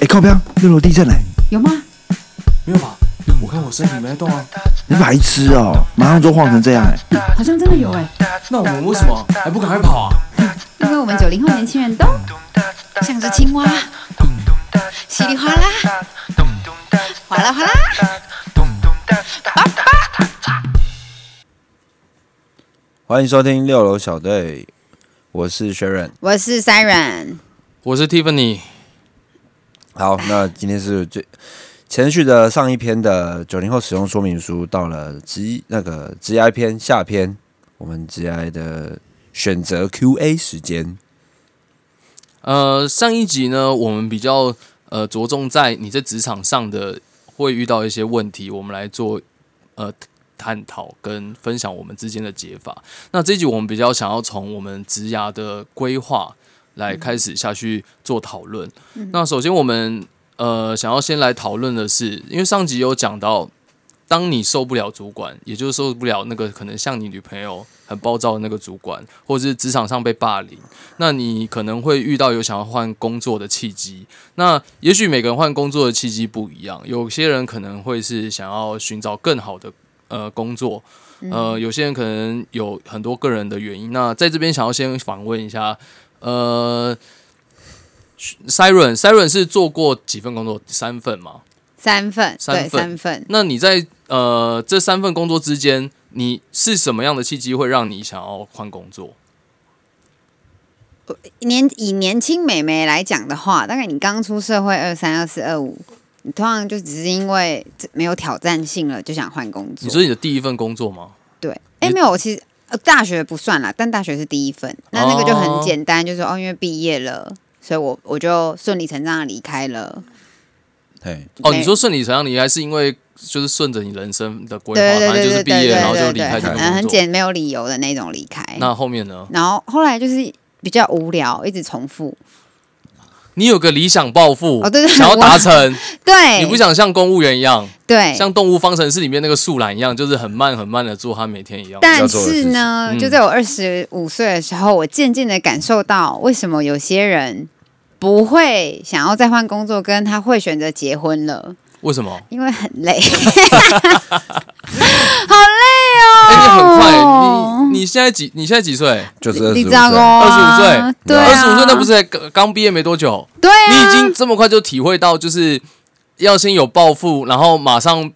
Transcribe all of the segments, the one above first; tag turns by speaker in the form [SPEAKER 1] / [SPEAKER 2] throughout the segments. [SPEAKER 1] 哎，靠边，六楼地震嘞！
[SPEAKER 2] 有吗？
[SPEAKER 3] 没有吧？我看我身体没在动啊。
[SPEAKER 1] 你白痴哦，马上就晃成这样哎！
[SPEAKER 2] 好像真的有哎，
[SPEAKER 3] 那我们为什么还不赶快跑啊？
[SPEAKER 2] 因为我们九零后年轻人都像只青蛙，稀里哗啦，哗啦哗啦。
[SPEAKER 4] 欢迎收听六楼小队，我是 Sharon。
[SPEAKER 2] 我是 Siren，
[SPEAKER 3] 我是 Tiffany，
[SPEAKER 4] 好，那今天是最前续的上一篇的九零后使用说明书，到了职那个职 I 篇下篇，我们职 I 的选择 Q&A 时间。
[SPEAKER 3] 呃，上一集呢，我们比较呃着重在你在职场上的会遇到一些问题，我们来做呃探讨跟分享我们之间的解法。那这一集我们比较想要从我们职涯的规划来开始下去做讨论。那首先我们呃想要先来讨论的是，因为上集有讲到。当你受不了主管，也就是受不了那个可能像你女朋友很暴躁的那个主管，或者是职场上被霸凌，那你可能会遇到有想要换工作的契机。那也许每个人换工作的契机不一样，有些人可能会是想要寻找更好的呃工作，呃，有些人可能有很多个人的原因。那在这边想要先访问一下，呃，Siren，Siren 是做过几份工作？三份吗？
[SPEAKER 2] 三份，
[SPEAKER 3] 三
[SPEAKER 2] 对，
[SPEAKER 3] 份
[SPEAKER 2] 三份。
[SPEAKER 3] 那你在呃这三份工作之间，你是什么样的契机会让你想要换工作？
[SPEAKER 2] 年以年轻美眉来讲的话，大概你刚出社会二三、二四、二五，你通常就只是因为这没有挑战性了，就想换工
[SPEAKER 3] 你
[SPEAKER 2] 作。
[SPEAKER 3] 说你的第一份工作吗？
[SPEAKER 2] 对，哎、
[SPEAKER 3] 你
[SPEAKER 2] 没有，我其实。呃，大学不算啦，但大学是第一份，那那个就很简单，就是哦，因为毕业了，所以我我就顺理成章的离开了。
[SPEAKER 4] 嘿，
[SPEAKER 3] 哦，
[SPEAKER 2] 没
[SPEAKER 3] 你说顺理成章，你还是因为就是顺着你人生的规
[SPEAKER 2] 对
[SPEAKER 3] 划，
[SPEAKER 2] 对
[SPEAKER 3] 反正
[SPEAKER 2] 对
[SPEAKER 3] 就是
[SPEAKER 2] 对对
[SPEAKER 3] 毕业，
[SPEAKER 2] 对
[SPEAKER 3] 然后就
[SPEAKER 2] 对
[SPEAKER 3] 离开
[SPEAKER 2] 对
[SPEAKER 3] 这个
[SPEAKER 2] 嗯，很
[SPEAKER 3] 工作。
[SPEAKER 2] 简没有理由的那种离开。
[SPEAKER 3] 那后面呢？
[SPEAKER 2] 然后后来就是比较无聊，一直重复。
[SPEAKER 3] 你有个理想抱负，
[SPEAKER 2] 哦对对对哎
[SPEAKER 3] 想要达 成，
[SPEAKER 2] 对，
[SPEAKER 3] 你不想像公务员一样，
[SPEAKER 2] 对，
[SPEAKER 3] 像《动物方程式》里面那个树懒一样，就是很慢很慢的做他每天一样。
[SPEAKER 2] 但是呢
[SPEAKER 3] 嗯，
[SPEAKER 2] 就在我二十五岁的时候，我渐渐的感受到，为什么有些人不会想要再换工作，跟他会选择结婚了，
[SPEAKER 3] 为什么？
[SPEAKER 2] 因为很累，
[SPEAKER 3] 哎，你
[SPEAKER 2] 好累
[SPEAKER 3] 很
[SPEAKER 2] 哦。
[SPEAKER 3] 快，你你现在几？你现在几岁？
[SPEAKER 4] 就是25
[SPEAKER 2] 你知道
[SPEAKER 4] 岁
[SPEAKER 3] 25
[SPEAKER 2] 吗？
[SPEAKER 3] 岁
[SPEAKER 2] 对、啊，
[SPEAKER 3] 二十五岁，那不是才刚刚毕业没多久？
[SPEAKER 2] 对啊，
[SPEAKER 3] 你已经这么快就体会到，就是要先有抱负，然后马上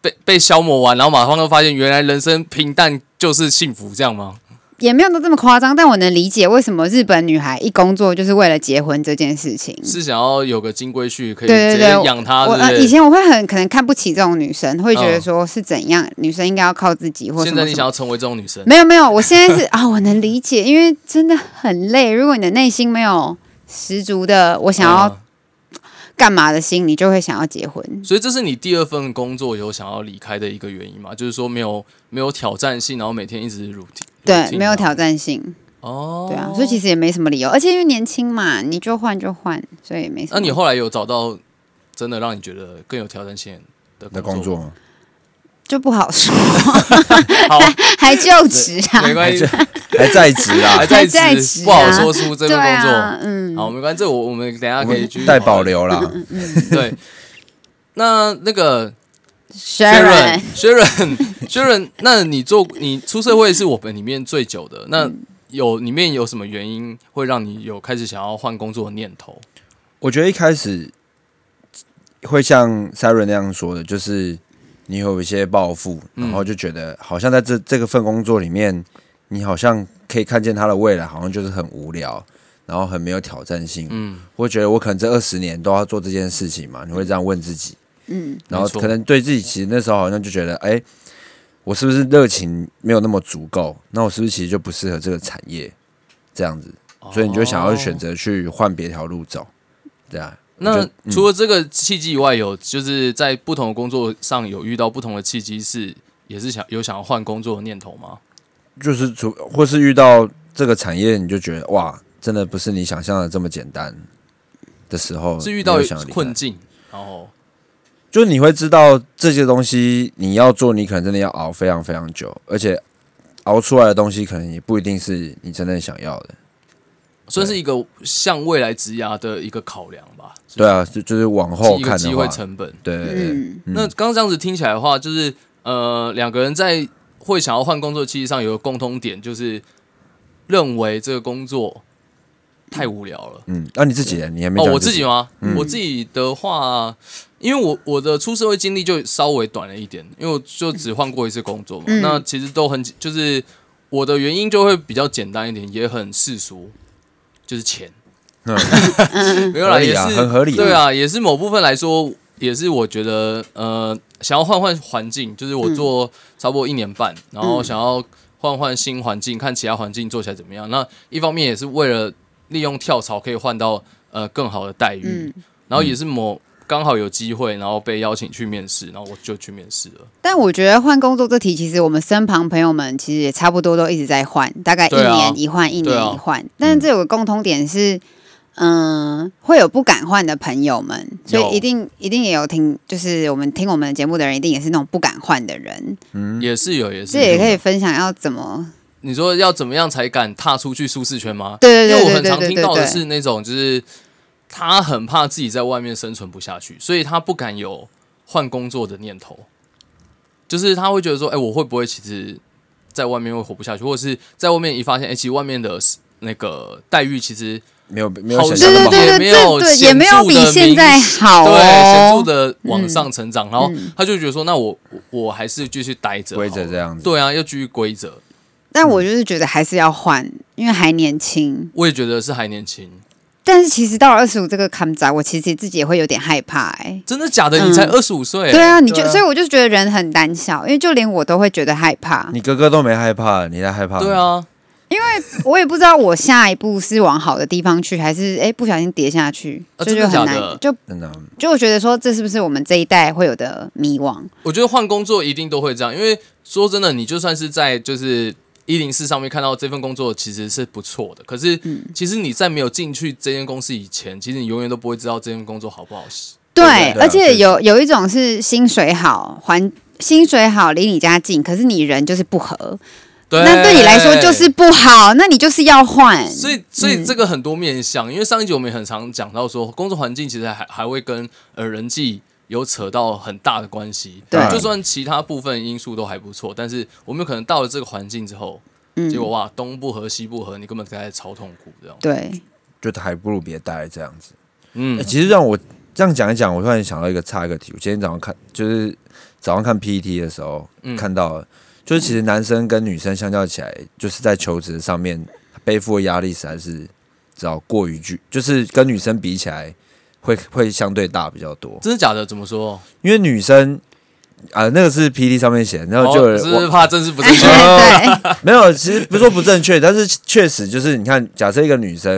[SPEAKER 3] 被被消磨完，然后马上就发现原来人生平淡就是幸福，这样
[SPEAKER 2] 嗯
[SPEAKER 3] 吗？
[SPEAKER 2] 也没有到这么夸张，但我能理解为什么日本女孩一工作就是为了结婚这件事情。
[SPEAKER 3] 是想要有个金龟婿，可以
[SPEAKER 2] 对
[SPEAKER 3] 直
[SPEAKER 2] 对
[SPEAKER 3] 接
[SPEAKER 2] 对，
[SPEAKER 3] 养它，
[SPEAKER 2] 我
[SPEAKER 3] 对不
[SPEAKER 2] 呃
[SPEAKER 3] 对？
[SPEAKER 2] 以前我会很可能看不起这种女生，会觉得
[SPEAKER 3] 嗯
[SPEAKER 2] 说是怎样，女生应该要靠自己或什
[SPEAKER 3] 现
[SPEAKER 2] 么
[SPEAKER 3] 在
[SPEAKER 2] 什么。
[SPEAKER 3] 你想要成为这种女生，
[SPEAKER 2] 没有没有，我现在是 啊、我能理解，因为真的很累。如果你的内心没有十足的我想要
[SPEAKER 3] 嗯
[SPEAKER 2] 干嘛的心，你就会想要结婚。
[SPEAKER 3] 所以这是你第二份工作有想要离开的一个原因嘛？就是说没有没有挑战性，然后每天一直 routine，
[SPEAKER 2] 对，
[SPEAKER 3] routine
[SPEAKER 2] 没有
[SPEAKER 3] 嘛
[SPEAKER 2] 挑战性，
[SPEAKER 3] 啊哦，
[SPEAKER 2] 对啊，所以其实也没什么理由，而且因为年轻嘛，你就换就换，所以也没什
[SPEAKER 3] 那
[SPEAKER 2] 么。
[SPEAKER 3] 你后来有找到真的让你觉得更有挑战性的
[SPEAKER 4] 的工
[SPEAKER 3] 作
[SPEAKER 4] 作
[SPEAKER 3] 吗？
[SPEAKER 4] 吗？
[SPEAKER 2] 就不好说，
[SPEAKER 3] 好，啊
[SPEAKER 2] 还就职啊，
[SPEAKER 3] 没关系，
[SPEAKER 4] 还在职啊
[SPEAKER 3] 还在
[SPEAKER 2] 还在
[SPEAKER 3] 职，
[SPEAKER 2] 职
[SPEAKER 3] 不好
[SPEAKER 2] 啊
[SPEAKER 3] 说出这
[SPEAKER 2] 对
[SPEAKER 3] 份工作。
[SPEAKER 2] 啊，嗯，
[SPEAKER 3] 好，没关系，这我我们等一下
[SPEAKER 4] 我
[SPEAKER 3] 可以
[SPEAKER 4] 们
[SPEAKER 3] 继续
[SPEAKER 4] 带
[SPEAKER 3] 讨
[SPEAKER 4] 保
[SPEAKER 3] 论。
[SPEAKER 4] 留啦。
[SPEAKER 3] 对，那那个
[SPEAKER 2] Sharon，
[SPEAKER 3] Sharon，Sharon，Sharon，那你做你出社会是我们里面最久的，那
[SPEAKER 2] 嗯
[SPEAKER 3] 有里面有什么原因会让你有开始想要换工作的念头？
[SPEAKER 4] 我觉得一开始会像 Siren 那样说的，就是你有一些抱负，
[SPEAKER 3] 嗯
[SPEAKER 4] 然后就觉得好像在这这个份工作里面，你好像可以看见他的未来，好像就是很无聊，然后很没有挑战性。
[SPEAKER 3] 嗯，
[SPEAKER 4] 会觉得我可能这二十年都要做这件事情嘛，你会这样问自己，
[SPEAKER 2] 嗯，
[SPEAKER 4] 然后
[SPEAKER 3] 没错
[SPEAKER 4] 可能对自己其实那时候好像就觉得，哎、我是不是热情没有那么足够？那我是不是其实就不适合这个产业？这样子，所以你就想要选
[SPEAKER 3] 哦。
[SPEAKER 4] 择去换别条路走，对啊。我
[SPEAKER 3] 那
[SPEAKER 4] 就嗯
[SPEAKER 3] 除了这个契机以外，有就是在不同的工作上有遇到不同的契机，是也是想有想要换工作的念头吗？
[SPEAKER 4] 就是除或是遇到这个产业，你就觉得哇，真的不是你想象的这么简单的时候，
[SPEAKER 3] 是遇到
[SPEAKER 4] 你就想离开
[SPEAKER 3] 困境，然后
[SPEAKER 4] 就是你会知道这些东西你要做，你可能真的要熬非常非常久，而且熬出来的东西可能也不一定是你真正想要的。
[SPEAKER 3] 算是一个向未来职涯的一个考量吧。是不
[SPEAKER 4] 对
[SPEAKER 3] 是，
[SPEAKER 4] 啊，就就是往
[SPEAKER 3] 是
[SPEAKER 4] 后
[SPEAKER 3] 一个
[SPEAKER 4] 看
[SPEAKER 3] 机
[SPEAKER 4] 的
[SPEAKER 3] 会
[SPEAKER 4] 话，
[SPEAKER 3] 成本。
[SPEAKER 4] 对对对，
[SPEAKER 2] 嗯，
[SPEAKER 4] 嗯
[SPEAKER 3] 那刚刚这样子听起来的话，就是呃，两个人在会想要换工作的契机上有个共通点，就是认为这个工作太无聊了。
[SPEAKER 4] 嗯，那、你自己呢，你还没
[SPEAKER 3] 哦，
[SPEAKER 4] 讲嗯
[SPEAKER 3] 我自己
[SPEAKER 4] 己
[SPEAKER 3] 吗？我自己的话，因为我我的出社会经历就稍微短了一点，因为我就只换过一次工作嘛。
[SPEAKER 2] 嗯
[SPEAKER 3] 那其实都很就是我的原因就会比较简单一点，也很世俗，就是钱。
[SPEAKER 4] 嗯
[SPEAKER 3] 没有啦，
[SPEAKER 4] 合理
[SPEAKER 3] 也是
[SPEAKER 4] 啊很合理啊
[SPEAKER 3] 对啊，也是某部分来说，也是我觉得呃，想要换换环境，就是我
[SPEAKER 2] 嗯
[SPEAKER 3] 做差不多一年半，然后想要换换新环境，看其他环境做起来怎么样。那一方面也是为了利用跳槽可以换到呃更好的待遇，
[SPEAKER 2] 嗯
[SPEAKER 3] 然后也是某刚好有机会，然后被邀请去面试，然后我就去面试了。
[SPEAKER 2] 但我觉得换工作这题，其实我们身旁朋友们其实也差不多都一直在换，大概一
[SPEAKER 3] 对啊
[SPEAKER 2] 年一换，一
[SPEAKER 3] 对啊
[SPEAKER 2] 年一换。但是这有个共通点是，嗯、会有不敢换的朋友们，所
[SPEAKER 3] 有
[SPEAKER 2] 以一定一定也有听，就是我们听我们的节目的人，一定也是那种不敢换的人。
[SPEAKER 4] 嗯
[SPEAKER 3] 也是有，也是
[SPEAKER 2] 这也可
[SPEAKER 3] 有。
[SPEAKER 2] 以分享要怎么，
[SPEAKER 3] 你说要怎么样才敢踏出去舒适圈吗？
[SPEAKER 2] 对
[SPEAKER 3] 因
[SPEAKER 2] 对
[SPEAKER 3] 为我
[SPEAKER 2] 对对
[SPEAKER 3] 很常
[SPEAKER 2] 对对
[SPEAKER 3] 听到
[SPEAKER 2] 对
[SPEAKER 3] 的
[SPEAKER 2] 对，
[SPEAKER 3] 是那种，就是他很怕自己在外面生存不下去，所以他不敢有换工作的念头，就是他会觉得说，哎、我会不会其实在外面会活不下去，或者是在外面一发现，哎、其实外面的那个待遇其实
[SPEAKER 4] 没有没有
[SPEAKER 3] 好
[SPEAKER 4] 想象
[SPEAKER 2] 对
[SPEAKER 4] 那
[SPEAKER 2] 对
[SPEAKER 4] 么好，
[SPEAKER 3] 也
[SPEAKER 2] 对
[SPEAKER 3] 没有
[SPEAKER 2] 对对，
[SPEAKER 3] 显
[SPEAKER 2] 也没有
[SPEAKER 3] 著
[SPEAKER 2] 比
[SPEAKER 3] 的明
[SPEAKER 2] 现在好
[SPEAKER 3] 对显著
[SPEAKER 2] 哦。嗯
[SPEAKER 3] 的往上成长，然后他就觉得说，那我我我还是继续待着好了，
[SPEAKER 4] 规则这样子
[SPEAKER 3] 对啊，要继续规则。
[SPEAKER 2] 但
[SPEAKER 3] 嗯
[SPEAKER 2] 我就是觉得还是要换，因为还年轻。
[SPEAKER 3] 我也觉得是还年轻，
[SPEAKER 2] 但是其实到了二十五这个坎仔，我其实自己也会有点害怕哎、
[SPEAKER 3] 真的假的？你才
[SPEAKER 2] 嗯
[SPEAKER 3] 二十五岁，
[SPEAKER 2] 对啊，你就、
[SPEAKER 4] 对啊
[SPEAKER 2] 所以我就觉得人很胆小，因为就连我都会觉得害怕，
[SPEAKER 4] 你哥哥都没害怕，你在害怕？
[SPEAKER 3] 啊对，啊，
[SPEAKER 2] 我也不知道我下一步是往好的地方去，还是哎、诶不小心跌下去，
[SPEAKER 3] 啊
[SPEAKER 2] 这
[SPEAKER 3] 真的
[SPEAKER 2] 就很
[SPEAKER 3] 假
[SPEAKER 2] 难，
[SPEAKER 3] 的
[SPEAKER 2] 就
[SPEAKER 4] 真的啊
[SPEAKER 2] 就我觉得说这是不是我们这一代会有的迷惘？
[SPEAKER 3] 我觉得换工作一定都会这样，因为说真的，你就算是在就是一零四上面看到这份工作其实是不错的，可是
[SPEAKER 2] 嗯
[SPEAKER 3] 其实你在没有进去这间公司以前，其实你永远都不会知道这份工作好不好。
[SPEAKER 2] 对，
[SPEAKER 4] 对对啊
[SPEAKER 2] 而且
[SPEAKER 4] 对
[SPEAKER 2] 有有一种是薪水好，环薪水好，离你家近，可是你人就是不合，
[SPEAKER 3] 对，
[SPEAKER 2] 那对你来说就是。嗯不好，那你就是要换。
[SPEAKER 3] 所以，所以这个很多面向，因为上一集我们也很常讲到说，工作环境其实还还会跟呃人际有扯到很大的关系。
[SPEAKER 2] 对
[SPEAKER 3] 就算其他部分因素都还不错，但是我们有可能到了这个环境之后，
[SPEAKER 2] 嗯
[SPEAKER 3] 结果哇，东不合西不合，你根本在超痛苦这样。
[SPEAKER 2] 对，
[SPEAKER 4] 就还不如别待这样子。
[SPEAKER 3] 嗯
[SPEAKER 4] 欸，其实让我这样讲一讲，我突然想到一个差一个题。我今天早上看，就是早上看 PPT 的时候、
[SPEAKER 3] 嗯
[SPEAKER 4] 看到了，就是其实男生跟女生相较起来，就是在求职上面背负的压力实在是，只要过于巨，就是跟女生比起来会会相对大比较多。
[SPEAKER 3] 真的假的？怎么说？
[SPEAKER 4] 因为女生啊、那个是 PPT 上面写的，然后就有
[SPEAKER 3] 哦
[SPEAKER 4] 人、
[SPEAKER 3] 只
[SPEAKER 4] 我哎
[SPEAKER 3] 是怕真是不正确。
[SPEAKER 2] 对，
[SPEAKER 4] 没有，其实不是说不正确，但是确实就是你看，假设一个女生，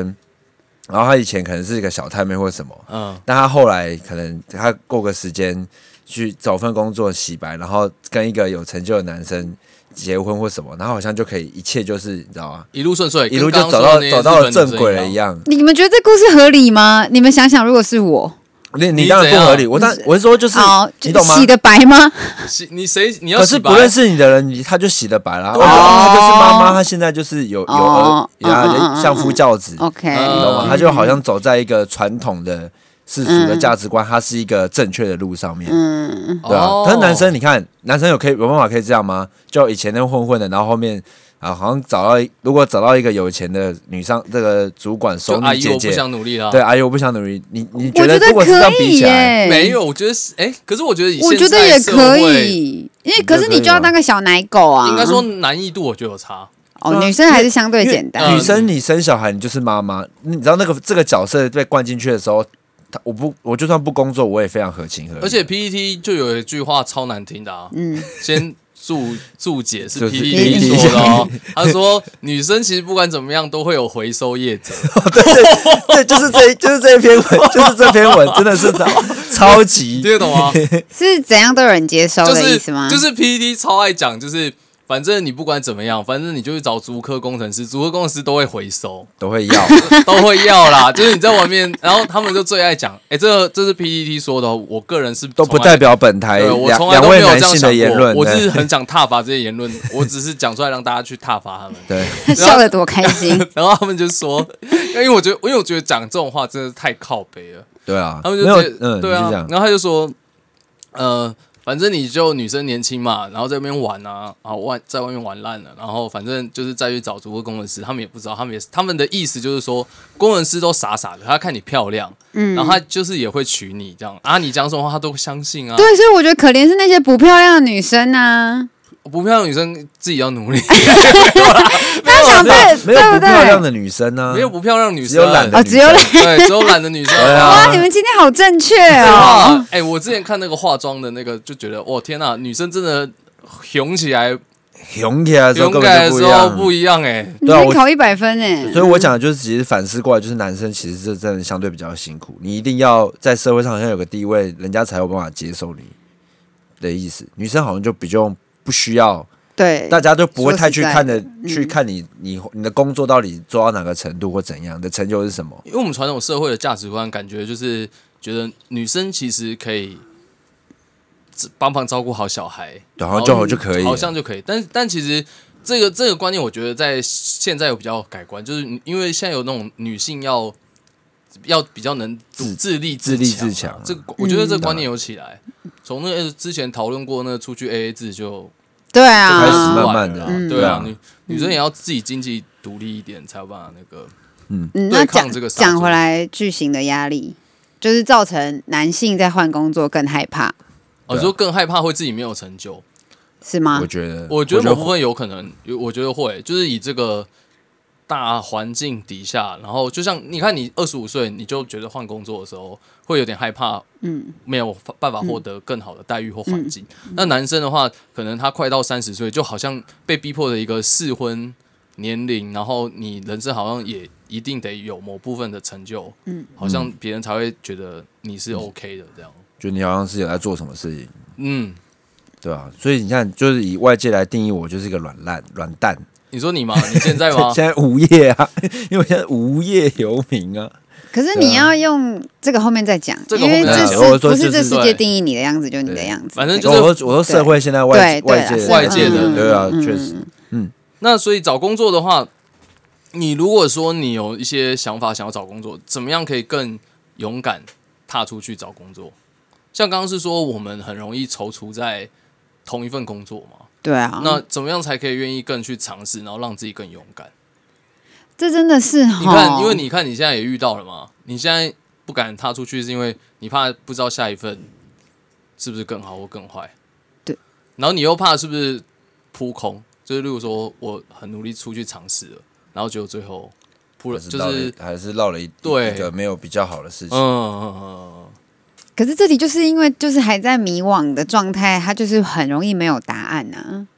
[SPEAKER 4] 然后她以前可能是一个小太妹或什么。
[SPEAKER 3] 嗯，
[SPEAKER 4] 但他后来可能他过个时间去找份工作洗白，然后跟一个有成就的男生结婚或什么，然后好像就可以一切就是你知道吗？
[SPEAKER 3] 一路顺遂，
[SPEAKER 4] 一路
[SPEAKER 3] 跟
[SPEAKER 4] 就
[SPEAKER 3] 刚
[SPEAKER 4] 走到
[SPEAKER 3] 刚说的那
[SPEAKER 4] 走到了
[SPEAKER 3] 日本
[SPEAKER 4] 正
[SPEAKER 3] 女生
[SPEAKER 4] 轨了一。样。
[SPEAKER 2] 你们觉得这故事合理吗？你们想想，如果是我，
[SPEAKER 4] 你
[SPEAKER 3] 你
[SPEAKER 4] 你当然不合
[SPEAKER 3] 怎
[SPEAKER 4] 理，
[SPEAKER 3] 样
[SPEAKER 4] 我当我是说就是
[SPEAKER 2] 哦，
[SPEAKER 4] 你
[SPEAKER 2] 就
[SPEAKER 4] 懂吗？
[SPEAKER 2] 洗的白 吗？
[SPEAKER 3] 洗你谁？你要
[SPEAKER 4] 可是
[SPEAKER 3] 洗白
[SPEAKER 4] 不认识你的人，你他就洗了白了啊。
[SPEAKER 3] 对啊
[SPEAKER 4] 哦他就是妈妈，他现在就是有有儿
[SPEAKER 2] 哦，嗯嗯
[SPEAKER 4] 然
[SPEAKER 2] 嗯
[SPEAKER 4] 后
[SPEAKER 2] 嗯
[SPEAKER 4] 相夫教子，你
[SPEAKER 2] OK，、
[SPEAKER 3] 嗯
[SPEAKER 4] 懂吗？
[SPEAKER 3] 嗯
[SPEAKER 4] 他就好像走在一个传统的世俗的
[SPEAKER 2] 嗯
[SPEAKER 4] 价值观，他是一个正确的路上面。
[SPEAKER 2] 嗯，
[SPEAKER 4] 对啊
[SPEAKER 3] 哦，
[SPEAKER 4] 但是男生你看，男生有可以有办法可以这样吗？就以前那混混的，然后后面啊，好像找到如果找到一个有钱的女上这个主管
[SPEAKER 3] 就
[SPEAKER 4] 熟
[SPEAKER 3] 阿
[SPEAKER 4] 女
[SPEAKER 3] 姨，
[SPEAKER 4] 姐
[SPEAKER 3] 我不
[SPEAKER 4] 姐，
[SPEAKER 3] 想努力了。
[SPEAKER 4] 对，啊阿姨我不想努力。你你
[SPEAKER 2] 我
[SPEAKER 4] 觉
[SPEAKER 2] 觉
[SPEAKER 4] 如果是这
[SPEAKER 2] 可
[SPEAKER 4] 样比
[SPEAKER 2] 以
[SPEAKER 4] 起来，
[SPEAKER 2] 耶，
[SPEAKER 3] 没有，我觉得是哎，可是我觉得以
[SPEAKER 2] 我觉
[SPEAKER 3] 现
[SPEAKER 2] 得
[SPEAKER 3] 在
[SPEAKER 2] 也
[SPEAKER 3] 社
[SPEAKER 2] 可
[SPEAKER 3] 会，
[SPEAKER 2] 以，因为可是
[SPEAKER 4] 你觉得可以
[SPEAKER 2] 你就要
[SPEAKER 4] 吗
[SPEAKER 2] 当个小奶狗啊。
[SPEAKER 3] 应该说难易度我觉得有差。
[SPEAKER 4] 嗯
[SPEAKER 2] 哦，女生还是相对简
[SPEAKER 3] 因为
[SPEAKER 2] 单。
[SPEAKER 4] 女生你生小孩你就是妈妈，你知道那个这个角色被灌进去的时候，她我不我就算不工作，我也非常合情合理。
[SPEAKER 3] 而且 PPT 就有一句话超难听的啊，
[SPEAKER 2] 嗯，
[SPEAKER 3] 先注注解是
[SPEAKER 4] 就是 E
[SPEAKER 3] PPT 说的哦。他说女生其实不管怎么样都会有回收业 者，
[SPEAKER 4] 对，就是 这就是这一篇文，就是这篇文真的是超超级
[SPEAKER 3] 你听得懂吗？
[SPEAKER 2] 是怎样都有人接收
[SPEAKER 3] 就
[SPEAKER 2] 的意
[SPEAKER 3] 是
[SPEAKER 2] 思吗？
[SPEAKER 3] 就是 PPT 超爱讲，就是反正你不管怎么样，反正你就去找足科工程师，足科工程师都会回收，
[SPEAKER 4] 都会要，
[SPEAKER 3] 都会要啦。就是你在外面，然后他们就最爱讲，哎、这个这是 PPT 说的哦，我个人是
[SPEAKER 4] 都不
[SPEAKER 3] 从来
[SPEAKER 4] 代表本台
[SPEAKER 3] 对我
[SPEAKER 4] 两
[SPEAKER 3] 从来
[SPEAKER 4] 两
[SPEAKER 3] 都没
[SPEAKER 4] 位
[SPEAKER 3] 有这
[SPEAKER 4] 男
[SPEAKER 3] 样
[SPEAKER 4] 性
[SPEAKER 3] 想
[SPEAKER 4] 的言
[SPEAKER 3] 过，
[SPEAKER 4] 论。
[SPEAKER 3] 我只是
[SPEAKER 4] 对
[SPEAKER 3] 很想挞伐这些言论，我只是讲出来让大家去挞伐他们。
[SPEAKER 4] 对，
[SPEAKER 2] 笑得多开心！
[SPEAKER 4] 呃
[SPEAKER 3] 然后他们就说，因为我觉得，因为我觉得讲这种话真的是太靠北了。
[SPEAKER 4] 对啊，
[SPEAKER 3] 他们
[SPEAKER 4] 没
[SPEAKER 3] 就
[SPEAKER 4] 有
[SPEAKER 3] 直接，
[SPEAKER 4] 嗯，
[SPEAKER 3] 对
[SPEAKER 4] 你
[SPEAKER 3] 啊
[SPEAKER 4] 是这，样
[SPEAKER 3] 然后他就说，呃，反正你就女生年轻嘛，然后在那边玩啊，啊玩在外面玩烂了，然后反正就是再去找足够工程师，他们也不知道，他们也是他们的意思就是说，工程师都傻傻的，他看你漂亮，
[SPEAKER 2] 嗯
[SPEAKER 3] 然后他就是也会娶你这样啊，你讲什么话他都相信啊，
[SPEAKER 2] 对，所以我觉得可怜是那些不漂亮的女生啊，
[SPEAKER 3] 不漂亮的女生自己要努 力，
[SPEAKER 2] 她想对
[SPEAKER 4] 没有
[SPEAKER 2] 对
[SPEAKER 4] 不
[SPEAKER 2] 不
[SPEAKER 4] 漂亮的
[SPEAKER 2] 对？
[SPEAKER 4] 女生呢，
[SPEAKER 3] 没有不漂亮的女
[SPEAKER 4] 只
[SPEAKER 3] 生
[SPEAKER 4] 有，懒的
[SPEAKER 2] 哦
[SPEAKER 4] 女
[SPEAKER 2] 只有
[SPEAKER 4] 生
[SPEAKER 2] 懒
[SPEAKER 3] 对，只有懒的女生，
[SPEAKER 4] 对啊
[SPEAKER 2] 哇，你们今天好正确哦！
[SPEAKER 3] 哇，哎、我之前看那个化妆的那个，就觉得，哇，天呐，女生真的雄起来、
[SPEAKER 4] 勇起来的时 候
[SPEAKER 3] 勇
[SPEAKER 4] 根
[SPEAKER 3] 敢
[SPEAKER 4] 本
[SPEAKER 3] 的
[SPEAKER 4] 就不
[SPEAKER 3] 时
[SPEAKER 4] 一
[SPEAKER 3] 候
[SPEAKER 4] 样。
[SPEAKER 3] 不一样、哎，
[SPEAKER 2] 你
[SPEAKER 4] 对啊
[SPEAKER 2] 今
[SPEAKER 4] 我
[SPEAKER 2] 天考一百分哎，
[SPEAKER 4] 所以我讲的就是，其实反思过来，就是男生其实这真的相对比较辛苦，你一定要在社会上好像有个地位，人家才有办法接受你的意思。女生好像就比较不需要，
[SPEAKER 2] 对，
[SPEAKER 4] 大家都不会太去
[SPEAKER 2] 说实在嗯
[SPEAKER 4] 看的，去看你你你的工作到底做到哪个程度或怎样的成就是什么。
[SPEAKER 3] 因为我们传统社会的价值观，感觉就是觉得女生其实可以自帮忙照顾好小孩，
[SPEAKER 4] 然
[SPEAKER 2] 嗯
[SPEAKER 4] 后就好就可以了
[SPEAKER 3] 好像就可以。但但其实这个这个观念，我觉得在现在有比较改观，就是因为现在有那种女性要要比较能独
[SPEAKER 4] 自
[SPEAKER 3] 自立
[SPEAKER 4] 自立
[SPEAKER 3] 自
[SPEAKER 4] 自强啊嗯
[SPEAKER 3] 这个我觉得这个观念有起来。从那个之前讨论过那个出去 AA 制就
[SPEAKER 2] 对
[SPEAKER 3] 就
[SPEAKER 2] 啊，
[SPEAKER 4] 开始慢慢地
[SPEAKER 3] 了
[SPEAKER 4] 嗯
[SPEAKER 3] 对啊，
[SPEAKER 4] 对
[SPEAKER 3] 女女生也要自己经济独立一点，才有办法那个。
[SPEAKER 2] 嗯，
[SPEAKER 3] 对
[SPEAKER 2] 那
[SPEAKER 3] 抗
[SPEAKER 2] 讲
[SPEAKER 3] 这个杀
[SPEAKER 2] 讲
[SPEAKER 3] 猪
[SPEAKER 2] 回来，巨型的压力就是造成男性在换工作更害怕，
[SPEAKER 3] 哦，你说更害怕会自己没有成就，
[SPEAKER 2] 是吗
[SPEAKER 4] 我？觉得，
[SPEAKER 3] 我觉得某部分有可能，有我觉得会，就是以这个大环境底下，然后就像你看，你二十五岁你就觉得换工作的时候会有点害怕，
[SPEAKER 2] 嗯，
[SPEAKER 3] 没有办法获得更好的待遇或环境。那男生的话，可能他快到三十岁，就好像被逼迫的一个适婚年龄，然后你人生好像也一定得有某部分的成就，嗯，好像别人才会觉得你是 OK 的这样，
[SPEAKER 4] 就你好像是有在做什么事情，
[SPEAKER 3] 嗯。
[SPEAKER 4] 对啊，所以你看，就是以外界来定义我，就是一个软烂软蛋。
[SPEAKER 3] 你说你吗？你现在 吗？
[SPEAKER 4] 现在无业啊，因为我现在无业游民啊。
[SPEAKER 2] 可是
[SPEAKER 4] 对
[SPEAKER 2] 你
[SPEAKER 4] 啊
[SPEAKER 2] 要用这个后面再讲，
[SPEAKER 3] 这个
[SPEAKER 2] 因为
[SPEAKER 3] 后面再讲
[SPEAKER 2] 这是
[SPEAKER 4] 我说就
[SPEAKER 2] 不
[SPEAKER 4] 是
[SPEAKER 2] 这
[SPEAKER 4] 是
[SPEAKER 2] 世
[SPEAKER 3] 对
[SPEAKER 2] 界定义你的样子，就是你的
[SPEAKER 4] 对
[SPEAKER 2] 样子。
[SPEAKER 3] 反正就
[SPEAKER 2] 这个
[SPEAKER 4] 我
[SPEAKER 3] 是
[SPEAKER 4] 说我说社会现在外
[SPEAKER 2] 对对
[SPEAKER 4] 外
[SPEAKER 2] 啊
[SPEAKER 4] 界
[SPEAKER 2] 是
[SPEAKER 3] 外界的
[SPEAKER 4] 嗯对啊，
[SPEAKER 2] 嗯
[SPEAKER 4] 确实，
[SPEAKER 3] 那所以找工作的话，你如果说你有一些想法想要找工作，怎么样可以更勇敢踏出去找工作？像刚刚是说我们很容易踌躇在同一份工作嘛，
[SPEAKER 2] 对啊，
[SPEAKER 3] 那怎么样才可以愿意更去尝试，然后让自己更勇敢？
[SPEAKER 2] 这真的是
[SPEAKER 3] 你看，
[SPEAKER 2] 哈
[SPEAKER 3] 因为你看你现在也遇到了嘛，你现在不敢踏出去，是因为你怕不知道下一份是不是更好或更坏。
[SPEAKER 2] 对，
[SPEAKER 3] 然后你又怕是不是扑空，就是例如说我很努力出去尝试了，然后结果最后扑了，
[SPEAKER 4] 还
[SPEAKER 3] 就
[SPEAKER 4] 绕了
[SPEAKER 3] 是
[SPEAKER 4] 还是绕了一
[SPEAKER 3] 对
[SPEAKER 4] 一个没有比较好的事
[SPEAKER 3] 嗯
[SPEAKER 4] 情。
[SPEAKER 3] 嗯嗯嗯，
[SPEAKER 2] 可是这题就是因为就是还在迷惘的状态，它就是很容易没有答案啊，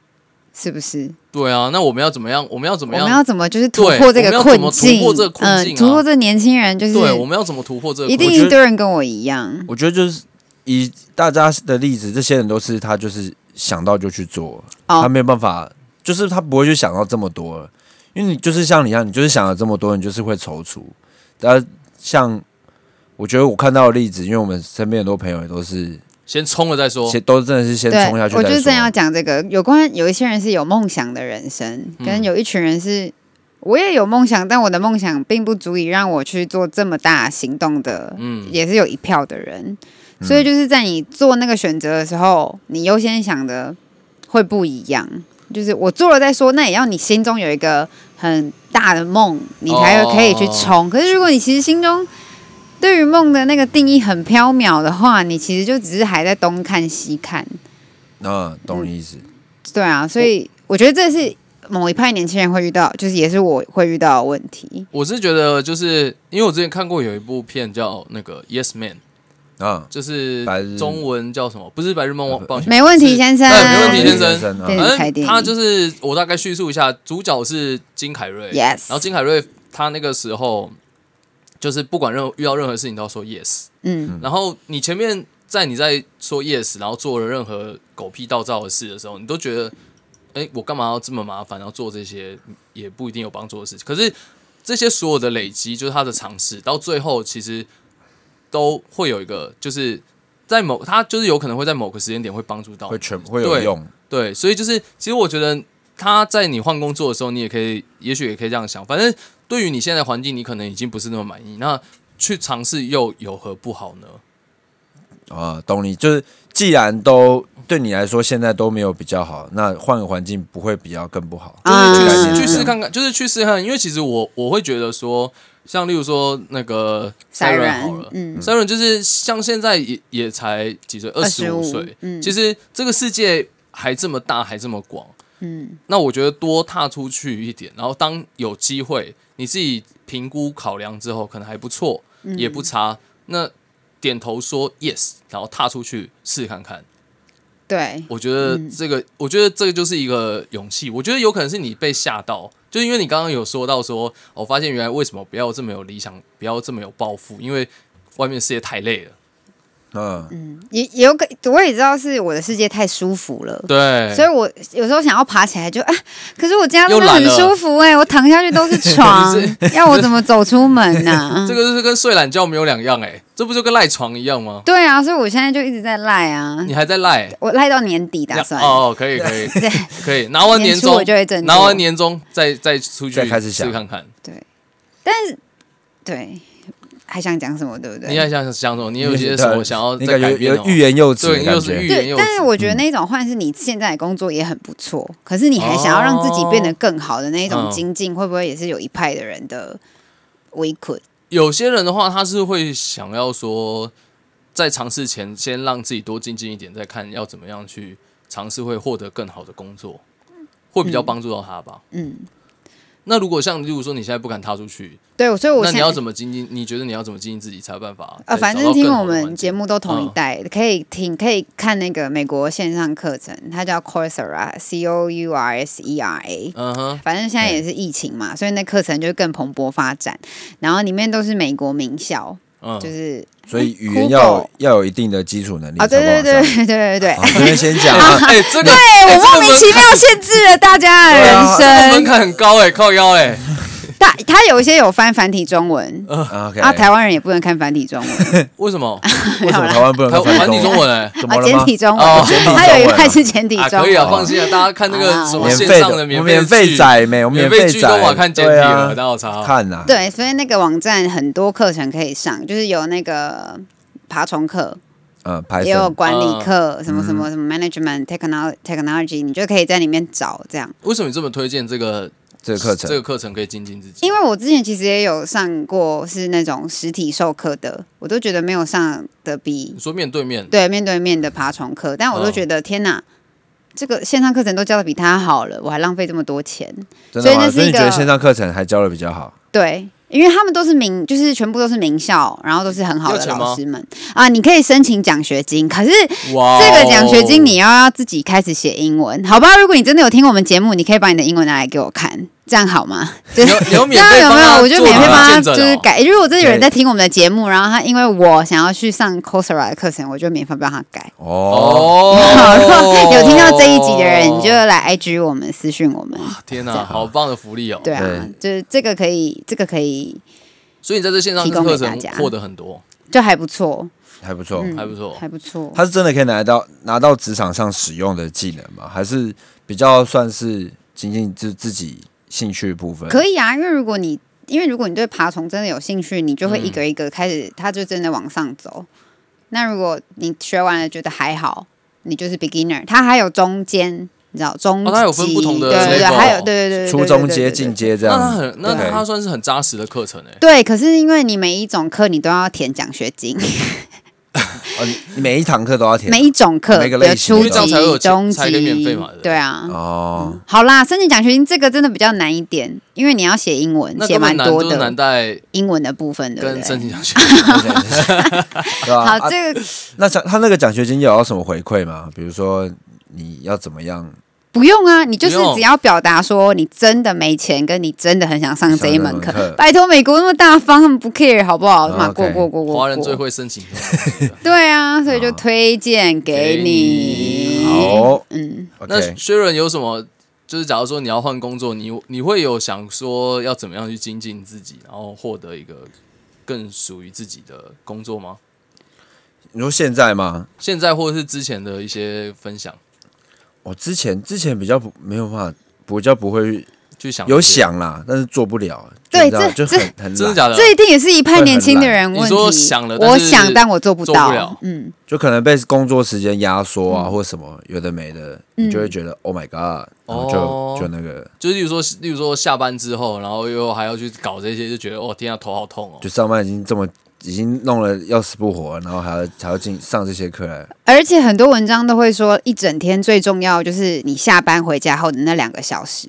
[SPEAKER 2] 是不是？
[SPEAKER 3] 对啊，那我们要怎么样？我们要怎
[SPEAKER 2] 我
[SPEAKER 3] 么
[SPEAKER 2] 们
[SPEAKER 3] 样？
[SPEAKER 2] 要怎么就是突
[SPEAKER 3] 对
[SPEAKER 2] 破这
[SPEAKER 3] 我们
[SPEAKER 2] 个
[SPEAKER 3] 要怎
[SPEAKER 2] 困
[SPEAKER 3] 么突
[SPEAKER 2] 境？
[SPEAKER 3] 破这个困境啊
[SPEAKER 2] 嗯，突破这年轻人就是
[SPEAKER 3] 对，我们要怎么突破这个
[SPEAKER 2] 一
[SPEAKER 3] 困
[SPEAKER 2] 定
[SPEAKER 3] 境？
[SPEAKER 2] 一堆人跟我一样，
[SPEAKER 4] 我觉得就是以大家的例子，这些人都是他就是想到就去做，
[SPEAKER 2] 哦
[SPEAKER 4] 他没有办法，就是他不会去想到这么多了，因为你就是像你一样，你就是想了这么多，你就是会踌躇。但像我觉得我看到的例子，因为我们身边很多朋友也都是
[SPEAKER 3] 先冲了再说。
[SPEAKER 4] 先都真的是先
[SPEAKER 2] 对
[SPEAKER 4] 冲下去
[SPEAKER 2] 我
[SPEAKER 4] 再
[SPEAKER 2] 就是
[SPEAKER 4] 说
[SPEAKER 2] 正要讲这个，有关有一些人是有梦想的人生，
[SPEAKER 4] 嗯
[SPEAKER 2] 跟有一群人是。我也有梦想，但我的梦想并不足以让我去做这么大行动的，
[SPEAKER 3] 嗯
[SPEAKER 2] 也是有一票的人，
[SPEAKER 4] 嗯
[SPEAKER 2] 所以就是在你做那个选择的时候，你优先想的会不一样。就是我做了再说，那也要你心中有一个很大的梦，你才
[SPEAKER 3] 哦
[SPEAKER 2] 可以去冲。可是如果你其实心中对于梦的那个定义很缥缈的话，你其实就只是还在东看西看。
[SPEAKER 4] 嗯，懂你意思。
[SPEAKER 2] 对啊，所以我觉得这是某一派年轻人会遇到，就是也是我会遇到的问题。
[SPEAKER 3] 我是觉得，就是因为我之前看过有一部片叫那个《Yes Man》，
[SPEAKER 4] 啊，
[SPEAKER 3] 就是
[SPEAKER 4] 白日
[SPEAKER 3] 中文叫什么？不是《白日梦
[SPEAKER 4] 呃
[SPEAKER 3] 冒险》，
[SPEAKER 2] 没问题，先生。
[SPEAKER 3] 对没问题先生
[SPEAKER 4] 啊
[SPEAKER 2] 对
[SPEAKER 3] 反
[SPEAKER 2] 开
[SPEAKER 3] 正
[SPEAKER 2] 电
[SPEAKER 3] 他
[SPEAKER 2] 影
[SPEAKER 3] 就是我大概叙述一下，主角是金凯瑞
[SPEAKER 2] Yes
[SPEAKER 3] 然后金凯瑞他那个时候就是不管任遇到任何事情都要说 yes，
[SPEAKER 2] 嗯，
[SPEAKER 3] 然后你前面在你在说 yes，然后做了任何狗屁倒灶的事的时候，你都觉得哎、我干嘛要这么麻烦，然后做这些也不一定有帮助的事情。可是这些所有的累积，就是他的尝试，到最后其实都会有一个，就是在某他就是有可能会在某个时间点会帮助到你
[SPEAKER 4] 会全会有用，
[SPEAKER 3] 对，所以就是其实我觉得他在你换工作的时候，你也可以，也许也可以这样想，反正对于你现在的环境，你可能已经不是那么满意，那去尝试又有何不好呢？
[SPEAKER 4] 啊，懂你。就是既然都对你来说现在都没有比较好，那换个环境不会比较更不好？
[SPEAKER 2] 啊
[SPEAKER 3] 就是去
[SPEAKER 4] 嗯
[SPEAKER 3] 试去试看看，就是去试看，因为其实我我会觉得说，像例如说那个
[SPEAKER 2] 塞
[SPEAKER 3] Siren
[SPEAKER 2] 人
[SPEAKER 3] 好了，
[SPEAKER 2] 嗯，
[SPEAKER 3] Siren 就是像现在也也才几岁，二十五
[SPEAKER 2] 25
[SPEAKER 3] 岁，
[SPEAKER 2] 嗯
[SPEAKER 3] 其实这个世界还这么大，还这么广，
[SPEAKER 2] 嗯，
[SPEAKER 3] 那我觉得多踏出去一点，然后当有机会，你自己评估考量之后，可能还不错，也
[SPEAKER 2] 嗯
[SPEAKER 3] 不差，那点头说 yes，然后踏出去试看看。
[SPEAKER 2] 对，
[SPEAKER 3] 我觉得
[SPEAKER 2] 嗯
[SPEAKER 3] 这个，我觉得这个就是一个勇气。我觉得有可能是你被吓到，就因为你刚刚有说到说，我发现原来为什么不要这么有理想，不要这么有抱负，因为外面世界太累了。
[SPEAKER 4] 嗯，
[SPEAKER 2] 也也有可，我也知道是我的世界太舒服了。
[SPEAKER 3] 对，
[SPEAKER 2] 所以我有时候想要爬起来就啊，可是我家真
[SPEAKER 3] 又
[SPEAKER 2] 的
[SPEAKER 3] 懒
[SPEAKER 2] 很
[SPEAKER 3] 了
[SPEAKER 2] 舒服哎、我躺下去都是 床
[SPEAKER 3] 是，
[SPEAKER 2] 要我怎么走出门啊呢、
[SPEAKER 3] 这个就是跟睡懒觉没有两样哎、这不就跟赖床一样吗？
[SPEAKER 2] 对啊，所以我现在就一直在赖啊，
[SPEAKER 3] 你还在赖、
[SPEAKER 2] 我赖到年底打算。
[SPEAKER 3] 哦，可以可以可以，拿完
[SPEAKER 2] 年初
[SPEAKER 3] 终
[SPEAKER 2] 我就会振
[SPEAKER 3] 拿
[SPEAKER 2] 作
[SPEAKER 3] 完年终再再出去
[SPEAKER 4] 再开始想
[SPEAKER 3] 试看看。
[SPEAKER 2] 对，还想讲什么，对不对？
[SPEAKER 3] 你还想想什么？你有些什么想要
[SPEAKER 4] 你
[SPEAKER 3] 再
[SPEAKER 4] 感
[SPEAKER 3] 改
[SPEAKER 4] 觉
[SPEAKER 3] 变的
[SPEAKER 4] 有
[SPEAKER 3] 吗？
[SPEAKER 4] 欲言又止
[SPEAKER 3] 对，
[SPEAKER 4] 的
[SPEAKER 3] 又
[SPEAKER 4] 感
[SPEAKER 3] 是
[SPEAKER 4] 觉，
[SPEAKER 3] 欲言
[SPEAKER 2] 对
[SPEAKER 3] 又，嗯止
[SPEAKER 2] 但。是我觉得那种换是你现在的工作也很不错，可是你还想要让自己变得更好的那一
[SPEAKER 3] 哦
[SPEAKER 2] 种精进，会不会也是有一派的人的围困？
[SPEAKER 3] 有些人的话，他是会想要说，在尝试前先让自己多精进一点，再看要怎么样去尝试会获得更好的工作，会比较帮助到他吧。
[SPEAKER 2] 嗯，
[SPEAKER 3] 那如果像例如说你现在不敢踏出去，
[SPEAKER 2] 对，所以我
[SPEAKER 3] 那
[SPEAKER 2] 现
[SPEAKER 3] 你
[SPEAKER 2] 在
[SPEAKER 3] 要怎么精进？你觉得你要怎么精进自己才有办法？哎
[SPEAKER 2] 呃，反正听我们节
[SPEAKER 3] 目，
[SPEAKER 2] 目都同一
[SPEAKER 3] 嗯
[SPEAKER 2] 代，可以听，可以看那个美国线上课程，它叫 Coursera，C O U R S E R A。
[SPEAKER 3] 嗯哼，
[SPEAKER 2] 反正现在也是疫情嘛，所以那课程就更蓬勃发展。然后里面都是美国名校，
[SPEAKER 3] 嗯，
[SPEAKER 2] 就是
[SPEAKER 4] 所以语言
[SPEAKER 2] 哎 Google
[SPEAKER 4] 要要有一定的基础能力
[SPEAKER 2] 啊、
[SPEAKER 4] 才
[SPEAKER 2] 对
[SPEAKER 4] 有
[SPEAKER 2] 对
[SPEAKER 4] 办法上。
[SPEAKER 2] 对对对 对
[SPEAKER 4] 好，这边先讲啊，
[SPEAKER 3] 哎，这 个
[SPEAKER 2] 哎、
[SPEAKER 3] 哎
[SPEAKER 2] 我莫
[SPEAKER 3] 这个
[SPEAKER 2] 名
[SPEAKER 3] 门
[SPEAKER 2] 其妙限制了大家的
[SPEAKER 4] 对啊
[SPEAKER 2] 人
[SPEAKER 3] 门
[SPEAKER 2] 生。
[SPEAKER 3] 槛很高哎，靠腰哎，
[SPEAKER 2] 大他有一些有翻繁体中文，
[SPEAKER 4] 啊，OK，
[SPEAKER 2] 啊，台湾人也不能看繁体中文，
[SPEAKER 3] 为什么？
[SPEAKER 4] 为什么台湾 不能
[SPEAKER 3] 台
[SPEAKER 4] 看
[SPEAKER 3] 湾你中文哎，
[SPEAKER 4] 怎么
[SPEAKER 2] 啊，
[SPEAKER 4] 了
[SPEAKER 2] 简
[SPEAKER 4] 吗？
[SPEAKER 2] 体中
[SPEAKER 3] 哦
[SPEAKER 2] 文
[SPEAKER 4] 简体中，文啊
[SPEAKER 2] 他有一派是简体
[SPEAKER 3] 啊，
[SPEAKER 2] 中
[SPEAKER 3] 可以啊，
[SPEAKER 2] 文。
[SPEAKER 3] 放心啊，大家看那个
[SPEAKER 2] 啊
[SPEAKER 3] 什么
[SPEAKER 4] 免
[SPEAKER 3] 线
[SPEAKER 4] 费
[SPEAKER 3] 上的
[SPEAKER 4] 的，
[SPEAKER 3] 免
[SPEAKER 4] 我免
[SPEAKER 3] 费
[SPEAKER 4] 费
[SPEAKER 3] 仔，
[SPEAKER 4] 仔没，我
[SPEAKER 3] 免
[SPEAKER 4] 费
[SPEAKER 3] 剧
[SPEAKER 4] 仔
[SPEAKER 3] 都我看简体
[SPEAKER 4] 对啊
[SPEAKER 3] 了，大家有差。
[SPEAKER 4] 看呐，
[SPEAKER 2] 对，所以那个网站很多课程可以上，就是有那个爬虫课，
[SPEAKER 4] 嗯，排
[SPEAKER 2] 也有
[SPEAKER 4] 程
[SPEAKER 2] 管理课，什么什么什么 management technology technology，你就可以在里面找这样。
[SPEAKER 3] 为什么你这么推荐这个
[SPEAKER 4] 这个课
[SPEAKER 3] 这
[SPEAKER 4] 程
[SPEAKER 3] 个课程可以精进自己？
[SPEAKER 2] 因为我之前其实也有上过是那种实体授课的，我都觉得没有上的比
[SPEAKER 3] 你说面对面，
[SPEAKER 2] 对面对面的爬虫课，但我
[SPEAKER 3] 嗯
[SPEAKER 2] 都觉得、天哪，这个线上课程都教的比他好了，我还浪费这么多钱。
[SPEAKER 4] 真
[SPEAKER 2] 所以
[SPEAKER 4] 的吗？
[SPEAKER 2] 那是
[SPEAKER 4] 所以
[SPEAKER 2] 一
[SPEAKER 4] 你
[SPEAKER 2] 个
[SPEAKER 4] 觉得线上课程还教的比较好？
[SPEAKER 2] 对，因为他们都是名，就是全部都是名校，然后都是很好
[SPEAKER 3] 要
[SPEAKER 2] 的
[SPEAKER 3] 钱吗
[SPEAKER 2] 老师们啊，你可以申请奖学金，可是
[SPEAKER 3] 哇哦，
[SPEAKER 2] 这个奖学金你要要自己开始写英文，好吧？如果你真的有听我们节目，你可以把你的英文拿来给我看，这样好吗？就
[SPEAKER 3] 你
[SPEAKER 2] 是
[SPEAKER 3] 有你有 免
[SPEAKER 2] 这样
[SPEAKER 3] 费
[SPEAKER 2] 有
[SPEAKER 3] 帮
[SPEAKER 2] 没
[SPEAKER 3] 他
[SPEAKER 2] 有？我就
[SPEAKER 3] 做
[SPEAKER 2] 免费
[SPEAKER 3] 你的
[SPEAKER 2] 帮他
[SPEAKER 3] 见证
[SPEAKER 2] 就是
[SPEAKER 3] 哦
[SPEAKER 2] 改。如果真的有人在听我们的节目，然后他因为我想要去上 Coursera 的课程，我就免费帮他改。
[SPEAKER 4] 哦，
[SPEAKER 3] 哦
[SPEAKER 2] 有听到这一集的人，你就来 IG 我们私讯我们。
[SPEAKER 3] 天哪，好棒的福利哦！
[SPEAKER 2] 对啊，就是这个可以，这个可以，
[SPEAKER 3] 所以你在这线上
[SPEAKER 2] 提供
[SPEAKER 3] 课
[SPEAKER 2] 给大
[SPEAKER 3] 程
[SPEAKER 2] 家
[SPEAKER 3] 获得很多，
[SPEAKER 2] 就还不错，
[SPEAKER 4] 还不错。
[SPEAKER 2] 嗯
[SPEAKER 3] 还不错。
[SPEAKER 2] 还不错。
[SPEAKER 4] 它是真的可以拿到拿到职场上使用的技能吗？还是比较算是仅仅自自己兴趣部分？
[SPEAKER 2] 可以啊，因为如果你因为如果你对爬虫真的有兴趣，你就
[SPEAKER 4] 嗯
[SPEAKER 2] 会一个一个开始，它就真的往上走。那如果你学完了觉得还好，你就是 beginner。它还有中间，你知道中级、
[SPEAKER 3] 哦它有分不同的
[SPEAKER 2] 对对对，
[SPEAKER 3] level
[SPEAKER 2] 还有对对对对
[SPEAKER 4] 初中阶、进。阶
[SPEAKER 2] 对对对对对
[SPEAKER 4] 这
[SPEAKER 3] 那
[SPEAKER 4] 样
[SPEAKER 3] 他
[SPEAKER 4] 子。
[SPEAKER 3] 很，那
[SPEAKER 4] 对
[SPEAKER 3] 他算是很扎实的课程哎。
[SPEAKER 2] 对，可是因为你每一种课你都要填奖学金，
[SPEAKER 4] 哦，你你每一堂课都要填
[SPEAKER 2] 每一种课，
[SPEAKER 4] 每个
[SPEAKER 2] 比如
[SPEAKER 4] 类型
[SPEAKER 2] 初
[SPEAKER 4] 因为这样
[SPEAKER 3] 才会有
[SPEAKER 2] 级、
[SPEAKER 3] 钱
[SPEAKER 2] 中
[SPEAKER 3] 才可以免费嘛
[SPEAKER 2] 级
[SPEAKER 3] 对不，对
[SPEAKER 2] 对啊。
[SPEAKER 4] 哦，
[SPEAKER 2] 好啦，申请奖学金这个真的比较难一点，因为你要写英文，
[SPEAKER 3] 那
[SPEAKER 2] 写
[SPEAKER 3] 根本
[SPEAKER 2] 蛮
[SPEAKER 3] 难
[SPEAKER 2] 多
[SPEAKER 3] 度难
[SPEAKER 2] 的
[SPEAKER 3] 在
[SPEAKER 2] 英文的部分，对不
[SPEAKER 3] 跟申
[SPEAKER 2] 对？
[SPEAKER 3] 请奖学
[SPEAKER 4] 对对对对吧？
[SPEAKER 2] 好，
[SPEAKER 4] 啊
[SPEAKER 2] 这个
[SPEAKER 4] 那奖他那个奖学金有要什么回馈吗？比如说你要怎么样？
[SPEAKER 2] 不用啊，你就是
[SPEAKER 3] 不用
[SPEAKER 2] 只要表达说你真的没钱，跟你真的很想上这一门课
[SPEAKER 4] 上这门课。
[SPEAKER 2] 拜托，美国那么大方，他们不 care 好不好？
[SPEAKER 4] 啊
[SPEAKER 2] 嘛、过
[SPEAKER 4] OK
[SPEAKER 2] 过过过，
[SPEAKER 3] 哦华人最
[SPEAKER 2] 过。
[SPEAKER 3] 会申请这种东西了。
[SPEAKER 2] 对啊，所以就推荐给
[SPEAKER 3] 给
[SPEAKER 2] 你。
[SPEAKER 3] 你
[SPEAKER 4] 好
[SPEAKER 2] 嗯，
[SPEAKER 3] 那
[SPEAKER 4] 哦，OK，
[SPEAKER 3] 薛仁有什么就是假如说你要换工作，你你会有想说要怎么样去精进自己，然后获得一个更属于自己的工作吗？
[SPEAKER 4] 你说现在吗？
[SPEAKER 3] 现在或者是之前的一些分享，
[SPEAKER 4] 我之前之前比较不没有办法，比较不会
[SPEAKER 3] 去想
[SPEAKER 4] 有
[SPEAKER 3] 这些，
[SPEAKER 4] 想啦，但是做不了。
[SPEAKER 2] 对
[SPEAKER 4] 你知道
[SPEAKER 2] 这
[SPEAKER 4] 就很很
[SPEAKER 3] 真的
[SPEAKER 4] 懒，
[SPEAKER 3] 假的？
[SPEAKER 2] 这一定也是一派
[SPEAKER 4] 会
[SPEAKER 2] 年
[SPEAKER 4] 很
[SPEAKER 2] 轻的
[SPEAKER 4] 懒
[SPEAKER 2] 人问
[SPEAKER 3] 你说
[SPEAKER 2] 题。
[SPEAKER 3] 想了但
[SPEAKER 2] 我
[SPEAKER 3] 是
[SPEAKER 2] 想，但我做不
[SPEAKER 3] 做
[SPEAKER 2] 到。
[SPEAKER 3] 不了
[SPEAKER 2] 嗯，
[SPEAKER 4] 就可能被工作时间压缩啊，或什么有的没的，
[SPEAKER 2] 嗯
[SPEAKER 4] 你就会觉得 Oh my God，然后就、
[SPEAKER 3] 哦
[SPEAKER 4] 就那个，
[SPEAKER 3] 就是例如说，例如说下班之后，然后又还要去搞这些，就觉得哦天啊，头好痛哦
[SPEAKER 4] 就。上班已经这么已经弄了要死不活，然后还要还要进上这些课来，
[SPEAKER 2] 而且很多文章都会说，一整天最重要就是你下班回家后的那两个 小时，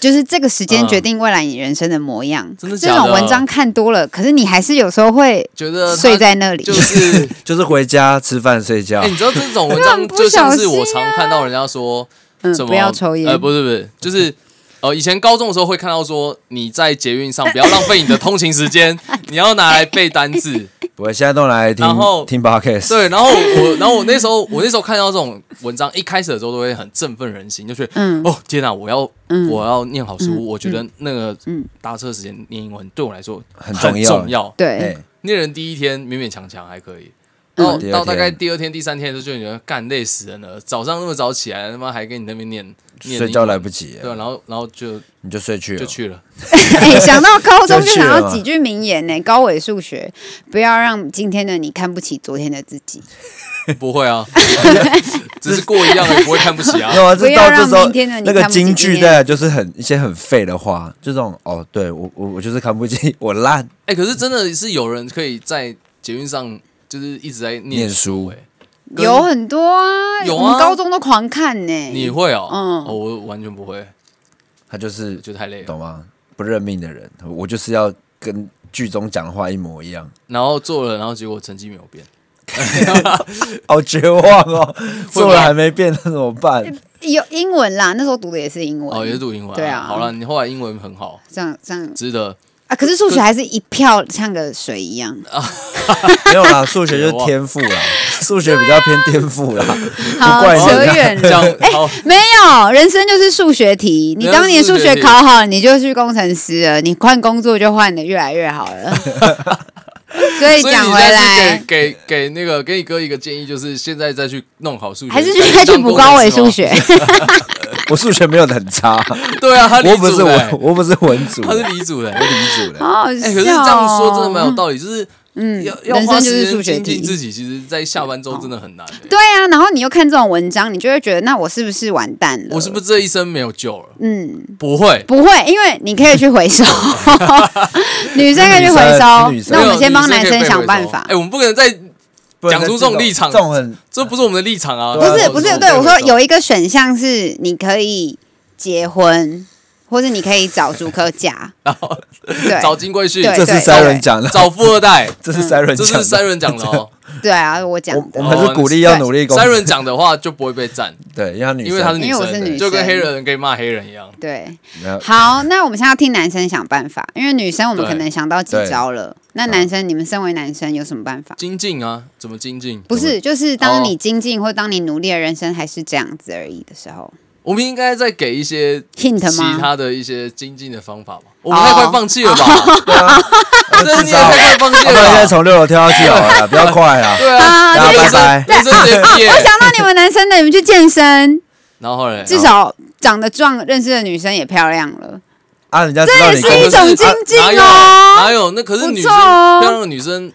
[SPEAKER 2] 就是这个时间决定未来你人生的模样。
[SPEAKER 3] 嗯真的
[SPEAKER 2] 这
[SPEAKER 3] 假的
[SPEAKER 2] 种文章看多了，可是你还是有时候会
[SPEAKER 3] 觉得他
[SPEAKER 2] 睡在那里。
[SPEAKER 3] 就是，
[SPEAKER 4] 就是回家吃饭睡觉
[SPEAKER 3] 哎、。你知道这种文
[SPEAKER 2] 很
[SPEAKER 3] 章
[SPEAKER 2] 不
[SPEAKER 3] 就像
[SPEAKER 2] 小
[SPEAKER 3] 是我
[SPEAKER 2] 心啊
[SPEAKER 3] 常看到人家说，
[SPEAKER 2] 嗯，
[SPEAKER 3] 什么
[SPEAKER 2] 不要抽烟。
[SPEAKER 3] 呃，不是不是，就是呃，以前高中的时候会看到说，你在捷运上不要浪费你的通勤时间，你要拿来背单字。
[SPEAKER 4] 我现在都来听
[SPEAKER 3] 然后
[SPEAKER 4] 听 podcast，
[SPEAKER 3] 对，然后我，然后我那时候，我那时候看到这种文章，一开始的时候都会很振奋人心，就觉得、
[SPEAKER 2] 嗯
[SPEAKER 3] 哦天哪、我要、
[SPEAKER 2] 嗯
[SPEAKER 3] 我要念好书，
[SPEAKER 2] 嗯
[SPEAKER 3] 我觉得那个
[SPEAKER 2] 嗯
[SPEAKER 3] 搭车时间念英文对我来说
[SPEAKER 4] 很重
[SPEAKER 3] 很
[SPEAKER 4] 要，
[SPEAKER 3] 重要。
[SPEAKER 2] 对，
[SPEAKER 4] 哎，
[SPEAKER 3] 念人第一天勉勉强强还可以。
[SPEAKER 2] 嗯
[SPEAKER 3] 到
[SPEAKER 4] 第二
[SPEAKER 3] 到大概
[SPEAKER 4] 天
[SPEAKER 3] 第二天、第三天的时候，就觉得干累死人了。早上那么早起来，他妈还跟你那边念念
[SPEAKER 4] 睡
[SPEAKER 3] 英
[SPEAKER 4] 觉
[SPEAKER 3] 文
[SPEAKER 4] 来不及，
[SPEAKER 3] 对啊，然后然后就
[SPEAKER 4] 你就睡去了
[SPEAKER 3] 就。去了。
[SPEAKER 2] 哎、想到高
[SPEAKER 4] 就
[SPEAKER 2] 中就
[SPEAKER 4] 去
[SPEAKER 2] 想
[SPEAKER 4] 了
[SPEAKER 2] 到
[SPEAKER 4] 嘛
[SPEAKER 2] 几句名言呢、高伟数学，不要让今天的你看不起昨天的自己，
[SPEAKER 3] 不 会啊，只是过一样，也不会看不起啊
[SPEAKER 4] 没。 有啊，
[SPEAKER 2] 不
[SPEAKER 4] 这
[SPEAKER 2] 要
[SPEAKER 4] 到
[SPEAKER 2] 让
[SPEAKER 4] 这时候
[SPEAKER 2] 明天的你
[SPEAKER 4] 那个
[SPEAKER 2] 看不起
[SPEAKER 4] 京
[SPEAKER 2] 今
[SPEAKER 4] 剧
[SPEAKER 2] 天
[SPEAKER 4] 的，就是很一些很废的话，就这种哦，对我我我就是看不起，我烂，
[SPEAKER 3] 哎、可是真的是有人可以在捷运上就是一直在念
[SPEAKER 4] 念书
[SPEAKER 3] 哎、跟
[SPEAKER 2] 有很多啊，
[SPEAKER 3] 有啊
[SPEAKER 2] 我们高中都狂看呢、
[SPEAKER 3] 你会哦、
[SPEAKER 2] 嗯
[SPEAKER 3] 哦我完全不会，
[SPEAKER 4] 他就是
[SPEAKER 3] 我觉得太累了。
[SPEAKER 4] 懂吗？不认命的人，我就是要跟剧中讲的话一模一样，
[SPEAKER 3] 然后做了，然后结果成绩没有 变，
[SPEAKER 4] 好绝望哦，做了还没变，那怎么办？
[SPEAKER 2] 有英文啦，那时候读的也是英文，
[SPEAKER 3] 哦，也是读英文、
[SPEAKER 2] 对啊
[SPEAKER 3] 好了，你后来英文很好，
[SPEAKER 2] 这样这样
[SPEAKER 3] 值 得。
[SPEAKER 2] 啊。可是数学还是一票像个水一样。
[SPEAKER 4] 没有啦，数学就是天赋啦，数学比较偏天赋啦，
[SPEAKER 2] 好
[SPEAKER 4] 不怪，
[SPEAKER 2] 扯
[SPEAKER 4] 你啦。
[SPEAKER 2] 远
[SPEAKER 3] 这样
[SPEAKER 2] 了。
[SPEAKER 3] 好，
[SPEAKER 2] 没有，人生就是数学题。你当年数学考好，你就去工程师了；你换工作就换的越来越好 了。所以
[SPEAKER 3] 所以
[SPEAKER 2] 讲
[SPEAKER 3] 你
[SPEAKER 2] 回
[SPEAKER 3] 再
[SPEAKER 2] 来
[SPEAKER 3] 次，给给给那个给你哥一个建议，就是现在再去弄好数学，
[SPEAKER 2] 还是去再去
[SPEAKER 3] 当
[SPEAKER 2] 补
[SPEAKER 3] 工程
[SPEAKER 2] 高维
[SPEAKER 3] 师吗
[SPEAKER 2] 数。学。
[SPEAKER 4] 我数学没有得很差，
[SPEAKER 3] 对啊，他
[SPEAKER 4] 我
[SPEAKER 3] 理
[SPEAKER 4] 不是
[SPEAKER 3] 组的、
[SPEAKER 4] 文，我不是文组
[SPEAKER 3] 他是
[SPEAKER 4] 的，
[SPEAKER 3] 理组的、
[SPEAKER 4] 我理组的。
[SPEAKER 2] 好好笑、哦哦
[SPEAKER 3] 哎、可是这样说真的蛮有道理，就是嗯，要要
[SPEAKER 2] 人
[SPEAKER 3] 花
[SPEAKER 2] 生就
[SPEAKER 3] 时
[SPEAKER 2] 是
[SPEAKER 3] 间
[SPEAKER 2] 数学
[SPEAKER 3] 精进
[SPEAKER 2] 题
[SPEAKER 3] 自己，其实，在下班之后真的很难、欸。
[SPEAKER 2] 对啊，然后你又看这种文章，你就会觉得，那我是不是完蛋了？
[SPEAKER 3] 我是不是这一生没有救了？
[SPEAKER 2] 嗯，
[SPEAKER 3] 不会，
[SPEAKER 2] 不会，因为你可以 去回收，女生可以去回
[SPEAKER 4] 女
[SPEAKER 2] 收。
[SPEAKER 4] 生
[SPEAKER 2] 那
[SPEAKER 3] 没
[SPEAKER 2] 我们
[SPEAKER 3] 有
[SPEAKER 2] 先帮
[SPEAKER 3] 女
[SPEAKER 2] 男
[SPEAKER 3] 可以
[SPEAKER 2] 生
[SPEAKER 3] 被
[SPEAKER 2] 想
[SPEAKER 3] 回
[SPEAKER 2] 办
[SPEAKER 3] 收
[SPEAKER 2] 法
[SPEAKER 3] 哎、。我们不可能再，
[SPEAKER 4] 不能
[SPEAKER 3] 讲出
[SPEAKER 4] 在
[SPEAKER 3] 这种立场
[SPEAKER 4] 这种很
[SPEAKER 3] 这不是我们的立场啊！
[SPEAKER 4] 不
[SPEAKER 2] 不
[SPEAKER 4] 对啊
[SPEAKER 2] 是
[SPEAKER 4] 我
[SPEAKER 2] 不
[SPEAKER 4] 是
[SPEAKER 2] 是，
[SPEAKER 4] 我
[SPEAKER 2] 对我说有
[SPEAKER 3] 一
[SPEAKER 2] 一个选项是你可以结婚，或者你可以找足科假，对
[SPEAKER 3] 找金龟婿，
[SPEAKER 2] 对
[SPEAKER 4] 这是
[SPEAKER 2] 对嗯
[SPEAKER 4] Siren 讲的，
[SPEAKER 3] 找富二代，
[SPEAKER 4] 这是 Siren
[SPEAKER 3] 这是
[SPEAKER 4] 讲的。
[SPEAKER 3] Siren 讲的 哦。
[SPEAKER 2] 对啊，我讲
[SPEAKER 4] 我我
[SPEAKER 2] 的，哦
[SPEAKER 4] 们还是鼓励要努力工作。
[SPEAKER 3] Siren 讲的话就不会被赞，
[SPEAKER 4] 对，因为他女生，
[SPEAKER 3] 因为她是
[SPEAKER 2] 因为我是
[SPEAKER 3] 生，
[SPEAKER 2] 女
[SPEAKER 3] 就跟
[SPEAKER 2] 生
[SPEAKER 3] 黑人可以骂黑人一样。
[SPEAKER 2] 对。
[SPEAKER 4] 没有
[SPEAKER 2] 好，那我们现在要听男生想办法，因为女生我们
[SPEAKER 3] 对
[SPEAKER 2] 可能想到几
[SPEAKER 4] 对
[SPEAKER 2] 招了，那男生你们身为男生有什么办法？
[SPEAKER 3] 精进啊，怎么精进？
[SPEAKER 2] 不是，就是当
[SPEAKER 3] 哦
[SPEAKER 2] 你精进或当你努力的人生还是这样子而已的时候
[SPEAKER 3] 我们应该再给一些
[SPEAKER 2] ，hint
[SPEAKER 3] 其
[SPEAKER 2] 吗？
[SPEAKER 3] 他的一些精进的方法吧。我们太快放弃了
[SPEAKER 2] 哦
[SPEAKER 3] 吧？
[SPEAKER 4] 对啊，
[SPEAKER 3] 真的你也太快放弃
[SPEAKER 4] 我们啊现在
[SPEAKER 3] 了吧？
[SPEAKER 4] 从六楼跳下去好了，不要快啦。
[SPEAKER 3] 对啊，
[SPEAKER 2] 啊，
[SPEAKER 4] 大
[SPEAKER 2] 对
[SPEAKER 4] 家拜
[SPEAKER 3] 人生
[SPEAKER 4] 拜。
[SPEAKER 3] 人生直接毕业
[SPEAKER 2] 我。想到你们男生的，你们去健身，
[SPEAKER 3] 然后嘞，
[SPEAKER 2] 啊至少长得壮、认识的女生也漂亮了。
[SPEAKER 4] 啊，人家知道你
[SPEAKER 2] 这也是一
[SPEAKER 4] 公
[SPEAKER 2] 种
[SPEAKER 3] 可是
[SPEAKER 2] 精进
[SPEAKER 3] 哪有
[SPEAKER 2] 哦
[SPEAKER 3] 哪有？那可是
[SPEAKER 2] 不
[SPEAKER 3] 女生
[SPEAKER 2] 错哦
[SPEAKER 3] 漂亮的女生，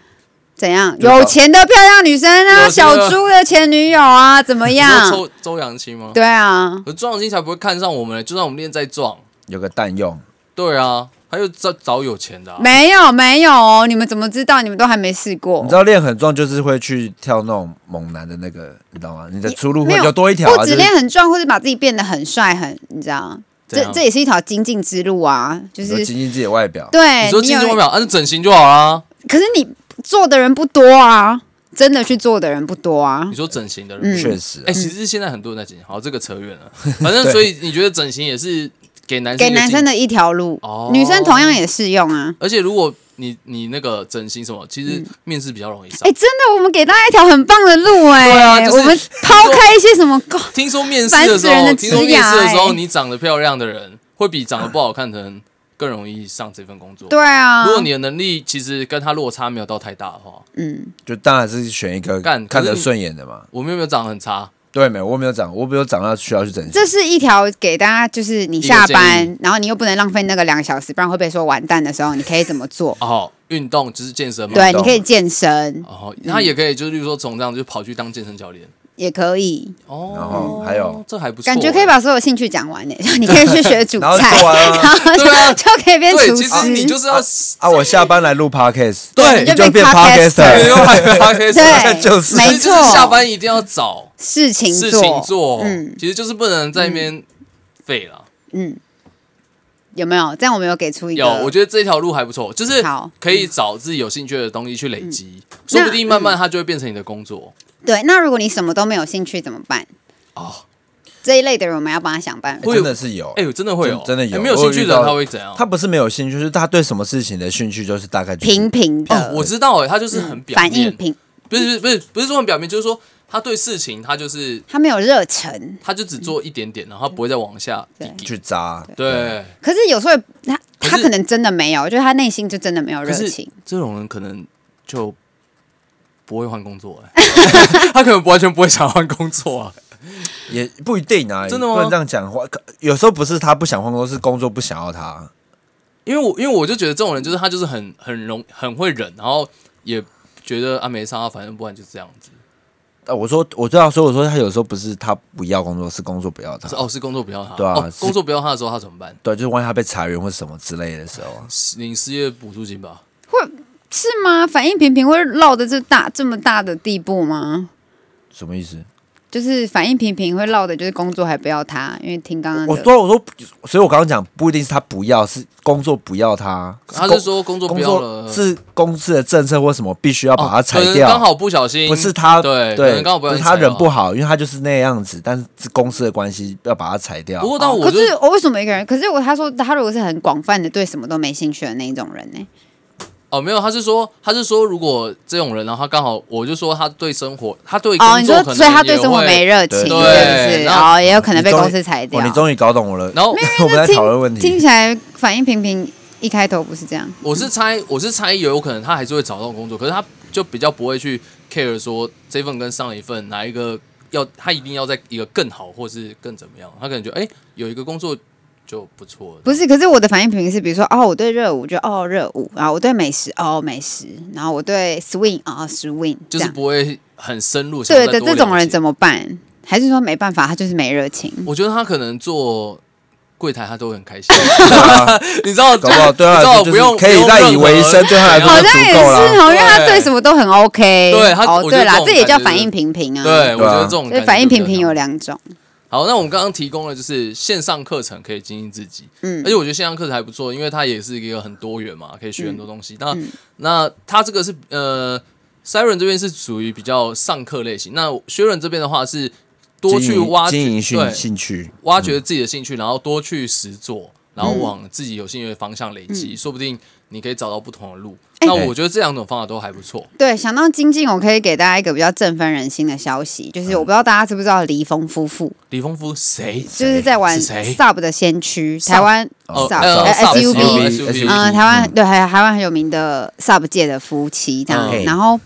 [SPEAKER 2] 怎样？
[SPEAKER 4] 就搞
[SPEAKER 2] 有钱的漂亮女生啊，
[SPEAKER 3] 有钱的
[SPEAKER 2] 小猪的前女友啊，怎么
[SPEAKER 3] 你说
[SPEAKER 2] 样？
[SPEAKER 3] 周周扬青吗？
[SPEAKER 2] 对啊，
[SPEAKER 3] 可是周扬青才不会看上我们嘞，就算我们练再壮，
[SPEAKER 4] 有个蛋用，
[SPEAKER 3] 对啊，他就找找有钱的啊。
[SPEAKER 2] 没有没有哦，你们怎么知道？你们都还没试过。
[SPEAKER 4] 你知道练很壮就是会去跳那种猛男的那个，你知道吗？你的出路
[SPEAKER 2] 没
[SPEAKER 4] 会
[SPEAKER 2] 有
[SPEAKER 4] 就多一条
[SPEAKER 2] 不
[SPEAKER 4] 啊，就
[SPEAKER 2] 止
[SPEAKER 4] 是
[SPEAKER 2] 练很壮，或者把自己变得很帅，很你知道，
[SPEAKER 3] 怎
[SPEAKER 2] 这
[SPEAKER 3] 样
[SPEAKER 2] 这也是一条精进之路啊。就
[SPEAKER 4] 你说
[SPEAKER 2] 是
[SPEAKER 4] 精进自己的外表。
[SPEAKER 2] 对，
[SPEAKER 3] 你说
[SPEAKER 2] 你
[SPEAKER 3] 精进
[SPEAKER 2] 有
[SPEAKER 3] 外表，按、啊、整形就好啦。
[SPEAKER 2] 可是你做的人不多啊，真的去做的人不多啊
[SPEAKER 3] 你。说整形的人不哎
[SPEAKER 2] 嗯
[SPEAKER 3] 是，
[SPEAKER 4] 确实啊
[SPEAKER 3] 哎、，其实现在很多人在整形，好，这个扯远了。反正所以你觉得整形也是给男生
[SPEAKER 2] 给
[SPEAKER 3] 一个
[SPEAKER 2] 男
[SPEAKER 3] 建
[SPEAKER 2] 生
[SPEAKER 3] 议
[SPEAKER 2] 的一条路，
[SPEAKER 3] 哦
[SPEAKER 2] 女生同样也适用啊。
[SPEAKER 3] 而且如果你你那个整形什么，其实面试比较容易上。
[SPEAKER 2] 嗯哎、真的，我们给大家一条很棒的路哎、
[SPEAKER 3] 对啊就是
[SPEAKER 2] 我们抛开一 些什么，
[SPEAKER 3] 听说面试的时
[SPEAKER 2] 烦死人
[SPEAKER 3] 候，
[SPEAKER 2] 的
[SPEAKER 3] 听说面试的时
[SPEAKER 2] 职涯
[SPEAKER 3] 候，
[SPEAKER 2] 欸
[SPEAKER 3] 你长得漂亮的人会比长得不好看的人更容易上这份工作。
[SPEAKER 2] 对啊，
[SPEAKER 3] 如果你的能力其实跟他落差没有到太大的话，
[SPEAKER 2] 嗯，
[SPEAKER 4] 就当然是选一个
[SPEAKER 3] 干
[SPEAKER 4] 看
[SPEAKER 3] 可
[SPEAKER 4] 得
[SPEAKER 3] 是
[SPEAKER 4] 顺眼的嘛。
[SPEAKER 3] 我们有没有长得很差？
[SPEAKER 4] 对，没有，我没有长，我没有长到需要去整形
[SPEAKER 2] 这。是一条给大家，就是你下
[SPEAKER 3] 一个
[SPEAKER 2] 班，然后你又不能浪费那个两个小时，不然会被说完蛋的时候，你可以怎么做？
[SPEAKER 3] 哦，运动就是健身嘛。
[SPEAKER 2] 对，
[SPEAKER 4] 懂
[SPEAKER 2] 你可以健身，
[SPEAKER 3] 哦，他也可以，就是例如说从这样就跑去当健身教练。
[SPEAKER 2] 也可以，
[SPEAKER 3] 哦，
[SPEAKER 4] 然后还有
[SPEAKER 3] 这还不错，
[SPEAKER 2] 感觉可以把所有兴趣讲完呢。像你可以去学煮
[SPEAKER 4] 然后
[SPEAKER 2] 菜，
[SPEAKER 4] 做完了
[SPEAKER 2] 然后就
[SPEAKER 3] 对啊
[SPEAKER 2] 就可以变
[SPEAKER 3] 对，
[SPEAKER 2] 厨
[SPEAKER 3] 其实你就
[SPEAKER 2] 师，
[SPEAKER 3] 是要
[SPEAKER 4] 啊，我下班来录 podcast，
[SPEAKER 3] 对
[SPEAKER 2] 你
[SPEAKER 4] 你
[SPEAKER 2] 就
[SPEAKER 4] 就变
[SPEAKER 2] podcaster
[SPEAKER 4] podcaster 哎
[SPEAKER 3] 又还
[SPEAKER 4] 啊
[SPEAKER 3] 可以
[SPEAKER 2] 对，
[SPEAKER 4] 就是
[SPEAKER 2] 没
[SPEAKER 3] 就
[SPEAKER 2] 错，
[SPEAKER 3] 是下班一定要找
[SPEAKER 2] 事情
[SPEAKER 3] 事情
[SPEAKER 2] 做，
[SPEAKER 3] 做，
[SPEAKER 2] 嗯
[SPEAKER 3] 其实就是不能在那边废了。
[SPEAKER 2] 嗯，有没有？这样我们有给出一个，
[SPEAKER 3] 有，我觉得这条路还不错，就是
[SPEAKER 2] 好嗯
[SPEAKER 3] 可以找自己有兴趣的东西去累积，说不定慢慢它就会变成你的工作
[SPEAKER 2] 对。那如果你什么都没有兴趣怎么办？
[SPEAKER 3] 哦。
[SPEAKER 2] 这一类的人，我们要帮他想办法。
[SPEAKER 3] 会
[SPEAKER 4] 真的是有。
[SPEAKER 3] 哎呦，真的会有，
[SPEAKER 4] 真真的有
[SPEAKER 3] 哎没有兴趣的
[SPEAKER 4] 我有遇
[SPEAKER 3] 人
[SPEAKER 4] 到
[SPEAKER 3] 他会怎样？哦
[SPEAKER 4] 他不是没有兴趣，就是他对什么事情的兴趣就是大概就是
[SPEAKER 2] 平平的，嗯
[SPEAKER 3] 哦，我知道，哎，他就是很表
[SPEAKER 2] 反应
[SPEAKER 3] 面，
[SPEAKER 2] 平，
[SPEAKER 3] 不是不是不是说很表面，就是说他对事情他就是
[SPEAKER 2] 他没有热忱。
[SPEAKER 3] 他就只做一点点，然后他不会再往下
[SPEAKER 2] 对
[SPEAKER 3] 递
[SPEAKER 4] 去扎。
[SPEAKER 3] 对，
[SPEAKER 2] 可是有时候他
[SPEAKER 3] 可是
[SPEAKER 2] 他可能真的没有，就是他内心就真的没有
[SPEAKER 3] 可
[SPEAKER 2] 热
[SPEAKER 3] 是
[SPEAKER 2] 情。
[SPEAKER 3] 这种人可能就不会换工作、哎， 他可能完全不会想换工作啊。
[SPEAKER 4] 也不一定啊，
[SPEAKER 3] 真的吗
[SPEAKER 4] 不能这样讲话。可有时候不是他不想换工作，是工作不想要他。
[SPEAKER 3] 因为我因为我就觉得这种人就是他就是很很容很会忍，然后也觉得啊没啥，反正不然就这样子。
[SPEAKER 4] 啊，我说，我知道，所以我说他有时候不是他不要工作，是工作不要他
[SPEAKER 3] 是。哦，是工作不要他，
[SPEAKER 4] 对啊
[SPEAKER 3] 哦
[SPEAKER 4] 是
[SPEAKER 3] 工作不要他的时候他怎么办？
[SPEAKER 4] 对，就是万一他被裁员或什么之类的时候啊，
[SPEAKER 3] 领失业补助金吧。
[SPEAKER 2] 是吗？反应平平会落的这大这么大的地步吗？
[SPEAKER 4] 什么意思？
[SPEAKER 2] 就是反应平平会落的，就是工作还不要他，因为听刚刚
[SPEAKER 4] 我
[SPEAKER 2] 的，
[SPEAKER 4] 说，我说，所以我刚刚讲不一定是他不要，是工作不要他。
[SPEAKER 3] 他
[SPEAKER 4] 工
[SPEAKER 3] 是说工作不
[SPEAKER 4] 工
[SPEAKER 3] 要
[SPEAKER 4] 作
[SPEAKER 3] 了，
[SPEAKER 4] 是公司的政策或什么必须要
[SPEAKER 3] 要
[SPEAKER 4] 把它裁
[SPEAKER 3] 可能
[SPEAKER 4] 掉。
[SPEAKER 3] 刚好不小心，
[SPEAKER 4] 不是他，
[SPEAKER 3] 对，可
[SPEAKER 4] 对，
[SPEAKER 3] 能刚好不小
[SPEAKER 4] 是
[SPEAKER 3] 心
[SPEAKER 4] 他
[SPEAKER 3] 裁
[SPEAKER 4] 人
[SPEAKER 3] 掉
[SPEAKER 4] 不。好，因为他就是那样子，但是是公司的关系要把他裁掉。
[SPEAKER 3] 不过到我
[SPEAKER 2] 哦可
[SPEAKER 3] 就是
[SPEAKER 2] 我为什么一个人？可是我他说他如果是很广泛的对什么都没兴趣的那一种人呢、
[SPEAKER 3] 哦，没有，他是说，他是说，如果这种人，然后他刚好，我就说他对生活，他对
[SPEAKER 2] 哦，
[SPEAKER 3] 工
[SPEAKER 2] 你
[SPEAKER 3] 作
[SPEAKER 2] 说
[SPEAKER 3] 可能也会，
[SPEAKER 2] 所以他对生活没热情，
[SPEAKER 4] 对
[SPEAKER 2] 是不是？
[SPEAKER 3] 然后
[SPEAKER 2] 哦，也有可能
[SPEAKER 4] 你
[SPEAKER 2] 被
[SPEAKER 4] 终于
[SPEAKER 2] 公司裁掉
[SPEAKER 4] 哦，。你终于搞懂我了。
[SPEAKER 3] 然后
[SPEAKER 4] 我们在讨论问
[SPEAKER 2] 听
[SPEAKER 4] 题，
[SPEAKER 2] 起来反应平平一开头不是这样，
[SPEAKER 3] 我是猜，我是猜有可能他还是会找到工作，可是他就比较不会去 care 说这份跟上一份哪一个要，他一定要在一个更好或是更怎么样，他可能觉得哎、有一个工作就不错了，
[SPEAKER 2] 不是？可是我的反应平平是，比如说哦，我对热舞就哦热舞，然后我对美食哦美食，然后我对 swing 哦 swing，
[SPEAKER 3] 就
[SPEAKER 2] 这
[SPEAKER 3] 是
[SPEAKER 2] 样。
[SPEAKER 3] 不会很深入。
[SPEAKER 2] 对的，这种人
[SPEAKER 3] 么？
[SPEAKER 2] 怎么办？还是说没办法，他就是没热情？
[SPEAKER 3] 我觉得他可能做柜台，他都会很开心， 你知道，
[SPEAKER 4] 啊搞不好对他
[SPEAKER 3] 你
[SPEAKER 4] 来
[SPEAKER 3] 知道
[SPEAKER 4] 说
[SPEAKER 3] 不
[SPEAKER 4] 就是
[SPEAKER 3] 用
[SPEAKER 4] 可以
[SPEAKER 3] 不用
[SPEAKER 4] 赖以
[SPEAKER 3] 任何
[SPEAKER 4] 为生，对他来说
[SPEAKER 2] 好
[SPEAKER 4] 就
[SPEAKER 2] 像也
[SPEAKER 4] 足
[SPEAKER 2] 是
[SPEAKER 4] 够了。
[SPEAKER 2] 哦，因为他
[SPEAKER 3] 对
[SPEAKER 2] 对什么都很 OK。
[SPEAKER 3] 对他
[SPEAKER 2] 哦
[SPEAKER 3] 我觉得
[SPEAKER 2] 对啦，
[SPEAKER 3] 这种
[SPEAKER 2] 这也
[SPEAKER 3] 感
[SPEAKER 2] 叫
[SPEAKER 3] 觉
[SPEAKER 2] 反
[SPEAKER 3] 是
[SPEAKER 2] 应平平啊。
[SPEAKER 3] 对，
[SPEAKER 4] 对
[SPEAKER 3] 我觉
[SPEAKER 4] 啊
[SPEAKER 3] 得这种
[SPEAKER 2] 所以
[SPEAKER 3] 感觉
[SPEAKER 2] 反应
[SPEAKER 3] 就比
[SPEAKER 2] 平
[SPEAKER 3] 较
[SPEAKER 2] 平
[SPEAKER 3] 像
[SPEAKER 2] 有两种，
[SPEAKER 3] 好，那我们刚刚提供了就是线上课程可以经营自己，
[SPEAKER 2] 嗯
[SPEAKER 3] 而且我觉得线上课程还不错，因为它也是一个很多元嘛，可以学很多东西。那、
[SPEAKER 2] 嗯
[SPEAKER 3] 那它这个是呃，Siren 这边是属于比较上课类型，那 Sharon 这边的话是多去挖掘
[SPEAKER 4] 经营兴
[SPEAKER 3] 对
[SPEAKER 4] 兴趣，
[SPEAKER 3] 挖掘自己的兴趣，然后多去实做，然后
[SPEAKER 2] 嗯
[SPEAKER 3] 往自己有兴趣的方向累积，说不定你可以找到不同的路。
[SPEAKER 2] 哎
[SPEAKER 3] 那我觉得这两种方法都还不错。
[SPEAKER 2] 对，想到精进，我可以给大家一个比较振奋人心的消息，
[SPEAKER 3] 嗯
[SPEAKER 2] 就是我不知道大家知不知道李易峰夫妇，
[SPEAKER 3] 李峰夫谁？
[SPEAKER 2] 就是在玩
[SPEAKER 3] 是谁
[SPEAKER 2] Sub 的先驱，
[SPEAKER 3] Sub
[SPEAKER 2] 台湾
[SPEAKER 4] 哦
[SPEAKER 2] Sub
[SPEAKER 3] 呃
[SPEAKER 2] 呃
[SPEAKER 3] Sub，
[SPEAKER 2] SUV，
[SPEAKER 3] SUV
[SPEAKER 2] 嗯，台湾对，还有台湾很有名的 Sub 界的夫妻这样
[SPEAKER 3] 嗯，
[SPEAKER 2] 然后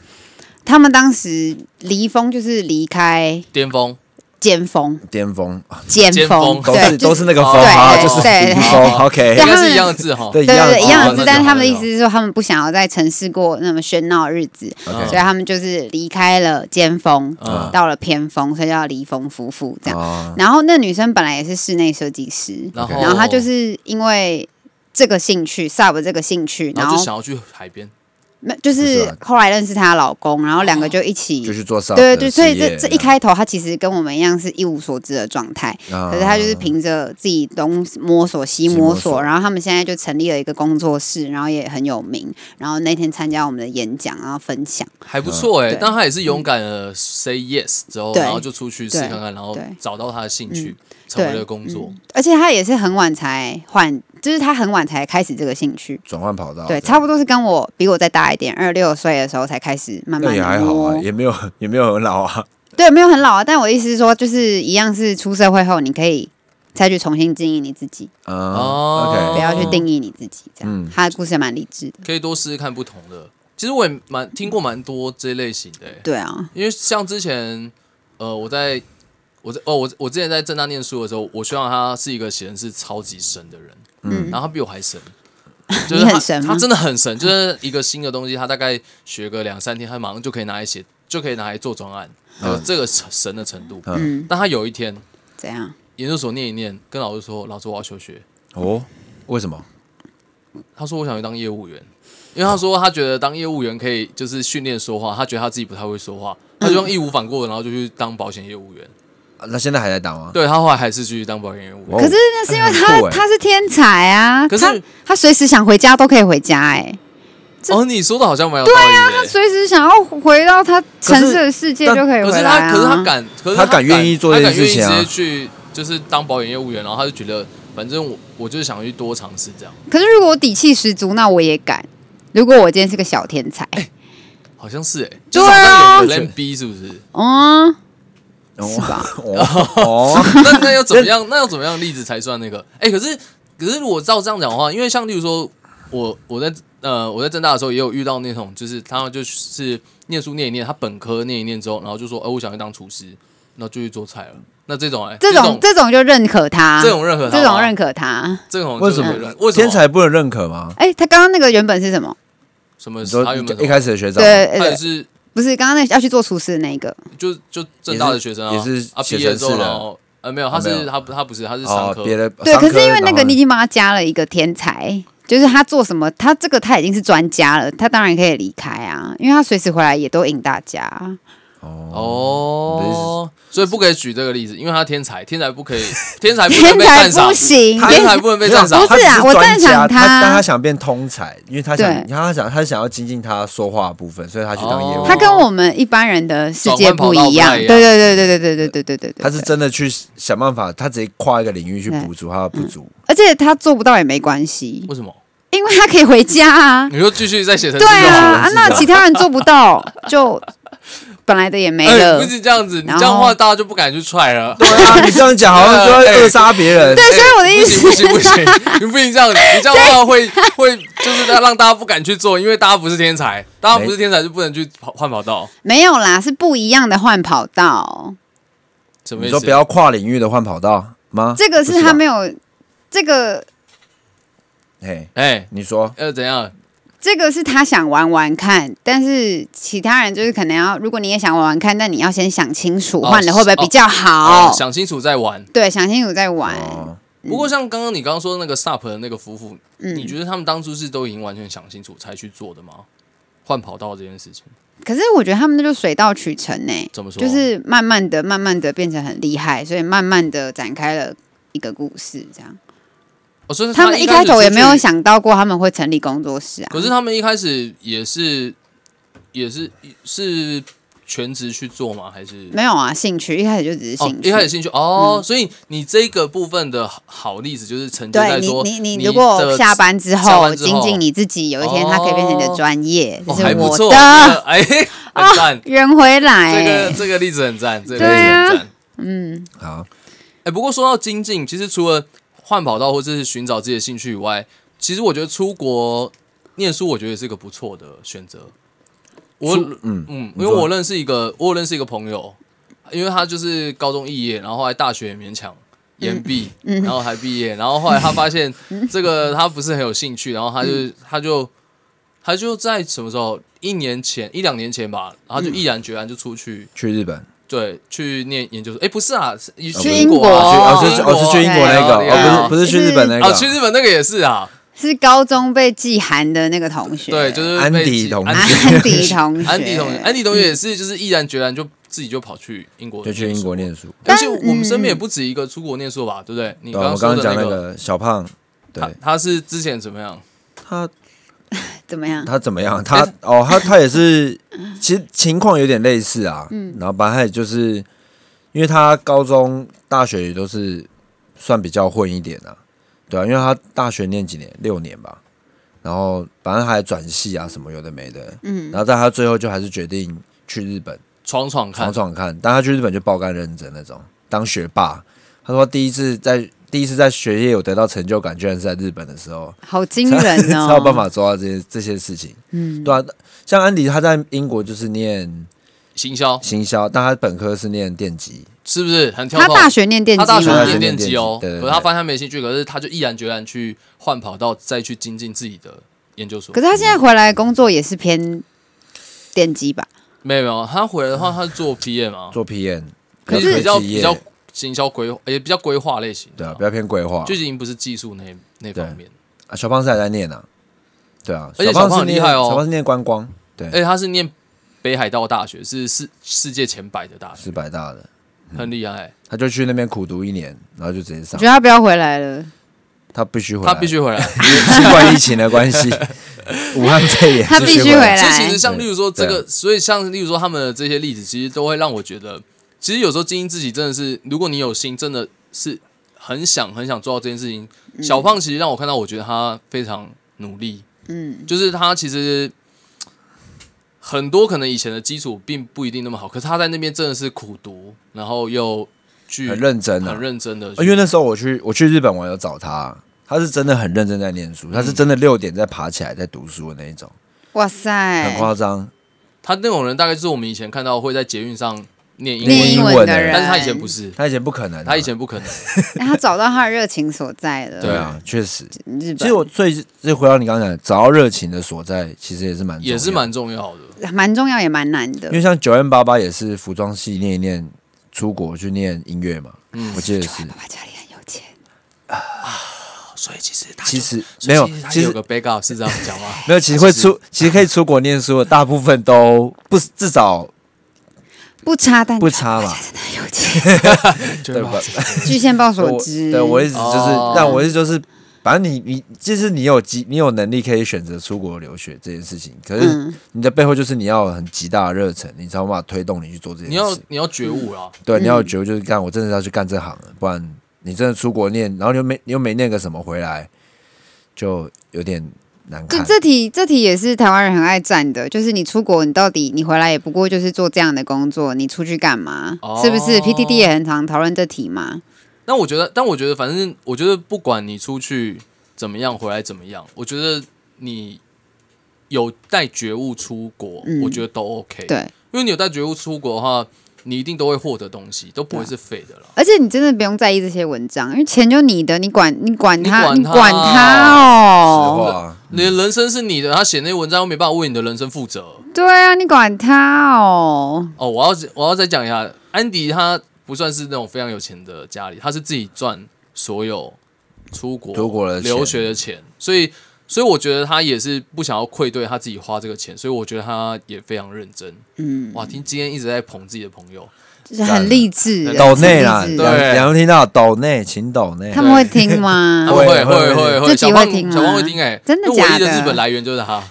[SPEAKER 2] 他们当时离峰就是离开
[SPEAKER 3] 巅峰
[SPEAKER 2] 尖峰，
[SPEAKER 4] 巅峰
[SPEAKER 2] 尖
[SPEAKER 3] 尖峰
[SPEAKER 2] 峰
[SPEAKER 4] 都
[SPEAKER 2] 对，
[SPEAKER 4] 是
[SPEAKER 2] 就
[SPEAKER 4] 都是那个
[SPEAKER 3] 哦
[SPEAKER 4] 风啊，
[SPEAKER 2] 对
[SPEAKER 4] 就是顶
[SPEAKER 2] 对
[SPEAKER 3] 对
[SPEAKER 4] 峰。OK，
[SPEAKER 3] 应
[SPEAKER 2] 对
[SPEAKER 3] 该
[SPEAKER 2] 他
[SPEAKER 3] 是
[SPEAKER 2] 们
[SPEAKER 3] 一样的字哈。
[SPEAKER 4] 对，一
[SPEAKER 2] 对对
[SPEAKER 4] 样
[SPEAKER 2] 对一样的
[SPEAKER 3] 哦
[SPEAKER 2] 字，但是他们
[SPEAKER 3] 那
[SPEAKER 2] 的意
[SPEAKER 3] 就好
[SPEAKER 2] 思是说他们不想要在城市过那么喧闹的日子，
[SPEAKER 3] 嗯
[SPEAKER 2] 所以他们就是离开了尖峰，
[SPEAKER 3] 嗯
[SPEAKER 2] 到了偏峰，所以叫离峰夫妇这样。
[SPEAKER 4] 啊，
[SPEAKER 2] 然后那女生本来也是室内设计师，
[SPEAKER 3] 然后
[SPEAKER 2] 然后她就是因为这个兴趣，sub 这个兴趣，
[SPEAKER 3] 然
[SPEAKER 2] 然
[SPEAKER 3] 后就
[SPEAKER 2] 后
[SPEAKER 3] 想要去海边，
[SPEAKER 2] 没
[SPEAKER 4] 不
[SPEAKER 2] 就是
[SPEAKER 4] 是啊哦
[SPEAKER 2] 后来认识她老公，然后两个就一起。
[SPEAKER 4] 就去做上
[SPEAKER 2] 对对对，所以这这一，开头，她其实跟我们一样是一无所知的状态，
[SPEAKER 4] 可
[SPEAKER 2] 可是她就是凭着自己东摸索西
[SPEAKER 4] 西
[SPEAKER 2] 摸
[SPEAKER 4] 啊摸
[SPEAKER 2] 索，
[SPEAKER 4] 索
[SPEAKER 2] 然后他们现在就成立了一个工作室，然后也很有名。然后那天参加我们的演讲，然后分享，
[SPEAKER 3] 还不错哎、
[SPEAKER 2] 对嗯
[SPEAKER 3] 但他也是勇敢的 say yes 之后，
[SPEAKER 2] 对
[SPEAKER 3] 然后就出去试看看，然后
[SPEAKER 2] 对嗯
[SPEAKER 3] 找到他的兴趣。成为了工作，
[SPEAKER 2] 而且他也是很晚才换，就是他很晚才开始这个兴趣。
[SPEAKER 4] 转换跑道，
[SPEAKER 2] 对，
[SPEAKER 4] 这
[SPEAKER 2] 差
[SPEAKER 4] 样
[SPEAKER 2] 不多是跟我比我再大一点，二六岁的时候才开始慢慢
[SPEAKER 4] 那也还
[SPEAKER 2] 地
[SPEAKER 4] 好
[SPEAKER 2] 摸
[SPEAKER 4] 啊，。也没有 也没有很老啊，
[SPEAKER 2] 对，没有很老啊，但我意思是说，就是一样是出社会后，你可以再去重新定义你自己，
[SPEAKER 4] 嗯
[SPEAKER 3] 哦
[SPEAKER 2] 不
[SPEAKER 4] ，OK，
[SPEAKER 2] 要去定义你自己。这样，
[SPEAKER 4] 嗯
[SPEAKER 2] 他的故事也蛮励志的。
[SPEAKER 3] 可以多试试看不同的。其实我也蛮听过蛮多这类型的、欸，
[SPEAKER 2] 对啊，
[SPEAKER 3] 因为像之前，呃，我在我在哦，我我之前在正大念书的时候，我希望他是一个显然是超级神的人，
[SPEAKER 2] 嗯
[SPEAKER 3] 然后他比我还 神，就
[SPEAKER 2] 你
[SPEAKER 3] 是他
[SPEAKER 2] 很神吗
[SPEAKER 3] 他真的很神，就是一个新的东西，他大概学个两三天，他马上就可以拿来写，就可以拿来做专案，呃
[SPEAKER 4] 嗯
[SPEAKER 3] 有这个神的程度。
[SPEAKER 2] 嗯，
[SPEAKER 3] 但他有一天
[SPEAKER 2] 怎样？
[SPEAKER 3] 研究所念一念，跟老师说：“老师，我要休学。
[SPEAKER 4] 哦，为什么？”
[SPEAKER 3] 他说：“我想去当业务员。”因为他说他觉得当业务员可以就是训练说话，他觉得他自己不太会说话，他就用义无反顾的，然后就去当保险业务员。
[SPEAKER 4] 啊那现在还在打吗？
[SPEAKER 3] 对啊他后来还是继续当保险业务员。
[SPEAKER 4] 哦
[SPEAKER 2] 可是那是因为他、
[SPEAKER 4] 很酷欸
[SPEAKER 2] 他是天才啊，
[SPEAKER 3] 哦可是
[SPEAKER 2] 他他随时想回家都可以回家、哎，这
[SPEAKER 3] 哦，你说的好像蛮有道理的
[SPEAKER 2] 他
[SPEAKER 3] 耶。
[SPEAKER 2] 随时想要回到他城市的世界
[SPEAKER 4] 但
[SPEAKER 2] 就可以
[SPEAKER 3] 可
[SPEAKER 2] 回
[SPEAKER 3] 是
[SPEAKER 2] 来啊。
[SPEAKER 3] 他，可是他敢，可是
[SPEAKER 4] 他敢愿意做
[SPEAKER 3] 他
[SPEAKER 4] 这
[SPEAKER 3] 敢
[SPEAKER 4] 件事情啊
[SPEAKER 3] 愿意直接去就是当保险业务员，啊然后他就觉得反正我我就是想去多尝试这样，
[SPEAKER 2] 可是如果我底气十足，那我也敢。如果我今天是个小天才，
[SPEAKER 3] 哎好像是哎、
[SPEAKER 4] 啊
[SPEAKER 3] 就是好像有 Plan B 是不是？
[SPEAKER 2] 哦，
[SPEAKER 4] 哦
[SPEAKER 2] 是吧？
[SPEAKER 4] 哦，哦
[SPEAKER 3] 那那要怎么 样？那要怎么样例子才算那个？哎、可是可是如果照这样讲的话，因为像例如说，我我在呃我在正大的时候也有遇到那种，就是他们就是念书念一念，他本科念一念之后，然后就说，哦、我想去当厨师，那就去做菜了。那这种哎、
[SPEAKER 2] 这
[SPEAKER 3] 这
[SPEAKER 2] 种这种就认可他，
[SPEAKER 3] 这种认可他
[SPEAKER 2] 这种
[SPEAKER 3] 吗
[SPEAKER 2] 认可他。
[SPEAKER 3] 这种
[SPEAKER 4] 为什么
[SPEAKER 3] 这种为什么
[SPEAKER 4] 天才不能认可吗？
[SPEAKER 2] 哎，他刚刚那个原本是什么？
[SPEAKER 3] 什么
[SPEAKER 4] 你说
[SPEAKER 3] 他原本
[SPEAKER 4] 一开始的学长
[SPEAKER 2] 对，
[SPEAKER 3] 他也
[SPEAKER 2] 呃
[SPEAKER 3] 是
[SPEAKER 2] 不是刚刚那要去做厨师的那一个，
[SPEAKER 3] 就就正大的学生啊，
[SPEAKER 4] 也是
[SPEAKER 3] 啊
[SPEAKER 4] 写
[SPEAKER 3] 毕业之后
[SPEAKER 4] 程式的
[SPEAKER 3] 然后呃没有，他
[SPEAKER 4] 啊没
[SPEAKER 3] 是
[SPEAKER 4] 有
[SPEAKER 3] 他不他不是他是商
[SPEAKER 4] 哦
[SPEAKER 3] 科，，
[SPEAKER 4] 别的
[SPEAKER 2] 对。
[SPEAKER 4] 商
[SPEAKER 2] 可
[SPEAKER 4] 科
[SPEAKER 2] 是因为那
[SPEAKER 4] 然
[SPEAKER 2] 个
[SPEAKER 4] 后
[SPEAKER 2] 你已经帮他加了一个天才，就是他做什么，他这个他已经是专家了，他当然可以离开啊，因为他随时回来也都赢大家啊。
[SPEAKER 4] 哦，
[SPEAKER 3] 哦，所以不可以举这个例子，因为他天才，天才不 可以，天才不能
[SPEAKER 2] 天
[SPEAKER 3] 被赞
[SPEAKER 2] 才不
[SPEAKER 3] 赏，
[SPEAKER 2] 行，
[SPEAKER 3] 天才不能被赞赏
[SPEAKER 2] 不。是啊
[SPEAKER 4] 他只
[SPEAKER 2] 我
[SPEAKER 4] 专
[SPEAKER 2] 赞赏
[SPEAKER 4] 家
[SPEAKER 2] 他
[SPEAKER 4] 他，但他想变通才，因为他想
[SPEAKER 2] 对，
[SPEAKER 4] 他想，他想要精进他说话的部分，所以他去当业务
[SPEAKER 3] 哦
[SPEAKER 4] 员。
[SPEAKER 2] 他跟我们一般人的世界不
[SPEAKER 3] 转换跑
[SPEAKER 2] 一
[SPEAKER 3] 道不太
[SPEAKER 2] 样，
[SPEAKER 3] 一样
[SPEAKER 2] 对对对对对对对对对对对，
[SPEAKER 4] 他是真的去想办法，他直接跨一个领域去
[SPEAKER 2] 对
[SPEAKER 4] 补足他的不足。
[SPEAKER 2] 而且他做不到也没关系，
[SPEAKER 3] 为什么？
[SPEAKER 2] 因为他可以回家 啊。
[SPEAKER 3] 你就继续再写成
[SPEAKER 2] 对啊，啊
[SPEAKER 4] 是这样
[SPEAKER 2] 那其他人做不到，就本来的也没了
[SPEAKER 3] 哎不。是这样子，你
[SPEAKER 2] 哎然
[SPEAKER 3] 这
[SPEAKER 2] 后
[SPEAKER 3] 样的话大家就不敢去踹了。
[SPEAKER 4] 对 啊，你这样讲好像就会扼杀别人。
[SPEAKER 2] 对，所以我的
[SPEAKER 3] 哎不
[SPEAKER 2] 意
[SPEAKER 3] 行不行不
[SPEAKER 2] 思，
[SPEAKER 3] 行， 你不行这样，你这样的话会会就是让大家不敢去做，因为大家不是天才，大家不是天才就不能去跑换跑道。
[SPEAKER 2] 没有啦，是不一样的换跑道，
[SPEAKER 3] 什么
[SPEAKER 4] 你
[SPEAKER 3] 意思？
[SPEAKER 4] 说不要跨领域的换跑道
[SPEAKER 3] 啊
[SPEAKER 4] 吗？
[SPEAKER 2] 这
[SPEAKER 4] 不
[SPEAKER 2] 个是
[SPEAKER 4] 是吧
[SPEAKER 2] 他没有，这个
[SPEAKER 4] 嘿，
[SPEAKER 3] 哎，
[SPEAKER 4] 你说
[SPEAKER 3] 要怎样？
[SPEAKER 2] 这个是他想玩玩看，但是其他人就是可能要，如果你也想玩玩看，但你要先想清楚
[SPEAKER 3] 哦
[SPEAKER 2] 换了会不会比较好
[SPEAKER 3] 哦，想清楚再玩。
[SPEAKER 2] 对，想清楚再玩。
[SPEAKER 4] 哦，
[SPEAKER 3] 不过像刚刚你刚刚说的那个 SUP 的那个夫妇，
[SPEAKER 2] 嗯
[SPEAKER 3] 你觉得他们当初是都已经完全想清楚才去做的吗？换跑道这件事情
[SPEAKER 2] 可是我觉得他们那就水到渠成呢、
[SPEAKER 3] 怎么说？啊
[SPEAKER 2] 就是慢慢的、慢慢的变成很厉害，所以慢慢的展开了一个故事，这样。
[SPEAKER 3] 哦，所以
[SPEAKER 2] 他们一开
[SPEAKER 3] 始
[SPEAKER 2] 头也
[SPEAKER 3] 出
[SPEAKER 2] 没有
[SPEAKER 3] 去，
[SPEAKER 2] 想到过他们会成立工作室啊。
[SPEAKER 3] 可是他们一开始也是也是是全职去做吗？还是
[SPEAKER 2] 没有啊，兴趣一开始就只是
[SPEAKER 3] 哦
[SPEAKER 2] 兴，趣。嗯
[SPEAKER 3] 一开始兴趣哦，所以你这个部分的好好例子就是曾经
[SPEAKER 2] 对
[SPEAKER 3] 在
[SPEAKER 2] 你
[SPEAKER 3] 说，
[SPEAKER 2] 你
[SPEAKER 3] 你
[SPEAKER 2] 如果
[SPEAKER 3] 的哦
[SPEAKER 2] 下班之
[SPEAKER 3] 下
[SPEAKER 2] 后
[SPEAKER 3] 班之后
[SPEAKER 2] 精进你自己，有一天它可以变成你的专业，
[SPEAKER 3] 哦
[SPEAKER 2] 这
[SPEAKER 3] 还
[SPEAKER 2] 是
[SPEAKER 3] 不
[SPEAKER 2] 我
[SPEAKER 3] 错，这个
[SPEAKER 2] 的哎
[SPEAKER 3] 哎，很赞，
[SPEAKER 2] 圆回来、
[SPEAKER 3] 这个这个例子很赞，这个
[SPEAKER 2] 对
[SPEAKER 3] 例子
[SPEAKER 2] 啊
[SPEAKER 3] 很赞。
[SPEAKER 2] 嗯，
[SPEAKER 4] 好，
[SPEAKER 3] 哎、不过说到精进，其实除了换跑道或者是寻找自己的兴趣以外，其实我觉得出国念书，我觉得也是一个不错的选择。我
[SPEAKER 4] 嗯，
[SPEAKER 3] 嗯，因
[SPEAKER 4] 你
[SPEAKER 3] 为
[SPEAKER 4] 说
[SPEAKER 3] 我认识一个，我有认识一个朋友，因为他就是高中肄业，然后后来大学也勉强延毕，然后还毕业，然后后来他发现这个他不是很有兴趣，然后他就、他就他就在什么时候一年前一两年前吧，然后就毅然决然就出去。
[SPEAKER 4] 去日本，
[SPEAKER 3] 对，去念研究所。哎，不是啊，是去
[SPEAKER 2] 去
[SPEAKER 3] 英
[SPEAKER 2] 英
[SPEAKER 3] 国
[SPEAKER 2] 国
[SPEAKER 3] 啊，
[SPEAKER 4] 哦，
[SPEAKER 2] 哦
[SPEAKER 4] 去哦是去英国那个，
[SPEAKER 2] 对啊
[SPEAKER 4] 哦不是不是去日本那
[SPEAKER 3] 啊，去
[SPEAKER 4] 个，
[SPEAKER 3] 日本那个也是啊，
[SPEAKER 2] 是高中被记函的那个同学，啊
[SPEAKER 3] 对，就是
[SPEAKER 4] 安
[SPEAKER 3] 被
[SPEAKER 4] 迪
[SPEAKER 3] 记
[SPEAKER 4] 同
[SPEAKER 3] 安
[SPEAKER 4] 学
[SPEAKER 2] 安迪同学，
[SPEAKER 3] 安迪同学，安迪同学也是，就是毅然决然就自己就跑去英国，
[SPEAKER 4] 就去英国。念书。
[SPEAKER 3] 而
[SPEAKER 2] 但
[SPEAKER 3] 且我们身边也不止一个出国念书吧，对不对？你
[SPEAKER 4] 对啊，我
[SPEAKER 3] 刚
[SPEAKER 4] 刚刚
[SPEAKER 3] 说的
[SPEAKER 4] 讲那
[SPEAKER 3] 个，
[SPEAKER 4] 个小胖，对
[SPEAKER 3] 他他是之前怎么样？
[SPEAKER 4] 他
[SPEAKER 2] 怎么样？
[SPEAKER 4] 他怎么样？他哦，他他也是，其实情况有点类似啊。然后反正他也就是，因为他高中、大学也都是算比较混一点啊，对啊，因为他大学念几年，六年吧，然后反正还转系啊什么有的没的，嗯，然后但他最后就还是决定去日本
[SPEAKER 3] 闯闯看
[SPEAKER 4] 闯，闯看，但他去日本就爆肝认真那种，当学霸。他说第一次在第一次在学业有得到成就感，居然是在日本的时候，
[SPEAKER 2] 好惊人 哦！
[SPEAKER 4] 才有办法做到这些这些事情。嗯，对啊，像安迪他在英国就是念
[SPEAKER 3] 行销
[SPEAKER 4] 行销，但他本科是念电机，
[SPEAKER 3] 是不是很跳
[SPEAKER 2] 他
[SPEAKER 3] 痛？
[SPEAKER 2] 大学念电
[SPEAKER 3] 他
[SPEAKER 2] 机
[SPEAKER 3] 大学
[SPEAKER 2] 吗？
[SPEAKER 3] 念电机哦，
[SPEAKER 4] 对对对
[SPEAKER 3] 可是他发现他没兴趣，可是他就毅然决然去换跑道，再去精进自己的研究所。
[SPEAKER 2] 可是他现在回来工作也是偏电机吧？
[SPEAKER 4] 嗯
[SPEAKER 3] 没有没有，他回来的话，他是做 PM 啊，
[SPEAKER 4] 做 PM，
[SPEAKER 2] 可
[SPEAKER 3] 就是比较
[SPEAKER 4] 科技
[SPEAKER 3] 比
[SPEAKER 4] 业
[SPEAKER 3] 较行销规划，也比较规划类型
[SPEAKER 4] 对
[SPEAKER 3] 的
[SPEAKER 4] 啊，
[SPEAKER 3] 啊，
[SPEAKER 4] 比较偏规划。
[SPEAKER 3] 就已经不是技术那那方面。
[SPEAKER 4] 啊，小胖是还在念啊，对啊，
[SPEAKER 3] 而且
[SPEAKER 4] 小
[SPEAKER 3] 小胖
[SPEAKER 4] 胖是
[SPEAKER 3] 很厉
[SPEAKER 4] 念
[SPEAKER 3] 害哦
[SPEAKER 4] 小胖是念观光，对
[SPEAKER 3] 而，且他是念北海道大学，是世世界前百的大学，
[SPEAKER 4] 是百大的，
[SPEAKER 3] 很厉害。
[SPEAKER 4] 他就去那边苦读一年，然后就直接
[SPEAKER 2] 我
[SPEAKER 4] 上
[SPEAKER 2] 觉，得他不要回来了。
[SPEAKER 4] 他必须回来，
[SPEAKER 3] 他必须回 来。
[SPEAKER 4] 新冠疫情的关系，武汉肺炎，
[SPEAKER 2] 他必须回来
[SPEAKER 3] 所以其实像例如说这
[SPEAKER 4] 对啊
[SPEAKER 3] 个，所以像例如说他们的这些例子，其实都会让我觉得，其实有时候经营自己真的是，如果你有心，真的是很想很想做到这件事情。小胖其实让我看到，我觉得他非常努力，
[SPEAKER 2] 嗯，
[SPEAKER 3] 就是他其实嘖很多可能以前的基础并不一定那么好，可是他在那边真的是苦读，然后又去
[SPEAKER 4] 很认真啊
[SPEAKER 3] 很。认真的，
[SPEAKER 4] 因为那时候我去我去日本，我有找他，他是真的很认真在念书，他
[SPEAKER 3] 嗯
[SPEAKER 4] 是真的六点在爬起来在读书的那一种，
[SPEAKER 2] 哇
[SPEAKER 4] 很
[SPEAKER 3] 哎
[SPEAKER 2] 塞，
[SPEAKER 4] 夸张。
[SPEAKER 3] 他那种人大概就是我们以前看到会在捷运上念英
[SPEAKER 2] 念英
[SPEAKER 3] 文，
[SPEAKER 2] 文
[SPEAKER 4] 英文的
[SPEAKER 2] 的人，哎
[SPEAKER 3] 但是他以前不，是，
[SPEAKER 4] 他以前不可能啊，
[SPEAKER 3] 他以前不可能。
[SPEAKER 2] 他找到他的热情所在了。
[SPEAKER 4] 对啊，确实。
[SPEAKER 2] 日
[SPEAKER 4] 其实我最最回到你刚才讲，找到热情的所在，其实也是蛮重要
[SPEAKER 3] 也
[SPEAKER 4] 的
[SPEAKER 3] 是蛮重要的。
[SPEAKER 2] 本蛮重要也蛮难的
[SPEAKER 4] 因为，像九 N 八八也是服装系念一念，出国去念音乐嘛，
[SPEAKER 3] 嗯
[SPEAKER 4] 我记得
[SPEAKER 2] 九
[SPEAKER 4] 是
[SPEAKER 2] 爸。爸家里很有钱，
[SPEAKER 3] 所以其实他
[SPEAKER 4] 其实
[SPEAKER 3] 所
[SPEAKER 4] 没
[SPEAKER 3] 以
[SPEAKER 4] 有，
[SPEAKER 3] 他
[SPEAKER 4] 其实
[SPEAKER 3] 有个 backup 是这样讲 吗？
[SPEAKER 4] 没有，其实会出，其实可以出国念书的大部分都不至少
[SPEAKER 2] 不差，但
[SPEAKER 4] 不差嘛，
[SPEAKER 2] 真的很有 钱。
[SPEAKER 4] 对吧？
[SPEAKER 2] 据线报所
[SPEAKER 4] 我
[SPEAKER 2] 知，
[SPEAKER 4] 对我意思就是
[SPEAKER 3] 哦，
[SPEAKER 4] 但我意思就是，反正你你就是你有极你有能力可以选择出国留学这件事情，可是
[SPEAKER 2] 嗯
[SPEAKER 4] 你的背后就是你要有很极大的热忱，你才有办法推动你去做这件
[SPEAKER 3] 你要嗯
[SPEAKER 4] 事。
[SPEAKER 3] 你要觉悟啦，
[SPEAKER 4] 对，你要有觉悟，就是干，我真的要去干这行了，不然你真的出国念，然后你又没你又没念个什么回来，就有点难
[SPEAKER 2] 这
[SPEAKER 4] 看。
[SPEAKER 2] 这题这题也是台湾人很爱站的，就是你出国，你到底你回来也不过就是做这样的工作，你出去干嘛？
[SPEAKER 3] 哦
[SPEAKER 2] 是不是？PTT 也很常讨论这题嘛。
[SPEAKER 3] 但我觉得，但我觉得，反正我觉得，不管你出去怎么样，回来怎么样，我觉得你有带觉悟出国，
[SPEAKER 2] 嗯
[SPEAKER 3] 我觉得都 OK。，
[SPEAKER 2] 对，
[SPEAKER 3] 因为你有带觉悟出国的话，你一定都会获得东西，都不会
[SPEAKER 4] 啊
[SPEAKER 3] 是废的啦。
[SPEAKER 2] 而且你真的不用在意这些文章，因为钱就你的，你管你管他，
[SPEAKER 3] 你
[SPEAKER 2] 你
[SPEAKER 3] 管他
[SPEAKER 2] 管他
[SPEAKER 4] 实
[SPEAKER 2] 哦。
[SPEAKER 4] 话，
[SPEAKER 3] 你的人生是你的，他写那些文章又没办法为你的人生负责。
[SPEAKER 2] 对啊，你管他哦。
[SPEAKER 3] 哦，我要我要再讲一下，安迪他不算是那种非常有钱的家里，他是自己赚所有出国
[SPEAKER 4] 出国的钱
[SPEAKER 3] 留学的钱，所以所以我觉得他也是不想要愧对他自己花这个钱，所以我觉得他也非常认真。
[SPEAKER 2] 嗯，
[SPEAKER 3] 哇，听今天一直在捧自己的朋友，
[SPEAKER 2] 就是很励志，
[SPEAKER 3] 赞
[SPEAKER 4] 抖内啦，
[SPEAKER 2] 很励
[SPEAKER 4] 两
[SPEAKER 2] 志
[SPEAKER 3] 对
[SPEAKER 4] 两位听到抖内，请抖内
[SPEAKER 2] 他。们会 听吗
[SPEAKER 3] 他？
[SPEAKER 4] 会
[SPEAKER 3] 会
[SPEAKER 4] 会
[SPEAKER 3] 会
[SPEAKER 2] 自己
[SPEAKER 3] 小胖
[SPEAKER 2] 会听吗
[SPEAKER 3] 小胖会听哎、欸，
[SPEAKER 2] 真的
[SPEAKER 3] 因为唯一
[SPEAKER 2] 假
[SPEAKER 3] 的
[SPEAKER 2] 的啊
[SPEAKER 3] 日本来源就是他，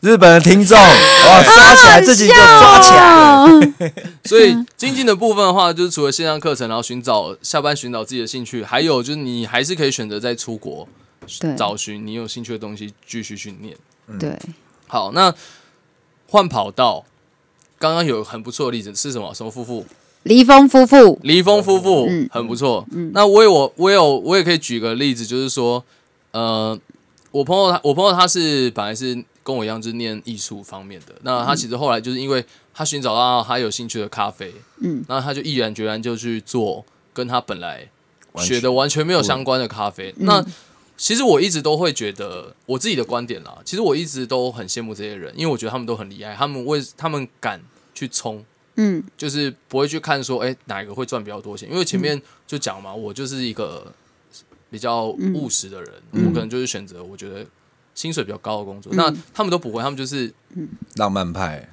[SPEAKER 4] 日本的听 众，哇，刷起来，自己就刷起来。
[SPEAKER 2] 哦，
[SPEAKER 3] 所以精进的部分的话，就是除了线上课程，然后寻找下班寻找自己的兴趣，还有就是你还是可以选择在出国
[SPEAKER 2] 对
[SPEAKER 3] 找寻你有兴趣的东西继续去念。
[SPEAKER 2] 对，
[SPEAKER 3] 好，那换跑道，刚刚有很不错的例子是什么？什么夫妇？
[SPEAKER 2] 黎峰夫妇，
[SPEAKER 3] 黎峰夫妇，
[SPEAKER 2] 嗯
[SPEAKER 3] 很不错。那我有我我有我也可以举个例子，就是说，呃，我朋友他我朋友他是本来是跟我一样，就是念艺术方面的。那
[SPEAKER 2] 嗯
[SPEAKER 3] 他其实后来就是因为他寻找到他有兴趣的咖啡，
[SPEAKER 2] 嗯，
[SPEAKER 3] 那他就毅然决然就去做跟他本来
[SPEAKER 4] 完全嗯
[SPEAKER 3] 学的完全没有相关的咖啡。那其实我一直都会觉得我自己的观点啦，其实我一直都很羡慕这些人，因为我觉得他们都很厉害，他们为他们敢去冲，
[SPEAKER 2] 嗯，
[SPEAKER 3] 就是不会去看说，哎、哪一个会赚比较多钱？因为前面就讲嘛，我就是一个比较务实的人，
[SPEAKER 4] 嗯
[SPEAKER 3] 我可能就是选择我觉得薪水比较高的工作。那他们都不会，他们就是
[SPEAKER 4] 浪漫派，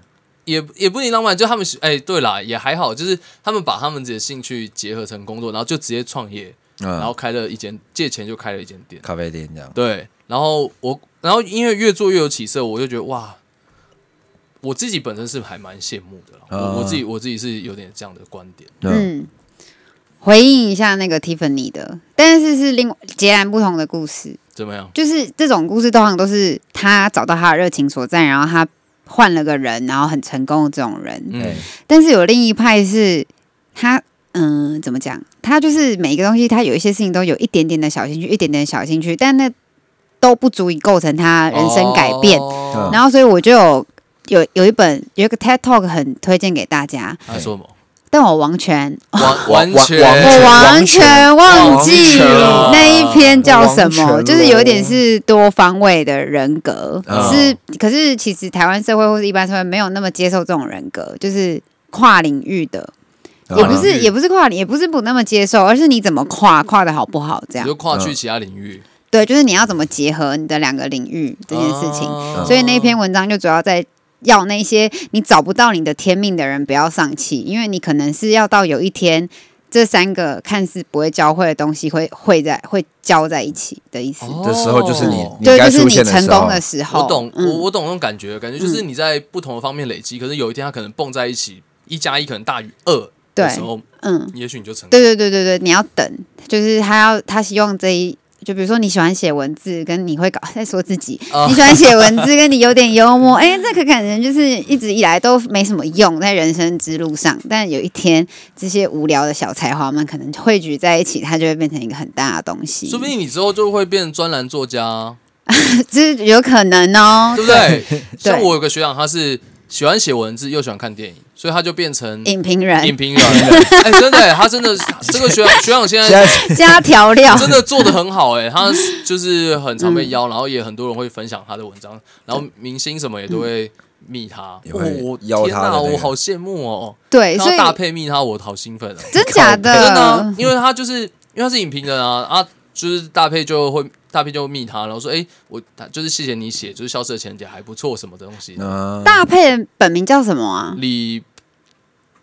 [SPEAKER 3] 也也不一定浪漫，就他们是哎、对啦，也还好，就是他们把他们自己的兴趣结合成工作，然后就直接创业，然后
[SPEAKER 4] 嗯，
[SPEAKER 3] 开了一间借钱就开了一间店，
[SPEAKER 4] 咖啡店这样，
[SPEAKER 3] 对，然后我然后因为越做越有起色，我就觉得哇，我自己本身是还蛮羡慕的啦，我我自己我自己是有点这样的观点。
[SPEAKER 4] 嗯，
[SPEAKER 2] 嗯，回应一下那个 Tiffany 的，但是是另外截然不同的故事。
[SPEAKER 3] 怎么样？
[SPEAKER 2] 就是这种故事通常都是他找到他的热情所在，然后他换了个人，然后很成功的这种人。
[SPEAKER 3] 嗯
[SPEAKER 4] 哎，
[SPEAKER 2] 但是有另一派是他，嗯、怎么讲？他就是每一个东西，他有一些事情都有一点点的小兴趣，一点点小兴趣，但那都不足以构成他人生改变。
[SPEAKER 4] 嗯啊
[SPEAKER 3] 哦
[SPEAKER 2] 然后，所以我就有有有一本有一个 TED Talk 很推荐给大家，
[SPEAKER 3] 他说什 么？
[SPEAKER 2] 但我完全
[SPEAKER 3] 完
[SPEAKER 4] 完
[SPEAKER 3] 完全
[SPEAKER 4] 完
[SPEAKER 2] 我完全忘
[SPEAKER 3] 完
[SPEAKER 2] 记
[SPEAKER 3] 全了
[SPEAKER 2] 那一篇叫什
[SPEAKER 4] 完全
[SPEAKER 2] 么，
[SPEAKER 4] 了
[SPEAKER 2] 就是有点是多方位的人格，
[SPEAKER 4] 嗯
[SPEAKER 2] 是可是其实台湾社会或是一般社会没有那么接受这种人格，就是跨领域的，也不
[SPEAKER 3] 领
[SPEAKER 2] 是
[SPEAKER 3] 域
[SPEAKER 2] 也不是跨领，也不是不那么接受，而是你怎么跨跨的好不好这
[SPEAKER 3] 你
[SPEAKER 2] 样
[SPEAKER 3] 就，跨去其他领域
[SPEAKER 2] 对，就是你要怎么结合你的两个领域嗯这件事情，
[SPEAKER 4] 嗯
[SPEAKER 3] 哦
[SPEAKER 2] 所以那篇文章就主要在。要那些你找不到你的天命的人不要丧气，因为你可能是要到有一天，这三个看似不会交汇的东西会会在会交在一起的意思。
[SPEAKER 3] 哦
[SPEAKER 4] 的时候就是你
[SPEAKER 3] 哦
[SPEAKER 4] 你
[SPEAKER 2] 对，
[SPEAKER 4] 该
[SPEAKER 2] 就是
[SPEAKER 4] 出
[SPEAKER 2] 你
[SPEAKER 4] 现
[SPEAKER 2] 成
[SPEAKER 4] 时
[SPEAKER 2] 功
[SPEAKER 4] 候啊
[SPEAKER 2] 的，时候。
[SPEAKER 3] 我懂，我
[SPEAKER 2] 嗯，
[SPEAKER 3] 我懂那种感觉，感觉就是你在不同的方面累积，可是有一天它可能蹦在一起，一加一可能大于二
[SPEAKER 2] 对
[SPEAKER 3] 的时，候，
[SPEAKER 2] 嗯，
[SPEAKER 3] 也许你就成功。
[SPEAKER 2] 对对对对对，你要等，就是他要他希望这一。就比如说你喜欢写文字，跟你会搞在说自己，
[SPEAKER 3] 哦
[SPEAKER 2] 你喜欢写文字，跟你有点幽默，哎、这个感觉就是一直以来都没什么用在人生之路上，但有一天这些无聊的小才华们可能汇聚在一起，它就会变成一个很大的东西，
[SPEAKER 3] 说不定你之后就会变专栏作家啊，
[SPEAKER 2] 这是有可能哦、
[SPEAKER 3] 对不对？像我有个学长，他是喜欢写文字又喜欢看电影，所以他就变成
[SPEAKER 2] 影 评人
[SPEAKER 3] 影评人。哎，真的耶，他真的这个学长学长现
[SPEAKER 4] 现
[SPEAKER 3] 在
[SPEAKER 4] 在
[SPEAKER 2] 加调料，
[SPEAKER 3] 真的做的很好哎、他就是很常
[SPEAKER 2] 嗯
[SPEAKER 3] 被邀，然后也很多人会分享他的文章，然后明星什么也都会密他，
[SPEAKER 4] 也
[SPEAKER 3] 我
[SPEAKER 4] 会
[SPEAKER 3] 我
[SPEAKER 4] 邀
[SPEAKER 3] 天
[SPEAKER 4] 他的
[SPEAKER 3] 哪，
[SPEAKER 4] 那个
[SPEAKER 3] 我好羡慕哦！
[SPEAKER 2] 对，
[SPEAKER 3] 看
[SPEAKER 2] 哎所
[SPEAKER 3] 到
[SPEAKER 2] 以
[SPEAKER 3] 大配密他，我好兴奋哦！
[SPEAKER 2] 真假的，
[SPEAKER 3] 真的啊、因为他就是因为他是影评人啊啊，就是大配就会大配就密他，然后说哎、我他就是谢谢你写，就是消失的情人节还不错什么的东西的，
[SPEAKER 4] 嗯
[SPEAKER 2] 大佩的本名叫什么啊？
[SPEAKER 3] 李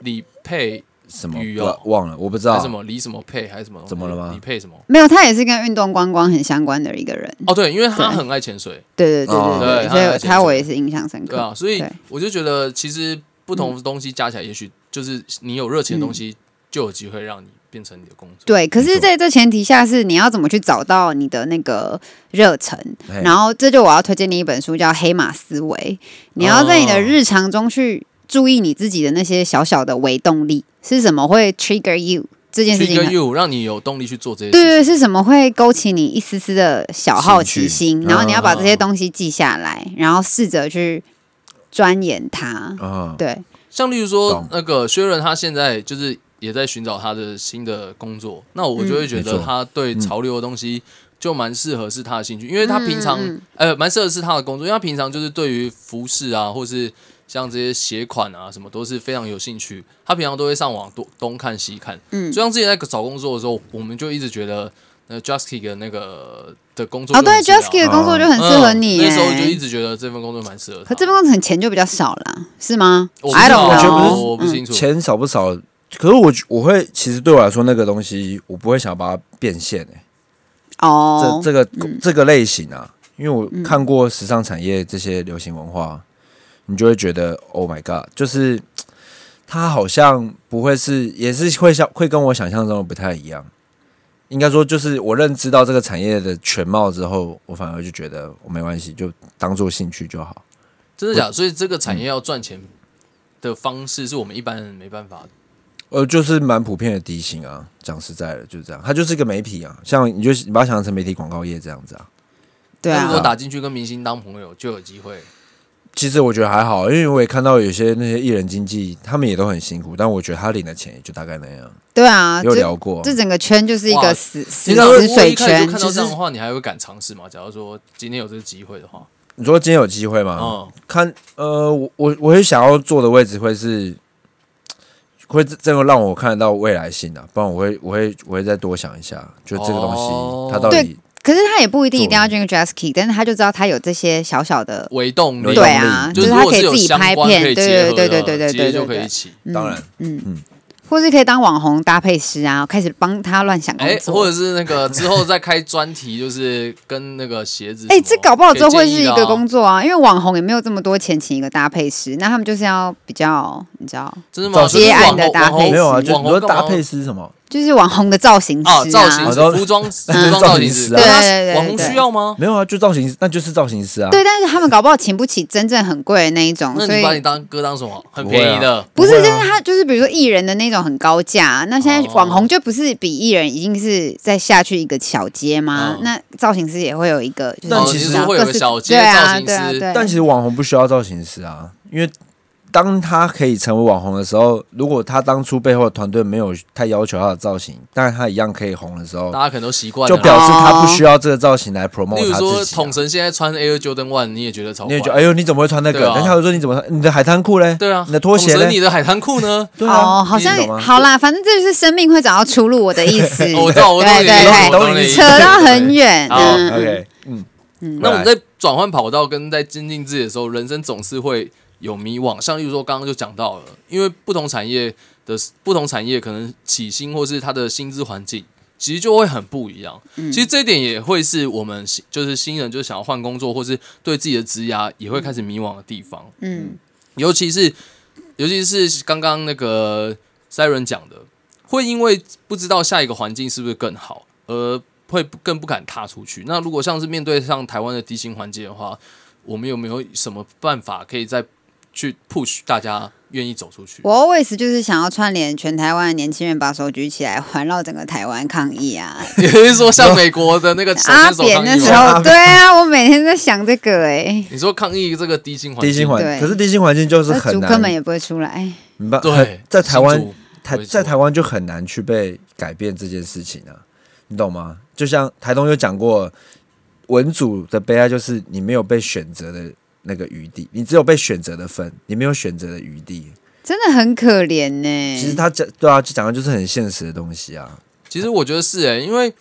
[SPEAKER 3] 李配
[SPEAKER 4] 什么
[SPEAKER 3] 鱼哦
[SPEAKER 4] 忘忘了，我不知
[SPEAKER 3] 还
[SPEAKER 4] 道
[SPEAKER 3] 是什么李什么配还是什么东西
[SPEAKER 4] 怎么了吗
[SPEAKER 3] 李配什么？
[SPEAKER 2] 没有，他也是跟运动观光很相关的一个人。
[SPEAKER 3] 哦，对，因为他
[SPEAKER 2] 对
[SPEAKER 3] 很爱潜水。
[SPEAKER 2] 对对对
[SPEAKER 4] 哦
[SPEAKER 3] 对
[SPEAKER 2] 对所以
[SPEAKER 3] 他
[SPEAKER 2] 他我也是印象深
[SPEAKER 3] 对
[SPEAKER 2] 刻。
[SPEAKER 3] 啊，所以
[SPEAKER 2] 对
[SPEAKER 3] 我就觉得其实不同的东西加起来，也许就是你有热情的东西，就有机会让你变成你的工作。
[SPEAKER 2] 嗯对，可是在这前提下是你要怎么去找到你的那个热忱，
[SPEAKER 4] 嘿
[SPEAKER 2] 然后这就我要推荐你一本书叫《黑马思维》，你要在
[SPEAKER 3] 哦
[SPEAKER 2] 你的日常中去注意你自己的那些小小的微动力是什么会 trigger you 这件事情
[SPEAKER 3] Trigger
[SPEAKER 2] 很
[SPEAKER 3] you 让你有动力去做这些
[SPEAKER 2] 对
[SPEAKER 3] 事。
[SPEAKER 2] 对，是什么会勾起你一丝丝的小好奇
[SPEAKER 4] 兴
[SPEAKER 2] 心？
[SPEAKER 4] 趣
[SPEAKER 2] 然后你要把这
[SPEAKER 3] 嗯
[SPEAKER 2] 些东西记下来，然后试着去钻研它。
[SPEAKER 3] 哦
[SPEAKER 4] 啊，
[SPEAKER 2] 对，
[SPEAKER 3] 像例如说
[SPEAKER 4] 懂，
[SPEAKER 3] 那个薛仁他现在就是也在寻找他的新的工作，那我就会觉
[SPEAKER 4] 嗯没
[SPEAKER 3] 得
[SPEAKER 4] 错
[SPEAKER 3] 他对潮流的东西就蛮适合是他的兴趣，因为他平常
[SPEAKER 2] 嗯嗯
[SPEAKER 3] 呃蛮适合是他的工作，因为他平常就是对于服饰啊，或是像这些鞋款啊什么都是非常有兴趣，他平常都会上网多东看西看。
[SPEAKER 2] 嗯
[SPEAKER 3] 就像之前在找工作的时候，我们就一直觉得那 Jusky 的那个的工作
[SPEAKER 2] 哦，对 j u s k y
[SPEAKER 3] Jusky
[SPEAKER 2] 的工作就很适合你欸
[SPEAKER 3] 啊嗯
[SPEAKER 2] 耶。
[SPEAKER 3] 那时候就一直觉得这份工作蛮适合他。
[SPEAKER 2] 可这份工作很钱就比较少啦，是吗
[SPEAKER 3] 我不
[SPEAKER 2] ？I
[SPEAKER 3] 知
[SPEAKER 2] don't
[SPEAKER 3] 道，
[SPEAKER 4] 我觉得
[SPEAKER 2] know，嗯
[SPEAKER 4] 不是
[SPEAKER 3] 我不清楚。
[SPEAKER 4] 钱少不少，可是我我会其实对我来说那个东西，我不会想把它变现诶、
[SPEAKER 2] 哦，
[SPEAKER 4] 这这个、这个类型啊，因为我看过时尚产业这些流行文化，你就会觉得 Oh my God，就是它好像不会是，也是会像会跟我想象中的不太一样。应该说，就是我认知到这个产业的全貌之后，我反而就觉得哦我没关系，就当做兴趣就好。
[SPEAKER 3] 真的假的？所以这个产业要赚钱的方式，是我们一般人没办法的。
[SPEAKER 4] 呃，就是蛮普遍的低薪啊，讲实在的，就是这样。它就是一个媒体啊，像你就你把它想成媒体广告业这样子啊。
[SPEAKER 2] 对
[SPEAKER 3] 那如果
[SPEAKER 2] 啊，
[SPEAKER 3] 打进去跟明星当朋友，就有机会。
[SPEAKER 4] 其实我觉得还好，因为我也看到有些那些艺人经纪，他们也都很辛苦，但我觉得他领的钱也就大概那样。
[SPEAKER 2] 对啊，
[SPEAKER 4] 有
[SPEAKER 2] 这
[SPEAKER 4] 聊过，
[SPEAKER 2] 这整个圈就是一
[SPEAKER 3] 哇
[SPEAKER 2] 个死死
[SPEAKER 4] 你知道
[SPEAKER 2] 死
[SPEAKER 3] 如果
[SPEAKER 2] 水
[SPEAKER 3] 一开始
[SPEAKER 2] 圈
[SPEAKER 3] 就，看
[SPEAKER 2] 就
[SPEAKER 3] 到
[SPEAKER 2] 是
[SPEAKER 3] 这样的话，你还会敢尝试吗？假如说今天有这个机会的话，
[SPEAKER 4] 你说今天有机会吗？
[SPEAKER 3] 嗯，
[SPEAKER 4] 看，呃，我我我会想要坐的位置会是，会这个让我看得到未来性的、不然我会我会我会再多想一下，就这个东西、
[SPEAKER 3] 哦
[SPEAKER 4] 它到底
[SPEAKER 2] 可是他也不一定一定要捐 j u s k y 但是他就知道他有这些小小的，
[SPEAKER 3] 微动力，
[SPEAKER 4] 微
[SPEAKER 2] 对啊，
[SPEAKER 4] 动力
[SPEAKER 3] 就是
[SPEAKER 2] 就
[SPEAKER 3] 是
[SPEAKER 2] 他
[SPEAKER 3] 如果
[SPEAKER 2] 可以
[SPEAKER 3] 是有
[SPEAKER 2] 自己
[SPEAKER 3] 相
[SPEAKER 2] 拍
[SPEAKER 3] 关
[SPEAKER 2] 片
[SPEAKER 3] 可，以
[SPEAKER 2] 对
[SPEAKER 3] 结合
[SPEAKER 2] 对
[SPEAKER 3] 的
[SPEAKER 2] 对对对对
[SPEAKER 3] 直接
[SPEAKER 2] 对
[SPEAKER 3] 就
[SPEAKER 2] 对
[SPEAKER 3] 可以一
[SPEAKER 2] 对，
[SPEAKER 3] 起。
[SPEAKER 2] 嗯
[SPEAKER 4] 当然，
[SPEAKER 2] 嗯
[SPEAKER 4] 嗯
[SPEAKER 2] 或是可以当网红搭配师啊，开始帮他乱想工
[SPEAKER 3] 哎，
[SPEAKER 2] 作。
[SPEAKER 3] 或者是那个之后再开专题，就是跟那个鞋子什么。
[SPEAKER 2] 哎、这搞不好之后
[SPEAKER 3] 可
[SPEAKER 2] 会
[SPEAKER 3] 以
[SPEAKER 2] 是
[SPEAKER 3] 建议
[SPEAKER 2] 一
[SPEAKER 3] 的啊
[SPEAKER 2] 个工作啊，因为网红也没有这么多钱请一个搭配师，那他们就是要比较，你知道，
[SPEAKER 3] 真的吗？
[SPEAKER 4] 接
[SPEAKER 2] 案的搭
[SPEAKER 3] 就是网
[SPEAKER 2] 配
[SPEAKER 3] 红
[SPEAKER 2] 嗯
[SPEAKER 4] 没有啊，就
[SPEAKER 3] 哦网
[SPEAKER 4] 你
[SPEAKER 3] 红
[SPEAKER 4] 说
[SPEAKER 3] 干嘛
[SPEAKER 4] 搭配是什么？
[SPEAKER 2] 就是网红的造型师
[SPEAKER 3] 啊，造型
[SPEAKER 4] 好
[SPEAKER 3] 师、
[SPEAKER 4] 的
[SPEAKER 3] 服装、服
[SPEAKER 4] 嗯
[SPEAKER 3] 装造型师，
[SPEAKER 4] 造型师啊
[SPEAKER 3] 那
[SPEAKER 2] 对对对
[SPEAKER 3] 网红
[SPEAKER 2] 对
[SPEAKER 3] 需要吗？
[SPEAKER 4] 没有啊，就造型，那就是造型师啊。
[SPEAKER 2] 对，但是他们搞不好请不起真正很贵的那一种，
[SPEAKER 3] 那
[SPEAKER 2] 所
[SPEAKER 3] 你把你
[SPEAKER 2] 以
[SPEAKER 3] 当哥当什么？很
[SPEAKER 4] 不会啊
[SPEAKER 3] 便宜的，
[SPEAKER 2] 不是
[SPEAKER 4] 不，会啊
[SPEAKER 2] 但是他就是比如说艺人的那种很高价，那现在
[SPEAKER 3] 哦
[SPEAKER 2] 网红就不是比艺人已经是在下去一个小阶吗
[SPEAKER 3] 嗯？
[SPEAKER 2] 那造型师也会有一个，就是
[SPEAKER 4] 但
[SPEAKER 3] 哦
[SPEAKER 4] 其
[SPEAKER 3] 你
[SPEAKER 4] 实
[SPEAKER 3] 说会有
[SPEAKER 2] 各
[SPEAKER 3] 个
[SPEAKER 2] 式
[SPEAKER 3] 小街
[SPEAKER 2] 对
[SPEAKER 3] 造
[SPEAKER 2] 啊
[SPEAKER 3] 型
[SPEAKER 2] 对啊
[SPEAKER 3] 师，
[SPEAKER 2] 对，
[SPEAKER 4] 但其实网红不需要造型师啊，因为当他可以成为网红的时候，如果他当初背后的团队没有太要求他的造型，但是他一样可以红的时候，
[SPEAKER 3] 大家可能都习惯
[SPEAKER 4] 就
[SPEAKER 3] 了。
[SPEAKER 4] 表示他不需要这个造型来 promote 他
[SPEAKER 3] 例
[SPEAKER 4] 自己、
[SPEAKER 3] 如
[SPEAKER 4] 啊。
[SPEAKER 3] 说，统神现在穿 Air Jordan One，你也觉得超
[SPEAKER 4] 你
[SPEAKER 3] 怪
[SPEAKER 4] 也觉。得，哎呦，你怎么会穿那
[SPEAKER 3] 对
[SPEAKER 4] 个？
[SPEAKER 3] 啊
[SPEAKER 4] 人家会说你怎么穿？你的海滩裤嘞？
[SPEAKER 3] 对啊，
[SPEAKER 4] 你的拖鞋
[SPEAKER 3] 统神
[SPEAKER 4] 嘞
[SPEAKER 3] 你？的海滩 裤呢？
[SPEAKER 4] 对啊，
[SPEAKER 2] 哦，好像
[SPEAKER 4] 你懂吗
[SPEAKER 2] 好啦，反正这就是生命会找到出路，我的意思。
[SPEAKER 3] 哦我知道，我懂
[SPEAKER 2] 对
[SPEAKER 3] 你的意思，
[SPEAKER 2] 对
[SPEAKER 3] 我懂你的
[SPEAKER 2] 对，
[SPEAKER 3] 意
[SPEAKER 2] 扯
[SPEAKER 3] 思。哦
[SPEAKER 2] 到很远。
[SPEAKER 3] 好
[SPEAKER 2] 嗯嗯
[SPEAKER 4] OK，嗯
[SPEAKER 2] 嗯
[SPEAKER 3] 啊那我们在转换跑道跟在精进自己的时候，人生总是会有迷惘。像例如说，刚刚就讲到了，因为不同产业的不同产业可能起薪或是它的薪资环境，其实就会很不一样。
[SPEAKER 2] 嗯
[SPEAKER 3] 其实这一点也会是我们新就是新人就想要换工作，或是对自己的职涯也会开始迷惘的地方。
[SPEAKER 2] 嗯
[SPEAKER 3] 尤其是尤其是刚刚那个 Siren 讲的，会因为不知道下一个环境是不是更好，而会不更不敢踏出去。那如果像是面对像台湾的低薪环境的话，我们有没有什么办法可以再去 push 大家愿意走出去？
[SPEAKER 2] 我 always 就是想要串联全台湾的年轻人，把手举起来，环绕整个台湾抗议啊！
[SPEAKER 3] 也就是说，像美国的那个手
[SPEAKER 2] 阿
[SPEAKER 3] 牵手
[SPEAKER 2] 扁
[SPEAKER 3] 抗
[SPEAKER 2] 那
[SPEAKER 3] 议
[SPEAKER 2] 时
[SPEAKER 3] 吗？
[SPEAKER 2] 候，对啊，我每天在想这个哎，
[SPEAKER 3] 你说抗议这个低薪环境，
[SPEAKER 4] 低薪环，
[SPEAKER 2] 对
[SPEAKER 4] 可是低薪环境就是
[SPEAKER 2] 那
[SPEAKER 4] 很
[SPEAKER 2] 竹客们
[SPEAKER 4] 难，
[SPEAKER 2] 也不会出来。
[SPEAKER 4] 你把
[SPEAKER 3] 对，
[SPEAKER 4] 在台湾
[SPEAKER 3] 新竹
[SPEAKER 4] 台
[SPEAKER 3] 没错
[SPEAKER 4] 在台湾就很难去被改变这件事情啊，你懂吗？就像台东有讲过，文组的悲哀就是你没有被选择的那个余地，你只有被选择的份，你没有选择的余地。
[SPEAKER 2] 真的很可怜呢、
[SPEAKER 4] 其实他讲对啊，就讲的就是很现实的东西啊。
[SPEAKER 3] 其实我觉得是诶、因为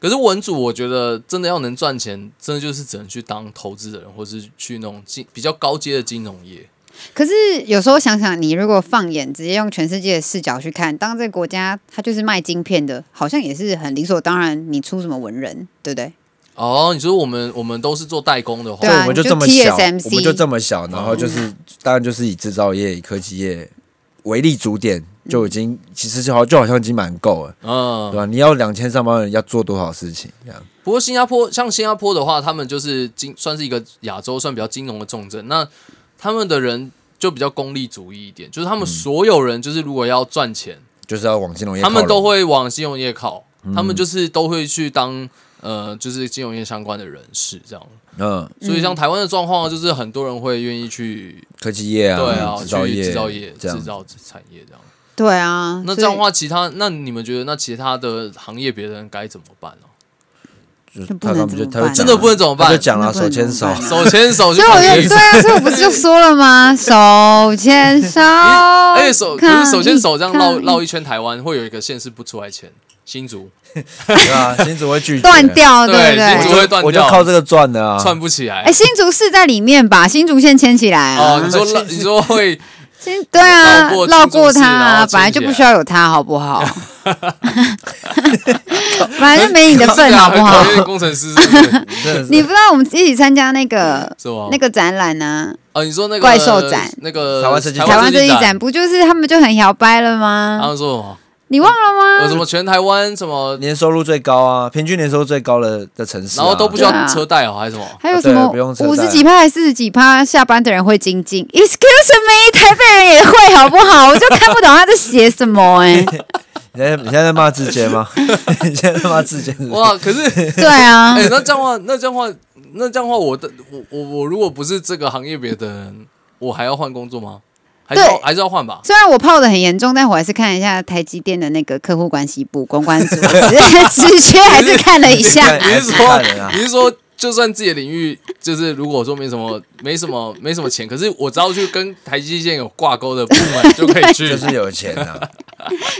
[SPEAKER 3] 可是文组，我觉得真的要能赚钱，真的就是只能去当投资人，或是去那种金比较高阶的金融业。
[SPEAKER 2] 可是有时候想想，你如果放眼直接用全世界的视角去看，当这个国家它就是卖晶片的，好像也是很理所当然。你出什么文人，对不对？
[SPEAKER 3] 哦，你说我们我们都是做代工的话，
[SPEAKER 2] 对啊
[SPEAKER 4] 我们
[SPEAKER 2] 你就
[SPEAKER 4] 这么小，
[SPEAKER 2] TSMC
[SPEAKER 4] 我们就这么小，然后就是、当然就是以制造业、以科技业为例主点，就已经、其实就好就好像已经蛮够了，
[SPEAKER 3] 嗯，
[SPEAKER 4] 对吧、你要两千上班人要做多少事情这样？
[SPEAKER 3] 不过新加坡像新加坡的话，他们就是金算是一个亚洲算比较金融的重镇，那他们的人就比较功利主义一点，就是他们所有人就是如果要赚钱，
[SPEAKER 4] 就是要往金嗯融业靠嗯
[SPEAKER 3] 他
[SPEAKER 4] 拢，
[SPEAKER 3] 们都会往金融业靠，他们就是都会去当呃就是金融业相关的人士这样。
[SPEAKER 4] 嗯，
[SPEAKER 3] 所以像台湾的状况，就是很多人会愿意去
[SPEAKER 4] 科技业啊，
[SPEAKER 3] 对啊，
[SPEAKER 4] 制造
[SPEAKER 3] 去
[SPEAKER 4] 业、
[SPEAKER 3] 制造业、
[SPEAKER 4] 这
[SPEAKER 3] 制
[SPEAKER 4] 样。
[SPEAKER 3] 造产业这样。
[SPEAKER 2] 对啊，
[SPEAKER 3] 那这样的话，其他那你们觉得，那其他的行业别人该怎么办呢、
[SPEAKER 4] 就
[SPEAKER 2] 这不
[SPEAKER 4] 他
[SPEAKER 2] 能
[SPEAKER 4] 他们就
[SPEAKER 2] 怎
[SPEAKER 4] 他就
[SPEAKER 2] 么办啊
[SPEAKER 4] 讲
[SPEAKER 3] 真的不能怎么
[SPEAKER 4] 他嗯就
[SPEAKER 3] 办？
[SPEAKER 4] 讲了
[SPEAKER 2] 真的
[SPEAKER 4] 手
[SPEAKER 2] 不能
[SPEAKER 4] 牵手
[SPEAKER 2] 啊怎么，办
[SPEAKER 3] 手牵手去
[SPEAKER 2] 所以我
[SPEAKER 3] 跑
[SPEAKER 2] 就
[SPEAKER 3] 夜
[SPEAKER 2] 对啊，所以我 不是就说了吗？手牵手，
[SPEAKER 3] 而且哎
[SPEAKER 2] 嗯
[SPEAKER 3] 手可是手牵手这样绕绕
[SPEAKER 2] 一
[SPEAKER 3] 一圈台湾，会有一个县市不出来钱，新竹
[SPEAKER 4] 对啊，新竹会拒绝
[SPEAKER 2] 断，掉，哦对不
[SPEAKER 3] 对
[SPEAKER 4] 我
[SPEAKER 3] 新
[SPEAKER 4] 就
[SPEAKER 3] 竹
[SPEAKER 2] 对？
[SPEAKER 3] 会断掉
[SPEAKER 4] 我就靠这个赚的啊。
[SPEAKER 3] 串不起来
[SPEAKER 2] 哎，。新竹市在里面吧？新竹县牵起来
[SPEAKER 3] 哦，
[SPEAKER 2] 啊
[SPEAKER 3] 你，说绕你说会
[SPEAKER 2] 新对啊
[SPEAKER 3] 绕过，
[SPEAKER 2] 绕
[SPEAKER 3] 新竹
[SPEAKER 2] 过
[SPEAKER 3] 市
[SPEAKER 2] 它
[SPEAKER 3] 然后
[SPEAKER 2] 啊，
[SPEAKER 3] 牵
[SPEAKER 2] 本来
[SPEAKER 3] 起
[SPEAKER 2] 就不
[SPEAKER 3] 来
[SPEAKER 2] 需要有它，好 不好？ 本来就没你的 份，
[SPEAKER 3] 啊
[SPEAKER 2] 好不好
[SPEAKER 3] 很讨？厌工程师是不是
[SPEAKER 4] 真的是
[SPEAKER 2] 你不知道我们一起参加那个
[SPEAKER 3] 是吗？
[SPEAKER 2] 那个展览呢、
[SPEAKER 3] 哦，你说那个
[SPEAKER 2] 怪兽展
[SPEAKER 3] 那个
[SPEAKER 4] 台湾设计
[SPEAKER 2] 台湾
[SPEAKER 3] 设
[SPEAKER 2] 这
[SPEAKER 3] 计
[SPEAKER 2] 一展，不就是他们就很摇摆了吗？
[SPEAKER 3] 他们说什么？
[SPEAKER 2] 你忘了吗？
[SPEAKER 3] 呃，什么全台湾什么，
[SPEAKER 4] 年收入最高啊，平均年收入最高的的城市啊，
[SPEAKER 3] 然后都不需
[SPEAKER 2] 对
[SPEAKER 3] 要
[SPEAKER 2] 啊
[SPEAKER 3] 车贷哦，还是 什么？
[SPEAKER 2] 还有什
[SPEAKER 4] 对
[SPEAKER 2] 么
[SPEAKER 4] 不用车贷
[SPEAKER 2] 五十几趴还四十几趴下班的人会精进？Excuse me，台北人也会好不 好？我就看不懂他在写什么哎、
[SPEAKER 4] 你现在你现在在骂志坚 吗？你现在在骂志坚是不是？
[SPEAKER 3] 哇，可是
[SPEAKER 2] 对啊
[SPEAKER 3] 哎、，那这样的话，那这样的话，那这样的话，我的我我我如果不是这个行业别的人，我还要换工作吗？还是要
[SPEAKER 2] 对
[SPEAKER 3] 还是 要换吧？
[SPEAKER 2] 虽然我泡的很严重，但我还是看一下台积电的那个客户关系部公关 组，直直缺还是看了一下。
[SPEAKER 4] 对
[SPEAKER 3] 你
[SPEAKER 4] 还
[SPEAKER 3] 是
[SPEAKER 4] 看
[SPEAKER 3] 说
[SPEAKER 4] 人啊
[SPEAKER 3] 你是说，就算自己的领域，就是如果说没什么没什么没什么钱，可是我只要去跟台积电有挂钩的部 门就可以去，
[SPEAKER 4] 就是有钱啊，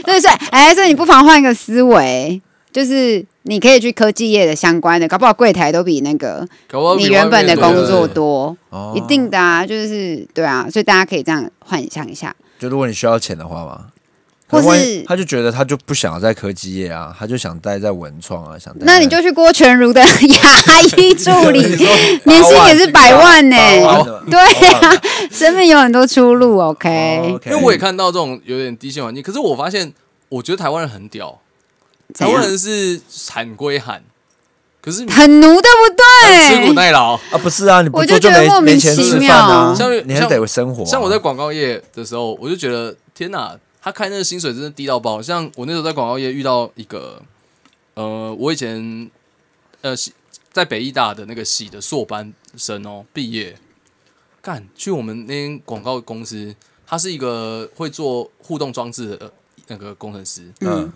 [SPEAKER 2] 对，所以哎，所以你不妨换个思维，就是你可以去科技业的相关的，搞不好柜台都比那个
[SPEAKER 3] 搞不好比
[SPEAKER 2] 你原本的
[SPEAKER 3] 外面
[SPEAKER 2] 工作
[SPEAKER 3] 对
[SPEAKER 2] 多，
[SPEAKER 4] 哦
[SPEAKER 2] 一定的啊，就是对啊，所以大家可以这样幻想一下，
[SPEAKER 4] 就如果你需要钱的话嘛，
[SPEAKER 2] 或
[SPEAKER 4] 可万一
[SPEAKER 2] 是
[SPEAKER 4] 他就觉得他就不想要在科技业啊，他就想待在文创啊，想待在
[SPEAKER 2] 那你就去郭全如的牙医助 理，
[SPEAKER 4] 八万
[SPEAKER 2] 年薪也是百万呢、
[SPEAKER 4] 八万的
[SPEAKER 2] 对啊，生命有很多出路，OK，、
[SPEAKER 4] 哦
[SPEAKER 3] 因为我也看到这种有点低线环境，可是我发现我觉得台湾人很屌，
[SPEAKER 2] 怎
[SPEAKER 3] 台湾
[SPEAKER 2] 样？
[SPEAKER 3] 人是喊归喊，可是
[SPEAKER 2] 很奴，对不
[SPEAKER 3] 吃苦
[SPEAKER 2] 对？
[SPEAKER 3] 耐劳。
[SPEAKER 4] 啊，不是啊，你不
[SPEAKER 2] 我
[SPEAKER 4] 做
[SPEAKER 2] 就觉得
[SPEAKER 4] 没
[SPEAKER 2] 莫名
[SPEAKER 4] 没钱
[SPEAKER 2] 其
[SPEAKER 4] 吃饭
[SPEAKER 2] 妙
[SPEAKER 4] 啊
[SPEAKER 3] 像，
[SPEAKER 4] 你还得生活啊。
[SPEAKER 3] 像我在广告业的时候，我就觉得天哪，他开那个薪水真的低到爆。像我那时候在广告业遇到一个，呃，我以前呃系在北艺大的那个系的硕班生哦，毕业干去我们那间广告公司，他是一个会做互动装置的呃那个工程师。
[SPEAKER 4] 嗯，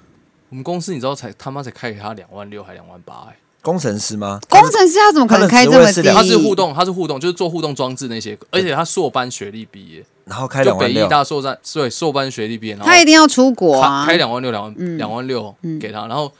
[SPEAKER 3] 我们公司你知道才他妈才开给他两万六还两万八哎、
[SPEAKER 4] 工程师吗？
[SPEAKER 2] 工程师他怎么可能开这
[SPEAKER 4] 他
[SPEAKER 2] 么
[SPEAKER 4] 的职
[SPEAKER 2] 低？
[SPEAKER 4] 位是
[SPEAKER 3] 他是互，动，他是互动，就是做互动装置那些，而且他硕班学历毕业。
[SPEAKER 4] 然后开
[SPEAKER 3] 就
[SPEAKER 4] 两万
[SPEAKER 3] 北
[SPEAKER 4] 六
[SPEAKER 3] 医，大硕战，对硕班学历毕业，然后
[SPEAKER 2] 他一定要出国
[SPEAKER 3] 开
[SPEAKER 2] 啊！
[SPEAKER 3] 开两万六，两万
[SPEAKER 2] 嗯
[SPEAKER 3] 两万六给他，然后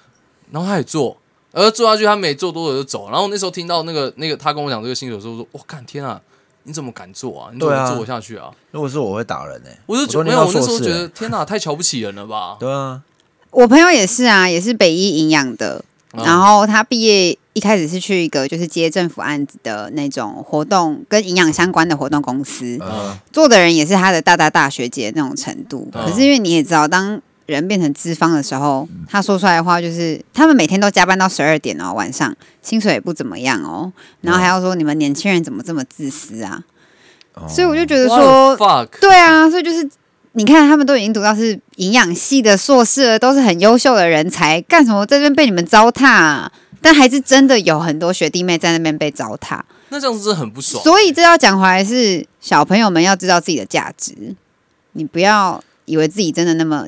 [SPEAKER 3] 然后他也做，而做下去他没做多久就走，然后那时候听到那个那个他跟我讲这个薪水的时候，我说我看天啊，你怎么敢做啊？你怎
[SPEAKER 4] 对啊
[SPEAKER 3] 么做得下去啊？
[SPEAKER 4] 如果是我会打人呢，
[SPEAKER 3] 我就觉
[SPEAKER 4] 昨
[SPEAKER 3] 得没
[SPEAKER 4] 天
[SPEAKER 3] 有，
[SPEAKER 4] 到
[SPEAKER 3] 我那
[SPEAKER 4] 硕
[SPEAKER 3] 时候
[SPEAKER 4] 士
[SPEAKER 3] 觉
[SPEAKER 4] 欸
[SPEAKER 3] 得天哪，太瞧不起人了吧？
[SPEAKER 4] 对啊，
[SPEAKER 2] 我朋友也是啊，也是北医营养的，
[SPEAKER 3] 嗯
[SPEAKER 2] 然后他毕业一开始是去一个就是接政府案子的那种活动，跟营养相关的活动公司，
[SPEAKER 4] 嗯，
[SPEAKER 2] 做的人也是他的大大大学姐那种程度。
[SPEAKER 3] 嗯
[SPEAKER 2] 可是因为你也知道，当人变成资方的时候，他说出来的话就是，他们每天都加班到十二点哦，晚上薪水也不怎么样哦，
[SPEAKER 3] 嗯
[SPEAKER 2] 然后还要说你们年轻人怎么这么自私啊？
[SPEAKER 3] 哦
[SPEAKER 2] 所以 我就觉得说
[SPEAKER 3] What，the fuck，
[SPEAKER 2] 对啊，所以就是你看，他们都已经读到是营养系的硕士了，都是很优秀的人才，干什么在这边被你们糟蹋、啊？但还是真的有很多学弟妹在那边被糟蹋，
[SPEAKER 3] 那这样子真的很不爽。
[SPEAKER 2] 所以这要讲回来是小朋友们要知道自己的价值，你不要以为自己真的那么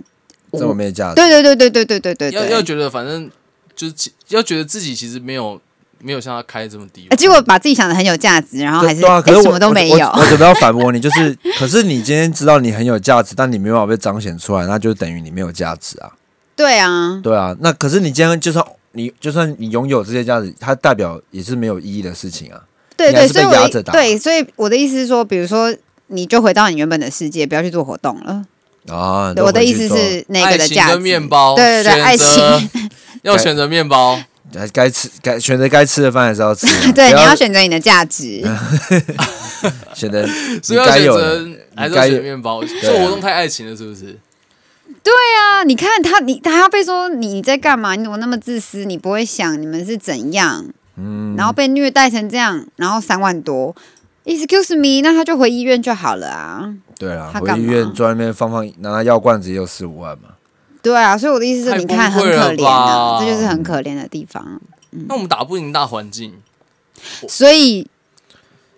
[SPEAKER 4] 这么没有价值。
[SPEAKER 2] 对对对对对对对对
[SPEAKER 3] 要要
[SPEAKER 2] 对，
[SPEAKER 3] 觉得反正就是其要觉得自己其实没有没有像他开这么低
[SPEAKER 2] 啊，结果把自己想的很有价值，然后
[SPEAKER 4] 对
[SPEAKER 2] 还是,、
[SPEAKER 4] 对啊，可是我
[SPEAKER 2] 什么都没
[SPEAKER 4] 我
[SPEAKER 2] 有
[SPEAKER 4] 我。我准备要反驳你，就是， 可是你今天知道你很有价值，但你没有办法被彰显出来，那就等于你没有价值啊。
[SPEAKER 2] 对啊，
[SPEAKER 4] 对啊，那可是你今天就算你就算你拥有这些价值，它代表也是没有意义的事情啊。
[SPEAKER 2] 对
[SPEAKER 4] 你还
[SPEAKER 2] 对，
[SPEAKER 4] 是
[SPEAKER 2] 所以
[SPEAKER 4] 被
[SPEAKER 2] 我
[SPEAKER 4] 压
[SPEAKER 2] 的
[SPEAKER 4] 着打
[SPEAKER 2] 对，所以我的意思是说，比如说你就回到你原本的世界，不要去做活动了。
[SPEAKER 4] 啊，
[SPEAKER 2] 我的意思，是那
[SPEAKER 3] 爱
[SPEAKER 2] 个的
[SPEAKER 3] 情
[SPEAKER 2] 价值，
[SPEAKER 3] 跟面包，
[SPEAKER 2] 对对对，爱
[SPEAKER 3] 选择
[SPEAKER 2] 情，，
[SPEAKER 3] 要选择面包。
[SPEAKER 4] 还该吃该选择该吃的饭还是要吃、啊
[SPEAKER 2] 对，
[SPEAKER 4] 不
[SPEAKER 2] 你要
[SPEAKER 4] 要
[SPEAKER 2] 选择你的价值，
[SPEAKER 3] 嗯
[SPEAKER 4] 选择
[SPEAKER 3] 所
[SPEAKER 4] 你
[SPEAKER 3] 以要
[SPEAKER 4] 该
[SPEAKER 3] 选
[SPEAKER 4] 有的。啊
[SPEAKER 3] 择还是
[SPEAKER 4] 该
[SPEAKER 3] 要
[SPEAKER 4] 有
[SPEAKER 3] 选面包？做活动太爱情了，是不是？
[SPEAKER 2] 啊，你看他，你他要被说你在干嘛？你怎么那么自私？你不会想你们是怎样？嗯，然后被虐待成这样，然后三万多，excuse me，那他就回医院就好了啊。
[SPEAKER 4] 对啦，
[SPEAKER 2] 他
[SPEAKER 4] 回
[SPEAKER 2] 干
[SPEAKER 4] 医
[SPEAKER 2] 嘛
[SPEAKER 4] 院坐在那边放放，拿他药罐子也有四五万嘛。
[SPEAKER 2] 对啊，所以我的意思是，
[SPEAKER 3] 太
[SPEAKER 2] 你看很
[SPEAKER 3] 崩溃了
[SPEAKER 2] 可怜啊，
[SPEAKER 3] 吧
[SPEAKER 2] 这就是很可怜的地方。
[SPEAKER 3] 那我们打不赢大环境，
[SPEAKER 2] 所以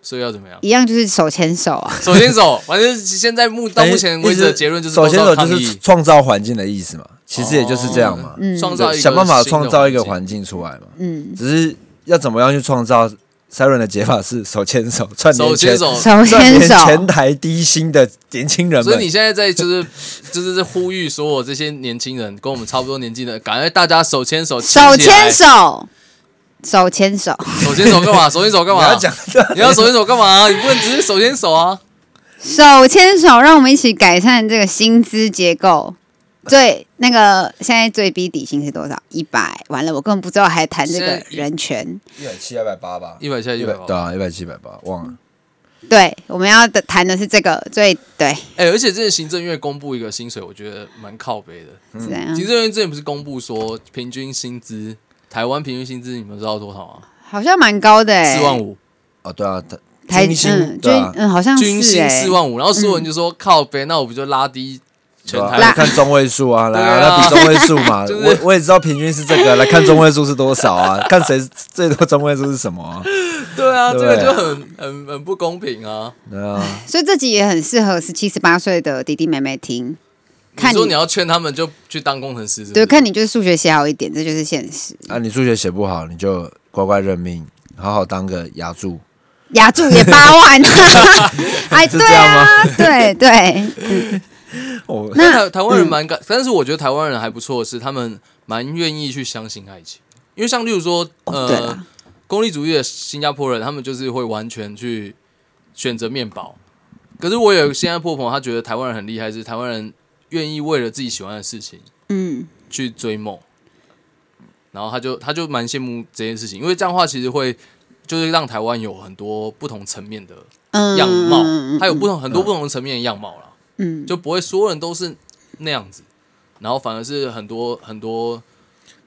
[SPEAKER 3] 所以要怎 么样？
[SPEAKER 2] 一样就是手牵手 啊，
[SPEAKER 3] 手牵手，反正现在目到目前为止
[SPEAKER 4] 意
[SPEAKER 3] 的
[SPEAKER 4] 思
[SPEAKER 3] 结论就是
[SPEAKER 4] 哎首先
[SPEAKER 3] 都是
[SPEAKER 4] 我
[SPEAKER 3] 要抗
[SPEAKER 4] 就
[SPEAKER 3] 议
[SPEAKER 4] 是创造环境的意思嘛，其实也就是这样嘛，
[SPEAKER 2] 嗯
[SPEAKER 3] 哦创
[SPEAKER 4] 对
[SPEAKER 3] 造一个
[SPEAKER 4] 想办法
[SPEAKER 3] 新的
[SPEAKER 4] 创造一个
[SPEAKER 3] 环境。
[SPEAKER 4] 环境出来嘛。
[SPEAKER 2] 嗯，
[SPEAKER 4] 只是要怎么样去创造 Siren 的解法是手牵手串联
[SPEAKER 3] 手牵
[SPEAKER 4] 全
[SPEAKER 3] 手，
[SPEAKER 2] 手
[SPEAKER 4] 串
[SPEAKER 2] 牵
[SPEAKER 4] 联
[SPEAKER 2] 手，
[SPEAKER 4] 全台低薪的年轻人
[SPEAKER 3] 所
[SPEAKER 4] 们
[SPEAKER 3] 以你。现在在就是 就是呼吁所有这些年轻人，跟我们差不多年纪的，赶快大家手牵手，
[SPEAKER 2] 手
[SPEAKER 3] 亲起来
[SPEAKER 2] 牵，手，手牵手，
[SPEAKER 3] 手牵手 干嘛？手牵手干
[SPEAKER 4] 你
[SPEAKER 3] 嘛？
[SPEAKER 4] 要讲的
[SPEAKER 3] 你要手牵手干嘛？ 你不能只是手牵手啊！
[SPEAKER 2] 手牵手，让我们一起改善这个薪资结构。最那个现在最低底薪是多少？一百。完了，我根本不知道还谈这
[SPEAKER 3] 现
[SPEAKER 2] 个
[SPEAKER 3] 在一
[SPEAKER 2] 人权。
[SPEAKER 4] 一百七、一百八吧，
[SPEAKER 3] 一百下一
[SPEAKER 4] 一
[SPEAKER 3] 百
[SPEAKER 4] 百
[SPEAKER 3] 吧
[SPEAKER 4] 对啊，一百七、一百八，忘了。
[SPEAKER 2] 对，我们要的谈的是这个最对
[SPEAKER 3] 哎，而且这行政院公布一个薪水，我觉得蛮靠北的。
[SPEAKER 2] 是怎样
[SPEAKER 3] 行？政院之前不是公布说平均薪资，台湾平均薪资你们知道多少吗？
[SPEAKER 2] 好像蛮高的哎、
[SPEAKER 3] 四万五，
[SPEAKER 4] 哦，对啊，他
[SPEAKER 2] 台
[SPEAKER 4] 军薪
[SPEAKER 2] 嗯
[SPEAKER 4] 对
[SPEAKER 2] 军
[SPEAKER 4] 啊，
[SPEAKER 2] 嗯好像
[SPEAKER 3] 军
[SPEAKER 2] 是
[SPEAKER 3] 薪
[SPEAKER 2] 哎、嗯
[SPEAKER 3] 四万五，然后所有人就说靠北，那我不就拉低全
[SPEAKER 4] 对啊
[SPEAKER 3] 台
[SPEAKER 4] 来
[SPEAKER 3] 湾？
[SPEAKER 4] 看中位数啊，来啊，
[SPEAKER 3] 对啊
[SPEAKER 4] 来比中位数嘛。
[SPEAKER 3] 就是
[SPEAKER 4] 我我也知道平均是这个，来看中位数是多少 啊？看谁最多中位数是什么啊？
[SPEAKER 3] 对啊，这
[SPEAKER 4] 对
[SPEAKER 3] 个就很很很不公平啊！
[SPEAKER 4] 对啊，
[SPEAKER 2] 所以这集也很适合十七十八岁的弟弟妹妹听。
[SPEAKER 3] 你
[SPEAKER 2] 看
[SPEAKER 3] 说你要劝他们就去当工程师，是不
[SPEAKER 2] 对，
[SPEAKER 3] 是
[SPEAKER 2] 看你就是数学写好一点，这就是现实。
[SPEAKER 4] 啊，你数学写不好，你就乖乖认命，好好当个牙柱。
[SPEAKER 2] 牙柱也 八万，哎，
[SPEAKER 4] 是
[SPEAKER 2] 对
[SPEAKER 4] 这样
[SPEAKER 2] 啊，对对，
[SPEAKER 4] 我
[SPEAKER 3] 但台台
[SPEAKER 2] 嗯
[SPEAKER 3] 湾人蛮敢，但是我觉得台湾人还不错的是，他们蛮愿意去相信爱情，因为像例如说，
[SPEAKER 2] 哦对
[SPEAKER 3] 呃
[SPEAKER 2] 啦，
[SPEAKER 3] 功利主义的新加坡人，他们就是会完全去选择面包。可是我有新加坡朋友，他觉得台湾人很厉害，是台湾人愿意为了自己喜欢的事情
[SPEAKER 2] 嗯，
[SPEAKER 3] 去追梦，然后他就他就蛮羡慕这件事情，因为这样的话其实会就是让台湾有很多不同层面的
[SPEAKER 2] 嗯
[SPEAKER 3] 样貌，
[SPEAKER 2] 嗯嗯嗯
[SPEAKER 3] 还有不同很多不同层面的样貌啦。
[SPEAKER 2] 嗯，
[SPEAKER 3] 就不会所有人都是那样子。然后反而是很多很多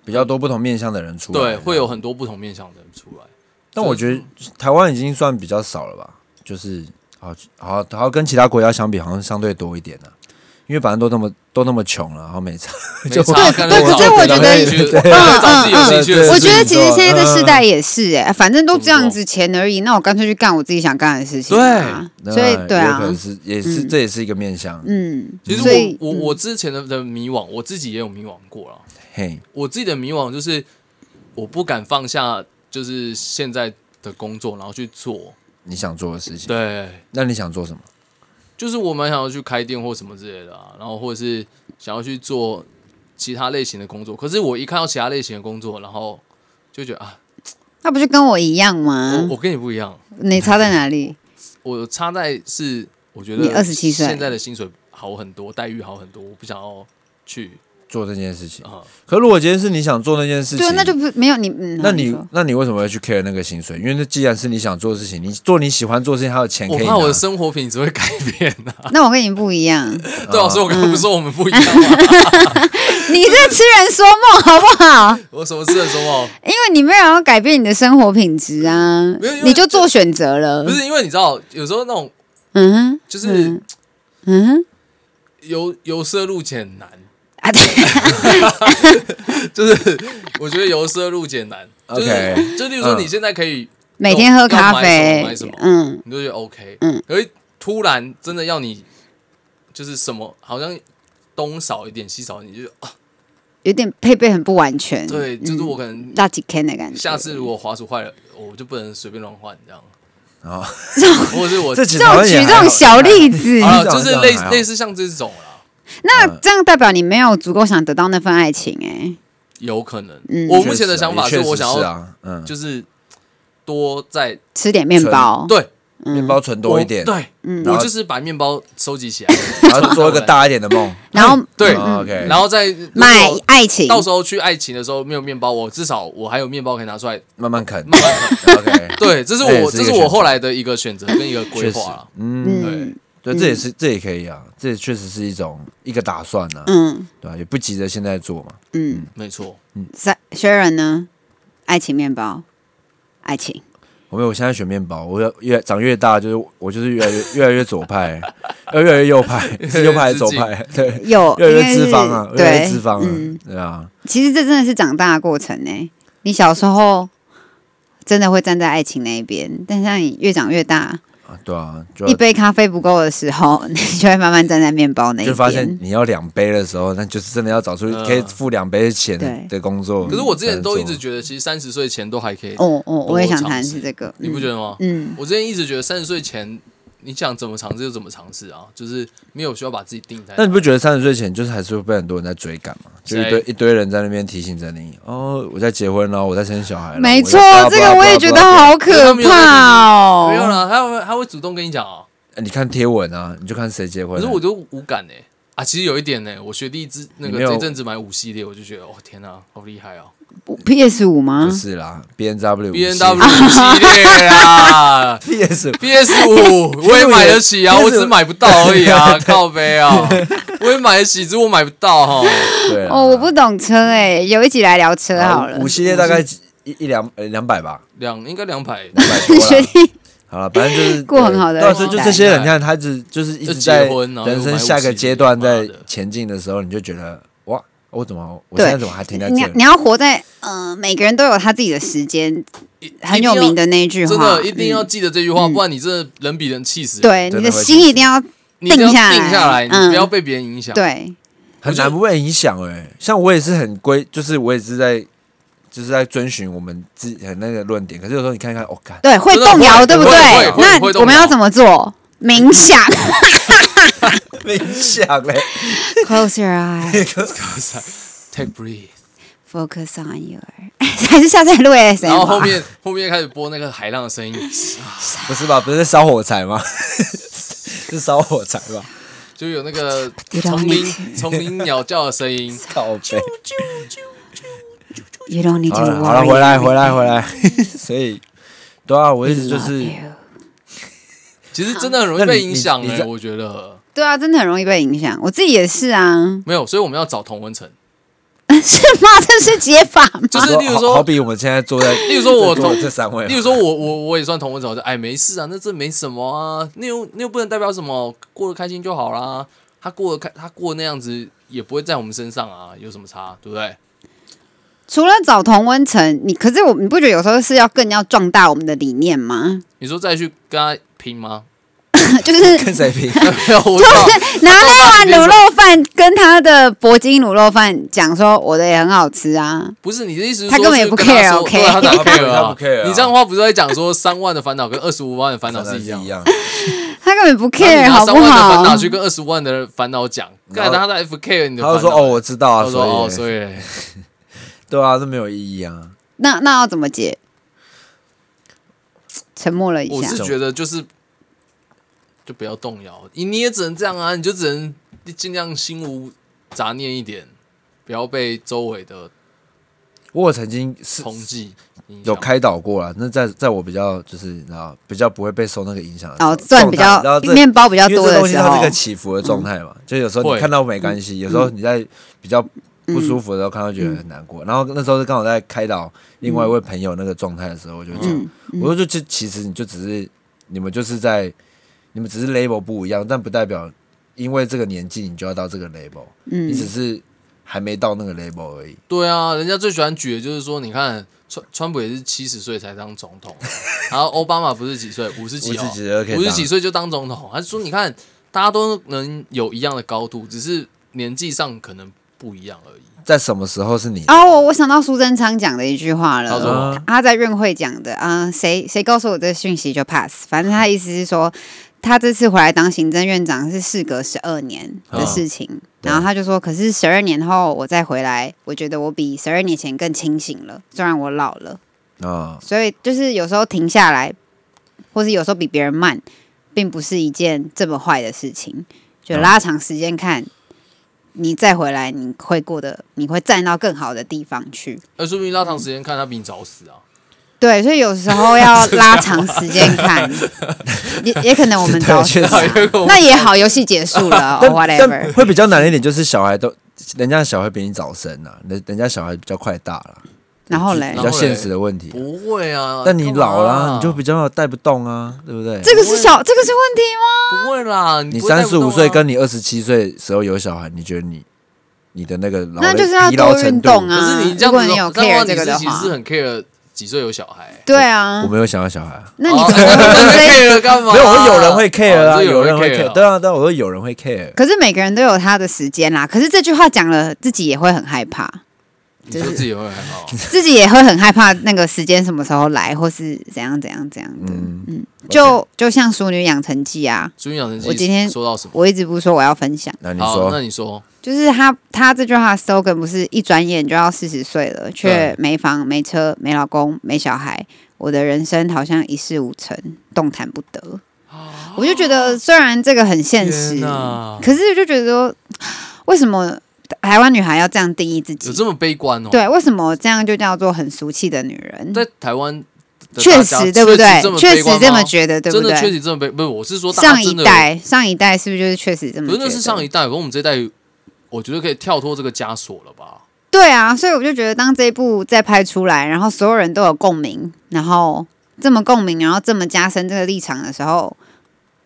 [SPEAKER 4] 比较多不同面向的人出来，
[SPEAKER 3] 对，会有。很多不同面向的人出来。
[SPEAKER 4] 但我觉得台湾已经算比较少了吧，就是好好好跟其他国家相比，好像相对多一点了、因为反正都那么都那么穷了，然后没差。
[SPEAKER 3] 就对
[SPEAKER 2] 对可是我觉得
[SPEAKER 3] 找自己有兴趣的
[SPEAKER 4] 对
[SPEAKER 3] 事
[SPEAKER 2] 嗯我
[SPEAKER 3] 情
[SPEAKER 2] 觉得其实
[SPEAKER 4] 做
[SPEAKER 2] 现在这世
[SPEAKER 4] 嗯
[SPEAKER 2] 代也是哎、反正都这
[SPEAKER 3] 怎么
[SPEAKER 2] 样
[SPEAKER 3] 说
[SPEAKER 2] 子钱而已，那我干脆去干我自己想干的事情、啊。
[SPEAKER 4] 那
[SPEAKER 2] 所以对
[SPEAKER 4] 有可
[SPEAKER 2] 啊
[SPEAKER 4] 能，是也是、
[SPEAKER 2] 嗯
[SPEAKER 4] 这也是一个面向。
[SPEAKER 2] 嗯，
[SPEAKER 3] 其
[SPEAKER 2] 所
[SPEAKER 3] 实
[SPEAKER 2] 以
[SPEAKER 3] 我我我之前的的迷惘，我自己也有迷惘过了。
[SPEAKER 4] 嘿，
[SPEAKER 3] 我自己的迷惘就是我不敢放下，就是现在的工作，然后去做。
[SPEAKER 4] 你想做的事情，
[SPEAKER 3] 对，
[SPEAKER 4] 那你想做什么？
[SPEAKER 3] 就是我蛮想要去开店或什么之类的啊，然后或者是想要去做其他类型的工作。可是我一看到其他类型的工作，然后就觉得啊，
[SPEAKER 2] 那不就跟我一样吗
[SPEAKER 3] 我？我跟你不一样，
[SPEAKER 2] 你差在哪里？
[SPEAKER 3] 我差在是我觉
[SPEAKER 2] 你
[SPEAKER 3] 得
[SPEAKER 2] 27岁
[SPEAKER 3] 现在的薪水好很多，待遇好很多，我不想要去
[SPEAKER 4] 做这件事情。
[SPEAKER 3] 啊。
[SPEAKER 4] 可如果今天是你想做那件事情，
[SPEAKER 2] 对，那就不没有你，嗯，
[SPEAKER 4] 那
[SPEAKER 2] 好
[SPEAKER 4] 你
[SPEAKER 2] 说
[SPEAKER 4] 那你为什么会去 care 那个薪水？因为那既然是你想做的事情，你做你喜欢做的事情，还有钱可
[SPEAKER 3] 我
[SPEAKER 4] 以拿。啊
[SPEAKER 3] 怕我的生活品质会改变呐、
[SPEAKER 2] 那我跟你不 一样，你
[SPEAKER 3] 对
[SPEAKER 4] 哦
[SPEAKER 3] 啊，所以我刚刚不是说我们不一样啊吗？
[SPEAKER 2] 在痴人说梦好不好？
[SPEAKER 3] 我什么事的时候，啊
[SPEAKER 2] 因为你没有要改变你的生活品质啊
[SPEAKER 3] 没有因为，
[SPEAKER 2] 你就做选择了
[SPEAKER 3] 不。是因为你知道，有时候那种
[SPEAKER 2] 嗯哼，
[SPEAKER 3] 就是
[SPEAKER 2] 嗯嗯哼，
[SPEAKER 3] 由由奢入俭很难，
[SPEAKER 2] 啊，对
[SPEAKER 3] 就是我觉得由奢入俭难。就是
[SPEAKER 4] OK，
[SPEAKER 3] 就例如说
[SPEAKER 4] 嗯
[SPEAKER 3] 你现在可以，
[SPEAKER 2] 每天喝咖啡
[SPEAKER 3] 要买什么买什么，
[SPEAKER 2] 嗯，
[SPEAKER 3] 你就觉得 OK，
[SPEAKER 2] 嗯，
[SPEAKER 3] 可是突然真的要你就是什么，好像东少一点西少一点，你就啊，
[SPEAKER 2] 有点配备很不完全。
[SPEAKER 3] 对，就是
[SPEAKER 2] 嗯
[SPEAKER 3] 我可能
[SPEAKER 2] 垃圾 can 的感觉。
[SPEAKER 3] 下次如果滑鼠坏了，我就不能随便乱换 这样，
[SPEAKER 4] 啊，
[SPEAKER 3] 或者是我
[SPEAKER 4] 这其实
[SPEAKER 2] 这种
[SPEAKER 4] 台湾也还
[SPEAKER 2] 举这种
[SPEAKER 4] 好
[SPEAKER 2] 小例子，
[SPEAKER 3] 啊，
[SPEAKER 4] 这种
[SPEAKER 3] 就是
[SPEAKER 4] 这种
[SPEAKER 3] 类
[SPEAKER 4] 还好
[SPEAKER 3] 类似像这种啦。
[SPEAKER 2] 那这样代表你没有足够想得到那份爱情哎、
[SPEAKER 3] 有可能，
[SPEAKER 2] 嗯
[SPEAKER 3] 我
[SPEAKER 4] 确
[SPEAKER 3] 目前的
[SPEAKER 4] 实啊
[SPEAKER 3] 想
[SPEAKER 4] 也
[SPEAKER 3] 法
[SPEAKER 4] 确
[SPEAKER 3] 是我
[SPEAKER 4] 实
[SPEAKER 3] 想要
[SPEAKER 4] 啊，嗯，就
[SPEAKER 3] 就是多在
[SPEAKER 2] 吃点面包，
[SPEAKER 3] 对
[SPEAKER 4] 面包存多一点，
[SPEAKER 3] 我对，
[SPEAKER 2] 嗯
[SPEAKER 4] 然
[SPEAKER 3] 我
[SPEAKER 4] 后
[SPEAKER 3] 就是把面包收集起来，
[SPEAKER 4] 然后做一个大一点的 梦。
[SPEAKER 2] 然后
[SPEAKER 3] 对，
[SPEAKER 4] 啊 OK，
[SPEAKER 3] 然后再
[SPEAKER 2] 买爱情，
[SPEAKER 3] 到时候去爱情的时候没有面包，我至少我还有面包可以拿出来。
[SPEAKER 4] 慢慢啃
[SPEAKER 3] 慢慢
[SPEAKER 4] ，OK，
[SPEAKER 3] 对，这是
[SPEAKER 4] 那也
[SPEAKER 3] 我
[SPEAKER 4] 是
[SPEAKER 3] 这
[SPEAKER 4] 一哎个
[SPEAKER 3] 是
[SPEAKER 4] 选择
[SPEAKER 3] 我后来的一个选择跟一个规
[SPEAKER 4] 确实
[SPEAKER 3] 划啦，
[SPEAKER 4] 嗯，
[SPEAKER 2] 嗯
[SPEAKER 3] 对
[SPEAKER 4] 对，这也是这也可以啊，这也确实是一种一个打算呢，
[SPEAKER 2] 嗯
[SPEAKER 4] 对吧？也不急着现在做嘛，
[SPEAKER 2] 嗯，
[SPEAKER 3] 没错，
[SPEAKER 2] 三 Sharon 呢？爱情面包，爱情，
[SPEAKER 4] 我没有，我现在选面包，我越越长越大，就是我就是越来越越来越左派， 要越来越右派，是右派还是左派？ 对，
[SPEAKER 2] 有
[SPEAKER 4] 越来
[SPEAKER 2] 因
[SPEAKER 4] 越
[SPEAKER 2] 为
[SPEAKER 4] 脂肪啊，
[SPEAKER 2] 是
[SPEAKER 4] 越来越
[SPEAKER 2] 对
[SPEAKER 4] 脂肪
[SPEAKER 2] 嗯
[SPEAKER 4] 啊，，对啊，
[SPEAKER 2] 其实这真的是长大的过程呢、你小时候真的会站在爱情那一边，但是当你越长越大，
[SPEAKER 4] 啊对啊，就
[SPEAKER 2] 一杯咖啡不够的时候， 你就会慢慢站在面包那一
[SPEAKER 4] 就
[SPEAKER 2] 边。
[SPEAKER 4] 发现你要两杯的时候，那就是真的要找出
[SPEAKER 3] 嗯
[SPEAKER 4] 可以付两杯钱
[SPEAKER 2] 对
[SPEAKER 4] 的工作。
[SPEAKER 3] 可是我之前都一
[SPEAKER 4] 才能
[SPEAKER 3] 直
[SPEAKER 4] 做
[SPEAKER 3] 觉得，其实三十岁前都还可以，
[SPEAKER 2] 哦哦，我也想
[SPEAKER 3] 多尝
[SPEAKER 2] 谈
[SPEAKER 3] 试
[SPEAKER 2] 是这个，
[SPEAKER 3] 你不觉
[SPEAKER 2] 得？
[SPEAKER 3] 得吗？
[SPEAKER 2] 嗯，
[SPEAKER 3] 我之前一直觉得三十岁前你想怎么尝试就怎么尝试啊，就是没有需要把自己定在。
[SPEAKER 4] 那你不觉得三十岁前就是还是会被很多人在追赶吗？就一堆
[SPEAKER 3] 谁
[SPEAKER 4] 一堆人在那边提醒着你，哦，我在结婚了，我在生小孩
[SPEAKER 3] 哎
[SPEAKER 4] 了。
[SPEAKER 2] 没
[SPEAKER 4] 我在
[SPEAKER 2] 错
[SPEAKER 4] blah，blah，
[SPEAKER 2] 这个我也
[SPEAKER 4] blah，
[SPEAKER 2] 觉
[SPEAKER 4] blah，
[SPEAKER 2] 得
[SPEAKER 4] blah
[SPEAKER 2] 好可怕哦。
[SPEAKER 3] 没有啦，他会他会主动跟你讲啊，
[SPEAKER 4] blah。你哎看贴文啊，你就看谁结婚了。
[SPEAKER 3] 可是我都无感哎、啊，其实有一点呢、我学弟之那
[SPEAKER 4] 你
[SPEAKER 3] 个
[SPEAKER 4] 没有
[SPEAKER 3] 这阵子买五系列，我就觉得哦天哪、好厉害哦
[SPEAKER 2] ，PS 五吗
[SPEAKER 4] 不？是啦，B N W
[SPEAKER 3] ，B N W 五系 列啊
[SPEAKER 4] P S
[SPEAKER 3] ，B S 五我也买得起啊，我只是买不到而已 啊，靠背啊，我也买得起，只是我买不到哈。
[SPEAKER 4] 对
[SPEAKER 3] 啊
[SPEAKER 4] 啦
[SPEAKER 2] 哦，我不懂车哎、有一集来聊车好了
[SPEAKER 4] 五。系列大概几一一两呃两百吧，
[SPEAKER 3] 两应该两百，
[SPEAKER 4] 两百多啦
[SPEAKER 2] 学弟，
[SPEAKER 4] 好了，反正就是
[SPEAKER 2] 过很好的
[SPEAKER 4] 对啊，
[SPEAKER 2] 人
[SPEAKER 4] 所以就
[SPEAKER 2] 生
[SPEAKER 4] 这些人，你看他只就是一直
[SPEAKER 3] 就
[SPEAKER 4] 在
[SPEAKER 3] 结婚然后又
[SPEAKER 4] 人
[SPEAKER 3] 买
[SPEAKER 4] 生
[SPEAKER 3] 武
[SPEAKER 4] 下个
[SPEAKER 3] 器
[SPEAKER 4] 阶段
[SPEAKER 3] 妈
[SPEAKER 4] 在
[SPEAKER 3] 的
[SPEAKER 4] 前进的时候，你就觉得哇，我怎么我
[SPEAKER 2] 对
[SPEAKER 4] 现在怎么还停在
[SPEAKER 2] 你
[SPEAKER 4] 这
[SPEAKER 2] 你
[SPEAKER 4] 里？
[SPEAKER 2] 要活在呃，每个人都有他自己的时间， 很有名的那一句
[SPEAKER 3] 真
[SPEAKER 2] 话，
[SPEAKER 3] 的一定要
[SPEAKER 2] 嗯
[SPEAKER 3] 记得这句话，不然你真的人比人气死。，
[SPEAKER 2] 对
[SPEAKER 4] 真的
[SPEAKER 2] 你的
[SPEAKER 4] 会
[SPEAKER 2] 心一定要
[SPEAKER 3] 你一定要
[SPEAKER 2] 定下来
[SPEAKER 3] 定下来，你
[SPEAKER 2] 嗯
[SPEAKER 3] 不要被别人影响。，
[SPEAKER 2] 对，
[SPEAKER 4] 很
[SPEAKER 3] 我觉
[SPEAKER 4] 难
[SPEAKER 3] 得
[SPEAKER 4] 不被影响哎、像我也是很规，就是我也是在就是在遵循我们自己的那个论点，可是有时候你看一哦看，我、看，
[SPEAKER 2] 对，会
[SPEAKER 3] 真的
[SPEAKER 2] 动摇，
[SPEAKER 3] 会
[SPEAKER 2] 对不
[SPEAKER 3] 会
[SPEAKER 2] 对
[SPEAKER 3] 会？会会
[SPEAKER 2] 那
[SPEAKER 3] 动
[SPEAKER 2] 我们要
[SPEAKER 3] 摇
[SPEAKER 2] 怎么做？冥想
[SPEAKER 4] 没影响嘞，
[SPEAKER 2] ，Close your eyes,
[SPEAKER 3] Take breathe，
[SPEAKER 2] focus on your，还 是下载录 S
[SPEAKER 3] 然后后面后面开始播那个海浪的声音，啊
[SPEAKER 4] 不是吧？不是在烧火柴吗？ 是烧火柴吧？
[SPEAKER 3] 就有那个
[SPEAKER 2] You don't
[SPEAKER 3] 丛
[SPEAKER 2] need
[SPEAKER 3] 林丛林鸟叫的声 音。
[SPEAKER 4] 靠背，
[SPEAKER 2] You don't need to
[SPEAKER 4] 好
[SPEAKER 2] worry.
[SPEAKER 4] 了好了，回来回来回来， 所以对啊，我一直
[SPEAKER 2] We
[SPEAKER 4] 就
[SPEAKER 2] love
[SPEAKER 4] 是
[SPEAKER 2] you
[SPEAKER 3] 其实真的很容易
[SPEAKER 4] 那你
[SPEAKER 3] 被影响
[SPEAKER 4] 你你
[SPEAKER 3] 哎、
[SPEAKER 4] 在
[SPEAKER 3] 我觉得
[SPEAKER 2] 对啊，真的很容易被影响。我自己也是啊，
[SPEAKER 3] 没有，所以我们要找同温层，
[SPEAKER 2] 是吗？这是解法吗？
[SPEAKER 3] 就是啊例如
[SPEAKER 4] 好好
[SPEAKER 3] 说，
[SPEAKER 4] 比我们现在坐在，
[SPEAKER 3] 例如说我
[SPEAKER 4] 坐
[SPEAKER 3] 同
[SPEAKER 4] 这三
[SPEAKER 2] 啊
[SPEAKER 4] 位嘛，
[SPEAKER 3] 例如说我我我也算同温层，我就哎没事啊，那这没什么啊，那又那又不能代表什么，过得开心就好啦。他过得开，他过得那样子也不会在我们身上啊，有什么差，对不对？
[SPEAKER 2] 除了找同温层，你可是我，你不觉得有时候是要更要壮大我们的理 念吗？
[SPEAKER 3] 你说再去跟他拼吗？
[SPEAKER 2] 就是
[SPEAKER 4] 跟谁 比？
[SPEAKER 3] 没有，我知道
[SPEAKER 2] 拿黑碗卤肉饭跟他的铂金卤肉饭讲说我的也很好吃啊，
[SPEAKER 3] 不是你的意思是说
[SPEAKER 2] 他根本也
[SPEAKER 3] 是
[SPEAKER 2] 不
[SPEAKER 3] 跟他
[SPEAKER 2] care，
[SPEAKER 3] 说
[SPEAKER 2] OK
[SPEAKER 3] 对啊他哪
[SPEAKER 4] 他不
[SPEAKER 3] care 啊
[SPEAKER 4] 他不 care 啊
[SPEAKER 3] 你这样的话不是在讲说三万的烦恼跟二十五万的烦恼是一样
[SPEAKER 4] 一
[SPEAKER 3] 吗？
[SPEAKER 4] 样，
[SPEAKER 2] 他根本不
[SPEAKER 3] 然
[SPEAKER 2] care
[SPEAKER 3] 后你拿
[SPEAKER 2] 好不
[SPEAKER 3] 三万的烦
[SPEAKER 2] 好
[SPEAKER 3] 恼？去跟二十万的烦恼讲，
[SPEAKER 4] 然
[SPEAKER 3] 干
[SPEAKER 4] 后
[SPEAKER 3] 他他 F care 你的
[SPEAKER 4] 他
[SPEAKER 3] 烦恼。
[SPEAKER 4] 就说哦，我知道啊，
[SPEAKER 3] 他说
[SPEAKER 4] 所
[SPEAKER 3] 哦，
[SPEAKER 4] 以
[SPEAKER 3] 所以
[SPEAKER 4] 对啊，这没有意义啊。
[SPEAKER 2] 那那要怎么解？沉默了一
[SPEAKER 3] 我
[SPEAKER 2] 下
[SPEAKER 3] 是，觉得就是就不要动摇，你你也只能这样啊，你就只能尽量心无杂念一点，不要被周围的
[SPEAKER 4] 我曾经是
[SPEAKER 3] 冲击影响
[SPEAKER 4] 有开导过啦，那在在我比较就是你知道比较不会被受那个影响的时候
[SPEAKER 2] 哦，赚比较
[SPEAKER 4] 然后这
[SPEAKER 2] 面包比较
[SPEAKER 4] 因为
[SPEAKER 2] 多
[SPEAKER 4] 这
[SPEAKER 2] 的
[SPEAKER 4] 东西
[SPEAKER 2] 时
[SPEAKER 4] 它是
[SPEAKER 2] 候嗯
[SPEAKER 4] 个，起伏的状态嘛，就有时候
[SPEAKER 3] 会
[SPEAKER 4] 你看到没关系，有时候你在比较不舒服的时候看到觉得很难过。
[SPEAKER 2] 嗯
[SPEAKER 4] 然后那时候是刚好在开导另外一位朋友那个状态的时候，我就讲，
[SPEAKER 2] 嗯
[SPEAKER 4] 我说就就其实你就只是你们就是在你们只是 label 不一样，但不代表因为这个年纪你就要到这个 label，你只
[SPEAKER 2] 嗯，
[SPEAKER 4] 是还没到那个 label 而已。
[SPEAKER 3] 对啊，人家最喜欢举的就是说，你看川川普也是七十岁才当 总统，然后奥巴马不是几岁，五十几
[SPEAKER 4] 50几就可以
[SPEAKER 3] 哦，
[SPEAKER 4] 当
[SPEAKER 3] 五十几岁就当总统。他说，你看大家都能有一样的高度，只是年纪上可能不一样而已。
[SPEAKER 4] 在什么时候是你？
[SPEAKER 2] 哦，我我想到苏贞昌讲的一句话
[SPEAKER 3] 他说
[SPEAKER 2] 了。
[SPEAKER 4] 啊
[SPEAKER 2] 他在院会讲的啊、谁谁告诉我这个讯息就 pass。反正他的意思是说，他这次回来当行政院长是事隔十二年的事情。
[SPEAKER 4] 对
[SPEAKER 2] 然后他就说，可是十二年后我再回来，我觉得我比十二年前更清醒了，虽然我老了。
[SPEAKER 4] 啊，
[SPEAKER 2] 所以就是有时候停下来，或是有时候比别人慢，并不是一件这么坏的事情。
[SPEAKER 4] 嗯
[SPEAKER 2] 就拉长时间看，你再回来，你会过得，你会站到更好的地方去。
[SPEAKER 3] 那呃说不定拉长时间看，他比你早死啊。
[SPEAKER 2] 对，所以有时候要拉长时间 看，也也可能我们早死
[SPEAKER 4] 确实
[SPEAKER 2] 啊，那也好，游戏结 束了 or
[SPEAKER 4] 但但
[SPEAKER 2] 哦 whatever。
[SPEAKER 4] 会比较难一点，就是小孩都人家小孩比你早生啊，人人家小孩比较快大了，
[SPEAKER 2] 然后嘞
[SPEAKER 4] 比，较现实的问题。
[SPEAKER 3] 不会啊，
[SPEAKER 4] 但嗯你老了、
[SPEAKER 3] 干嘛
[SPEAKER 4] 你就比较带不动啊，对不对？
[SPEAKER 2] 这个是小，这个是问题吗？
[SPEAKER 3] 不会啦。你
[SPEAKER 4] 你
[SPEAKER 3] 不会带
[SPEAKER 4] 三
[SPEAKER 3] 不
[SPEAKER 4] 十
[SPEAKER 3] 动啊
[SPEAKER 4] 五岁跟你二十七岁时候有小孩，你觉得你你的那个老
[SPEAKER 2] 那
[SPEAKER 4] 的
[SPEAKER 2] 就是要
[SPEAKER 4] 疲劳
[SPEAKER 2] 多
[SPEAKER 4] 程
[SPEAKER 2] 运
[SPEAKER 4] 度
[SPEAKER 2] 动啊
[SPEAKER 3] 可是你这样
[SPEAKER 2] 如果
[SPEAKER 3] 子
[SPEAKER 2] 你
[SPEAKER 3] 的
[SPEAKER 2] 有
[SPEAKER 3] 这样
[SPEAKER 2] care
[SPEAKER 3] 的
[SPEAKER 2] 这
[SPEAKER 3] 话，
[SPEAKER 2] 个的
[SPEAKER 3] 你是其实
[SPEAKER 2] 话
[SPEAKER 3] 是很 care 几岁有小孩、
[SPEAKER 2] 对
[SPEAKER 4] 我
[SPEAKER 2] 啊，
[SPEAKER 4] 没有想要小孩啊，
[SPEAKER 2] 那你
[SPEAKER 3] 哦
[SPEAKER 2] 怎么
[SPEAKER 3] 那
[SPEAKER 2] 会
[SPEAKER 3] 那 care 干嘛？
[SPEAKER 4] 没有，我说有人会 care
[SPEAKER 3] 啊哦
[SPEAKER 4] 啊，
[SPEAKER 3] 你说有
[SPEAKER 4] 人会
[SPEAKER 3] care，
[SPEAKER 4] 对啊，对啊，我说有人会 care，
[SPEAKER 2] 可是每个人都有他的时间啦。可是这句话讲了，自己也会很害怕，
[SPEAKER 3] 你说自己会很好啊。
[SPEAKER 2] 自己也会很害怕那个时间什么时候来，或是怎样怎样怎样的。
[SPEAKER 4] 嗯，
[SPEAKER 2] 就就像《熟女养成记》啊，
[SPEAKER 3] 所以养成记
[SPEAKER 2] 我今天
[SPEAKER 3] 说到什么？
[SPEAKER 2] 我一直不说我要分享，
[SPEAKER 4] 那你
[SPEAKER 3] 好，那
[SPEAKER 4] 说
[SPEAKER 3] 你说，
[SPEAKER 2] 就是他他这句话的 slogan 不是一转眼就要四十岁了，却没房没车没老公没小孩，我的人生好像一事无成，动弹不得。我就觉得虽然这个很现
[SPEAKER 3] 哦
[SPEAKER 2] 实
[SPEAKER 3] 天，哪
[SPEAKER 2] 可是我就觉得说为什么台湾女孩要这样定义自己
[SPEAKER 3] 有？这么悲观哦？
[SPEAKER 2] 对，为啊什么这样就叫做很俗气的女人？
[SPEAKER 3] 在台湾的
[SPEAKER 2] 确
[SPEAKER 3] 大家
[SPEAKER 2] 实，对不对？确
[SPEAKER 3] 确
[SPEAKER 2] 实
[SPEAKER 3] 实
[SPEAKER 2] 这么
[SPEAKER 3] 么悲
[SPEAKER 2] 觉得，对
[SPEAKER 3] 观吗
[SPEAKER 2] 不
[SPEAKER 3] 真的确
[SPEAKER 2] 对？
[SPEAKER 3] 实这么悲，不是，我是说大家
[SPEAKER 2] 上一
[SPEAKER 3] 真的有，
[SPEAKER 2] 代，上一代是不是就是确实这么
[SPEAKER 3] 不
[SPEAKER 2] 觉
[SPEAKER 3] 是
[SPEAKER 2] 得？
[SPEAKER 3] 那是上一代，跟我们这一代，我觉得可以跳脱这个枷锁了吧？
[SPEAKER 2] 对啊，所以我就觉得，当这一部再拍出来，然后所有人都有共鸣，然后这么共鸣，然后这么加深这个立场的时候，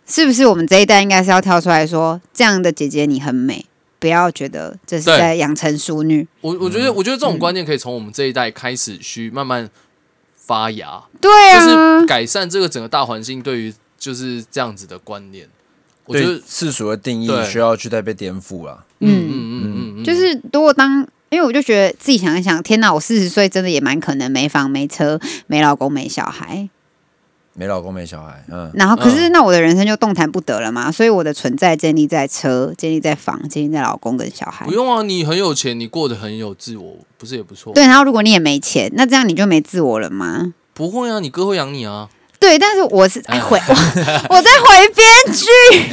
[SPEAKER 2] 是不是我们这一代应该是要跳出来说，这样的姐姐你很美，不要觉得这是
[SPEAKER 3] 对
[SPEAKER 2] 在养成淑女。
[SPEAKER 3] 我我
[SPEAKER 4] 嗯
[SPEAKER 3] 觉得，我觉得这种观念可以从我们这一代开始去慢慢发芽，
[SPEAKER 2] 对
[SPEAKER 3] 就
[SPEAKER 2] 啊
[SPEAKER 3] 是，改善这个整个大环境对于就是这样子的观念。我觉
[SPEAKER 4] 对
[SPEAKER 3] 得，
[SPEAKER 4] 世俗的定义
[SPEAKER 3] 对
[SPEAKER 4] 需要去再被颠覆啊了。
[SPEAKER 3] 嗯
[SPEAKER 2] 嗯
[SPEAKER 3] 嗯嗯嗯，
[SPEAKER 2] 就是如果当，因为我就觉得自己想一想，天哪，我四十岁真的也蛮可能没房没车没老公没小孩，
[SPEAKER 4] 没老公没小孩，嗯，
[SPEAKER 2] 然后可是
[SPEAKER 3] 嗯
[SPEAKER 2] 那我的人生就动弹不得了嘛，所以我的存在建立在车，建立在房，建立在老公跟小孩
[SPEAKER 3] 不。用啊，你很有钱，你过得很有自我，不是也不错？
[SPEAKER 2] 对，然后如果你也没钱，那这样你就没自我了吗？
[SPEAKER 3] 不会啊，你哥会养你啊。
[SPEAKER 2] 对，但是我是
[SPEAKER 3] 哎
[SPEAKER 2] 哎回我我在回编 剧，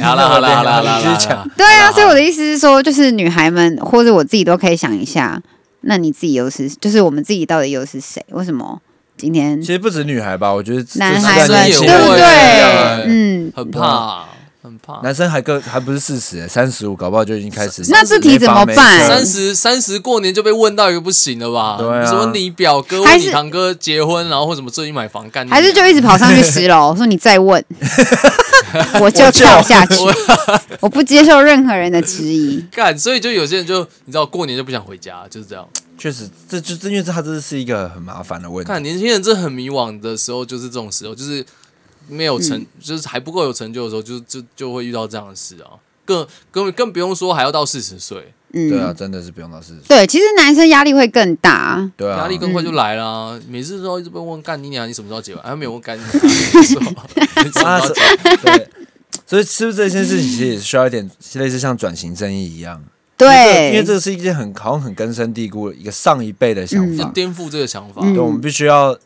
[SPEAKER 3] 好啦好啦好啦好啦，
[SPEAKER 4] 你继续讲
[SPEAKER 2] 对啊，
[SPEAKER 3] 好
[SPEAKER 2] 所以我的意思是说，就是女孩们或者我自己都可以想一下，那你自己又是，就是我们自己到底又是谁？为什么今天
[SPEAKER 4] 其实不止女孩吧，我觉得
[SPEAKER 2] 男
[SPEAKER 4] 这
[SPEAKER 2] 孩
[SPEAKER 4] 时代
[SPEAKER 2] 们
[SPEAKER 4] 年
[SPEAKER 2] 对
[SPEAKER 4] 轻
[SPEAKER 2] 不
[SPEAKER 4] 人都
[SPEAKER 3] 也会
[SPEAKER 4] 一样啊
[SPEAKER 3] 啊
[SPEAKER 2] 对？嗯，
[SPEAKER 3] 很怕啊。很怕。
[SPEAKER 4] 男生还更还不是四十，三十五，搞不好就已经开始。
[SPEAKER 2] 那这题怎么办
[SPEAKER 4] 没房没
[SPEAKER 3] 三
[SPEAKER 4] 车
[SPEAKER 3] 十三十过年就被问到一个不行了吧？
[SPEAKER 4] 对啊
[SPEAKER 3] 你说你表哥、
[SPEAKER 2] 还
[SPEAKER 3] 或
[SPEAKER 2] 是
[SPEAKER 3] 你堂哥结婚，然后或什么最近买房干你啊，
[SPEAKER 2] 还是就一直跑上去 十楼，说你再问，我就跳下去， 我不接受任何人的质疑。
[SPEAKER 3] 干？所以就有些人就你知道过年就不想回家，就是这样。
[SPEAKER 4] 确实，这就这因为这他这是一个很麻烦的问
[SPEAKER 3] 看
[SPEAKER 4] 题。
[SPEAKER 3] 年轻人真的很迷惘的时候，就是这种时候，就是没有
[SPEAKER 2] 嗯
[SPEAKER 3] 成，就是还不够有成就的时候，就就就会遇到这样的事啊。更更更不用说还要到四十岁，
[SPEAKER 2] 嗯，
[SPEAKER 4] 对啊，真的是不用到四十。
[SPEAKER 2] 对，其实男生压力会更大。
[SPEAKER 4] 对啊，
[SPEAKER 3] 压力更快就来了啊、每次都一直被问干你娘，你什么时候结婚？还、没有问干 你娘，你什么时
[SPEAKER 4] 啊，
[SPEAKER 3] 候
[SPEAKER 4] 是
[SPEAKER 3] 结婚？
[SPEAKER 4] 对。 所以是不是这件事情其实也需要一点类似像转型正义一样？
[SPEAKER 2] 对，
[SPEAKER 4] 因为这个是一件很好像很根深蒂固的一个上一辈的想
[SPEAKER 2] 嗯
[SPEAKER 3] 就
[SPEAKER 4] 法，
[SPEAKER 3] 颠覆这个想法。
[SPEAKER 2] 嗯
[SPEAKER 4] 对，我们必须要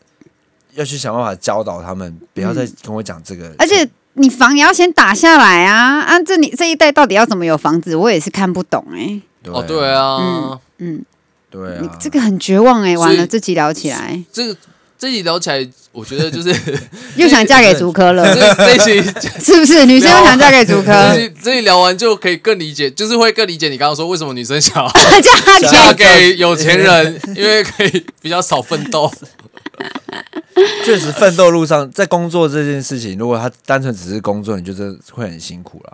[SPEAKER 4] 要去想办法教导他们，不要再跟我讲这个。
[SPEAKER 2] 嗯而且你房也要先打下来啊啊！这你这一代到底要怎么有房子，我也是看不懂哎、
[SPEAKER 3] 哦，对，啊，
[SPEAKER 2] 嗯，
[SPEAKER 4] 对
[SPEAKER 2] 你
[SPEAKER 4] 啊，
[SPEAKER 2] 这个很绝望
[SPEAKER 3] 所
[SPEAKER 2] 哎、
[SPEAKER 3] 以
[SPEAKER 2] 完了，这集聊起来
[SPEAKER 3] 这个这一集聊起来，我觉得就是
[SPEAKER 2] 又想嫁给竹科了，
[SPEAKER 3] 这这一集
[SPEAKER 2] 是不是？女生
[SPEAKER 4] 啊
[SPEAKER 2] 又想嫁给竹科，
[SPEAKER 3] 这一集这一集聊完就可以更理解，就是会更理解你刚刚说为什么女 生想要
[SPEAKER 4] 啊
[SPEAKER 2] 嫁
[SPEAKER 3] 嫁
[SPEAKER 2] 给
[SPEAKER 3] 给有钱人，因为可以比较少奋斗。
[SPEAKER 4] 确实奋斗路上，在工作这件事情，如果他单纯只是工作，你就真的会很辛苦啦，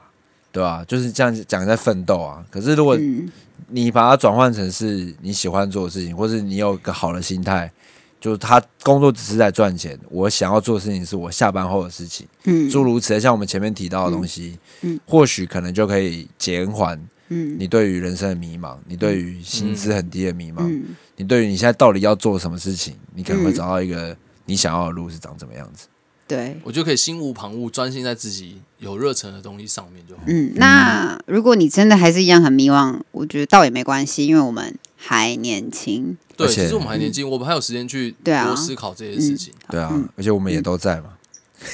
[SPEAKER 4] 对吧、就是这样讲在奋斗啊。可是如果
[SPEAKER 2] 嗯，
[SPEAKER 4] 你把它转换成是你喜欢做的事情，或是你有个好的心态，就是他工作只是在赚钱，我想要做的事情是我下班后的事情，
[SPEAKER 2] 嗯
[SPEAKER 4] 诸如此类，像我们前面提到的东西，
[SPEAKER 2] 嗯嗯
[SPEAKER 4] 或许可能就可以减缓
[SPEAKER 2] 嗯
[SPEAKER 4] 你对于人生的迷茫，你对于薪资很低的迷茫，
[SPEAKER 2] 嗯，
[SPEAKER 4] 你对于你现在到底要做什么事情，你可能会找到一个你想要的路是长怎么样子。
[SPEAKER 2] 对。
[SPEAKER 3] 我就可以心无旁骛，专心在自己有热忱的东西上面就好。
[SPEAKER 2] 嗯，那如果你真的还是一样很迷惘，我觉得倒也没关系，因为我们还 年轻。
[SPEAKER 3] 对，
[SPEAKER 4] 而且
[SPEAKER 3] 其实我们还年轻，我们还有时间去
[SPEAKER 2] 对啊
[SPEAKER 3] 多思考这些事情。
[SPEAKER 4] 对
[SPEAKER 2] 嗯
[SPEAKER 4] 啊，而且我们也都在嘛。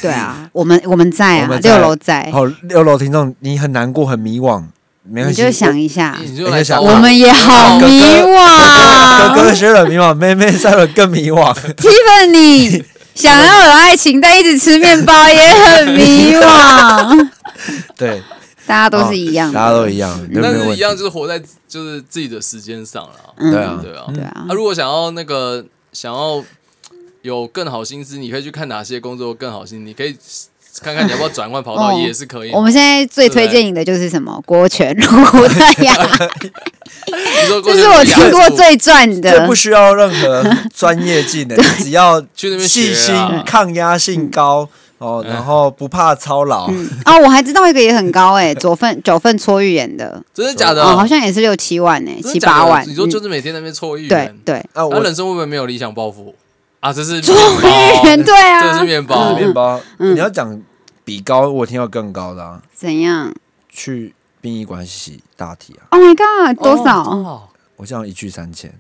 [SPEAKER 2] 对啊，我们我们在
[SPEAKER 4] 我
[SPEAKER 2] 啊，
[SPEAKER 4] 们在
[SPEAKER 2] 六楼在，
[SPEAKER 4] 好，六楼听众，你很难过，很迷惘，没关
[SPEAKER 2] 你
[SPEAKER 4] 系，
[SPEAKER 2] 就想一下，
[SPEAKER 3] 你就来找
[SPEAKER 2] 我们也好迷
[SPEAKER 4] 哥
[SPEAKER 2] 惘。
[SPEAKER 4] 哥学了迷惘，妹妹赛了更迷惘。
[SPEAKER 2] Tiffany 想要有爱情，但一直吃面包也很 迷惘。
[SPEAKER 4] 对，哦
[SPEAKER 2] 大家都是一样的，
[SPEAKER 4] 大家都一样，都没
[SPEAKER 3] 但
[SPEAKER 4] 有问
[SPEAKER 3] 嗯是
[SPEAKER 4] 题
[SPEAKER 3] 一样就是活在就是自己的时间上了。
[SPEAKER 2] 嗯
[SPEAKER 4] 对啊
[SPEAKER 3] 对啊，
[SPEAKER 2] 对啊
[SPEAKER 3] 啊，，如果想要那个想要有更好薪资，你可以去看哪些工作更好薪，你可以看看你要不要转换跑道
[SPEAKER 2] 哦
[SPEAKER 3] 也是可以。
[SPEAKER 2] 我们现在最推荐你的就是什么国权路的呀，
[SPEAKER 3] 你说过
[SPEAKER 2] 这
[SPEAKER 3] 去
[SPEAKER 2] 是
[SPEAKER 3] 雅
[SPEAKER 2] 我听过
[SPEAKER 3] 俗
[SPEAKER 2] 最赚
[SPEAKER 4] 这
[SPEAKER 2] 的
[SPEAKER 4] 不。需要任何专业技能，你只要
[SPEAKER 3] 去那边学
[SPEAKER 4] 细
[SPEAKER 3] 啊嗯
[SPEAKER 4] 心、抗压性高哦，然后不怕操劳。
[SPEAKER 2] 哦，我还知道一个也很高哎，九份九份搓预言的，
[SPEAKER 3] 真的假的？
[SPEAKER 2] 哦，好像也是六七万哎，
[SPEAKER 3] 真
[SPEAKER 2] 七
[SPEAKER 3] 的假的
[SPEAKER 2] 八万。
[SPEAKER 3] 你说就
[SPEAKER 2] 嗯
[SPEAKER 3] 是每天在那边错预
[SPEAKER 2] 对
[SPEAKER 3] 言，
[SPEAKER 2] 对，
[SPEAKER 4] 啊，
[SPEAKER 3] 他
[SPEAKER 4] 我
[SPEAKER 3] 人生会不会没有理想抱负啊？这 是
[SPEAKER 2] 预言
[SPEAKER 3] 面包，
[SPEAKER 2] 对
[SPEAKER 3] 这是
[SPEAKER 2] 啊，
[SPEAKER 4] 这
[SPEAKER 3] 面包
[SPEAKER 4] 是。面包，
[SPEAKER 2] 嗯
[SPEAKER 4] 你要讲比高，我听到更高的啊，
[SPEAKER 2] 怎样
[SPEAKER 4] 去殡仪馆洗大体啊，
[SPEAKER 2] ？Oh my god，多少？
[SPEAKER 3] 哦
[SPEAKER 4] 我这样一句三千，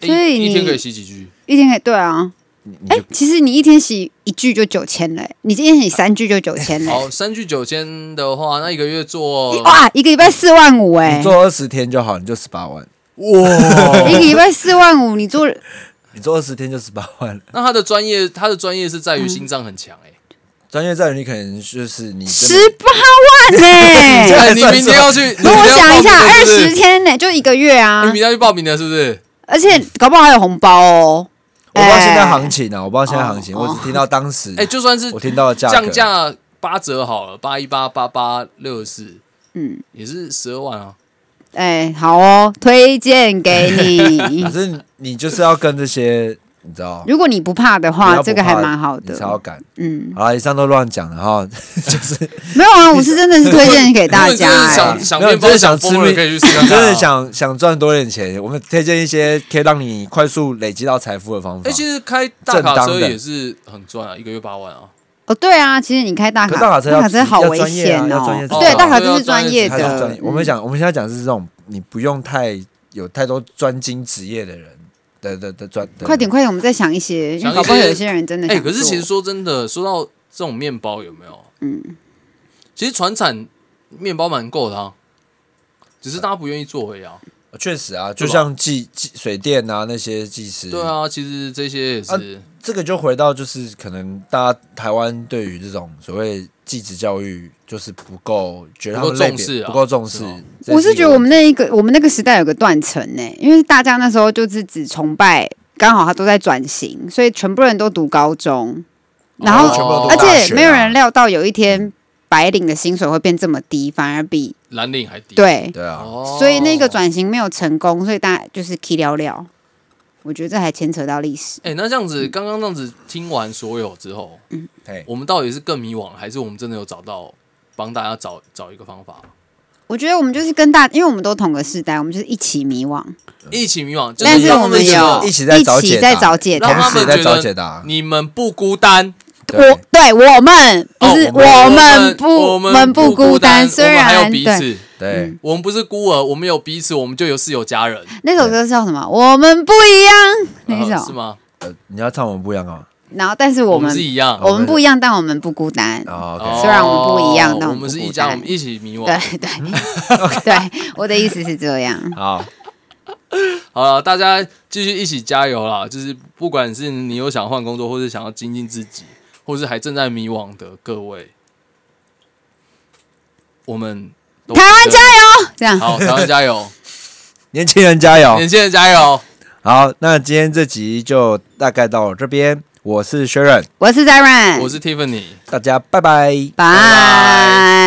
[SPEAKER 3] 一
[SPEAKER 2] 所以你
[SPEAKER 3] 一天可以洗几句？
[SPEAKER 2] 一天可以对啊，
[SPEAKER 4] 你你
[SPEAKER 2] 哎、
[SPEAKER 4] 就
[SPEAKER 2] 其实你一天洗一句就九千嘞，你今天洗三句就九千嘞，
[SPEAKER 3] 好，三句九千的话，那一个月做
[SPEAKER 2] 哇，一个哦礼拜四万五哎、
[SPEAKER 4] 你做二十天就好，你就十八万，
[SPEAKER 3] 哇
[SPEAKER 2] 一个礼拜四万五，你做
[SPEAKER 4] 你做二十天就十八万了。
[SPEAKER 3] 那他的专业，他的专业是在
[SPEAKER 2] 嗯
[SPEAKER 3] 于心脏很强哎、
[SPEAKER 4] 专业在于你可能就是你真的
[SPEAKER 2] 十八万呢、
[SPEAKER 4] 这
[SPEAKER 3] 哎
[SPEAKER 4] 还
[SPEAKER 3] 你
[SPEAKER 4] 算
[SPEAKER 3] 明天
[SPEAKER 4] 什么
[SPEAKER 3] 要去，
[SPEAKER 2] 如果我想一下，二十
[SPEAKER 3] 你
[SPEAKER 2] 天呢、就一个月啊
[SPEAKER 3] 哎明，天要去报名的，是不是？
[SPEAKER 2] 而且搞不好还有红包哦。
[SPEAKER 4] 我不知道现在
[SPEAKER 2] 哎哦
[SPEAKER 4] 行情啊，我不知道现在行情，我只听到当时
[SPEAKER 3] 哎、，就算是
[SPEAKER 4] 我听到的价格
[SPEAKER 3] 降价八折好了，八一八八八六十四，
[SPEAKER 2] 嗯，
[SPEAKER 3] 也是十二万啊。
[SPEAKER 2] 哎、好哦，推荐给你
[SPEAKER 4] 可。是你就是要跟这些，你知道，
[SPEAKER 2] 如果你不怕的
[SPEAKER 4] 你
[SPEAKER 2] 话，
[SPEAKER 4] 要不
[SPEAKER 2] 这个还
[SPEAKER 4] 怕
[SPEAKER 2] 蛮好
[SPEAKER 4] 你才要
[SPEAKER 2] 的。
[SPEAKER 4] 敢。
[SPEAKER 2] 嗯，
[SPEAKER 4] 好了，以上都乱讲了哈， 就是
[SPEAKER 2] 没有啊，我是真的是推荐给大
[SPEAKER 3] 如果你
[SPEAKER 2] 家、
[SPEAKER 3] 真的是
[SPEAKER 2] 哎
[SPEAKER 3] 想想
[SPEAKER 4] 没有
[SPEAKER 3] 面包
[SPEAKER 4] 真的想
[SPEAKER 3] 想
[SPEAKER 4] 吃
[SPEAKER 3] 疯了，
[SPEAKER 4] 面
[SPEAKER 3] 可以去试看
[SPEAKER 4] 真
[SPEAKER 3] 看啊
[SPEAKER 4] 的。想想赚多点钱，我们推荐一些可以让你快速累积到财富的方法
[SPEAKER 3] 哎、。其实开大
[SPEAKER 4] 正
[SPEAKER 3] 卡
[SPEAKER 4] 当
[SPEAKER 3] 车
[SPEAKER 4] 的
[SPEAKER 3] 也是很赚啊，一个月八万啊。
[SPEAKER 2] 哦，对啊，其实你开大
[SPEAKER 4] 可
[SPEAKER 2] 卡，
[SPEAKER 4] 大卡车要
[SPEAKER 2] 车好危险
[SPEAKER 4] 要专业。哦
[SPEAKER 2] 哦
[SPEAKER 3] 要专业
[SPEAKER 2] 对，大卡车是
[SPEAKER 3] 专
[SPEAKER 2] 专
[SPEAKER 3] 业
[SPEAKER 2] 业
[SPEAKER 4] 他是专
[SPEAKER 2] 的
[SPEAKER 4] 业，，我们讲我们现在讲的是这种你不用太有太多专精职业的人的的的专。的
[SPEAKER 2] 快点快点，我们再想一些，因
[SPEAKER 3] 想一
[SPEAKER 2] 为
[SPEAKER 3] 些
[SPEAKER 2] 搞不好有些人真的
[SPEAKER 3] 哎、
[SPEAKER 2] 想做。
[SPEAKER 3] 可是其实说真的，说到这种面包有没有？
[SPEAKER 2] 嗯，
[SPEAKER 3] 其实船产面包蛮够的啊，只是大家不愿意做而已啊。
[SPEAKER 4] 确实啊，就
[SPEAKER 3] 对吧
[SPEAKER 4] 像技技水电啊那些技师，
[SPEAKER 3] 对，啊，其实这些也是、
[SPEAKER 4] 啊这个就回到就是可能大家台湾对于这种所谓技职教育就是不够，觉得他们
[SPEAKER 3] 不够
[SPEAKER 4] 类
[SPEAKER 3] 重
[SPEAKER 4] 别
[SPEAKER 3] 视啊
[SPEAKER 4] 不够重视
[SPEAKER 3] 是吗。
[SPEAKER 4] 这
[SPEAKER 2] 我是
[SPEAKER 4] 一个
[SPEAKER 2] 觉得我们那一个我们那个时代有个断层呢，因为大家那时候就是只崇拜，刚好他都在转型，所以全部人都读高中，然
[SPEAKER 3] 哦
[SPEAKER 2] 后、
[SPEAKER 4] 全部都
[SPEAKER 2] 而
[SPEAKER 4] 读大学啊
[SPEAKER 2] 且没有人料到有一天白领的薪水会变这么低，反而比
[SPEAKER 3] 蓝领还低。，
[SPEAKER 2] 对，
[SPEAKER 4] 对啊，
[SPEAKER 3] 哦，
[SPEAKER 2] 所以那个转型没有成功，所以大家就是提聊聊。我觉得这还牵扯到历史，
[SPEAKER 3] 哎、那这样
[SPEAKER 2] 嗯
[SPEAKER 3] 子，刚刚这样子听完所有之后，
[SPEAKER 4] 嘿，
[SPEAKER 3] 我们到底是更迷惘，还是我们真的有找到帮大家找找一个方法，
[SPEAKER 2] 我觉得我们就是跟大，因为我们都同个世代，我们就是一起迷惘，
[SPEAKER 3] 一起迷惘？就
[SPEAKER 2] 但是
[SPEAKER 3] 让他
[SPEAKER 2] 我们
[SPEAKER 3] 觉得
[SPEAKER 2] 有
[SPEAKER 4] 一起在找解答
[SPEAKER 2] 在找解
[SPEAKER 3] 让
[SPEAKER 2] 答
[SPEAKER 4] 同
[SPEAKER 3] 他
[SPEAKER 4] 时
[SPEAKER 3] 们
[SPEAKER 4] 也在
[SPEAKER 3] 觉
[SPEAKER 4] 找
[SPEAKER 3] 得
[SPEAKER 4] 解答。
[SPEAKER 3] 你们不孤单，
[SPEAKER 2] 我对我们不是、
[SPEAKER 3] 哦我
[SPEAKER 2] 们不
[SPEAKER 3] 我们
[SPEAKER 2] 不
[SPEAKER 3] 孤
[SPEAKER 2] 孤
[SPEAKER 3] 单，
[SPEAKER 2] 虽
[SPEAKER 3] 我们还有
[SPEAKER 2] 然
[SPEAKER 3] 彼
[SPEAKER 2] 对
[SPEAKER 3] 此，
[SPEAKER 2] 嗯
[SPEAKER 4] 对
[SPEAKER 3] 我们不是孤儿，我们有彼此，我们就有室友家人，
[SPEAKER 2] 那首歌叫什么？我们不一样那一
[SPEAKER 3] 呃
[SPEAKER 2] 首，
[SPEAKER 3] 是吗？
[SPEAKER 4] 呃，你要唱我们不一样啊。
[SPEAKER 2] 然后但是
[SPEAKER 3] 我
[SPEAKER 2] 我
[SPEAKER 3] 们
[SPEAKER 2] 们
[SPEAKER 3] 是一样，
[SPEAKER 2] 我们不一样，但我们不孤单。
[SPEAKER 4] 哦
[SPEAKER 3] 哦
[SPEAKER 4] ，OK，
[SPEAKER 2] 虽然我们不一样但
[SPEAKER 3] 我们
[SPEAKER 2] 我们不
[SPEAKER 3] 是
[SPEAKER 2] 孤
[SPEAKER 3] 一家，我
[SPEAKER 2] 单
[SPEAKER 3] 们一起迷惘
[SPEAKER 2] 对。 对对，我的意思是这样。
[SPEAKER 4] 好，
[SPEAKER 3] 好了，大家继续一起加油啦！就是不管是你有想换工作，或是想要精进自己，或是还正在迷惘的各位，我们都
[SPEAKER 2] 台湾加油！这样
[SPEAKER 3] 好，台湾加油，
[SPEAKER 4] 年轻人加油！
[SPEAKER 3] 年轻人加油！
[SPEAKER 4] 好，那今天这集就大概到这边。我是 Sharon，
[SPEAKER 2] 我是 Zaran，
[SPEAKER 3] 我是 Tiffany。
[SPEAKER 4] 大家拜拜。
[SPEAKER 2] 拜。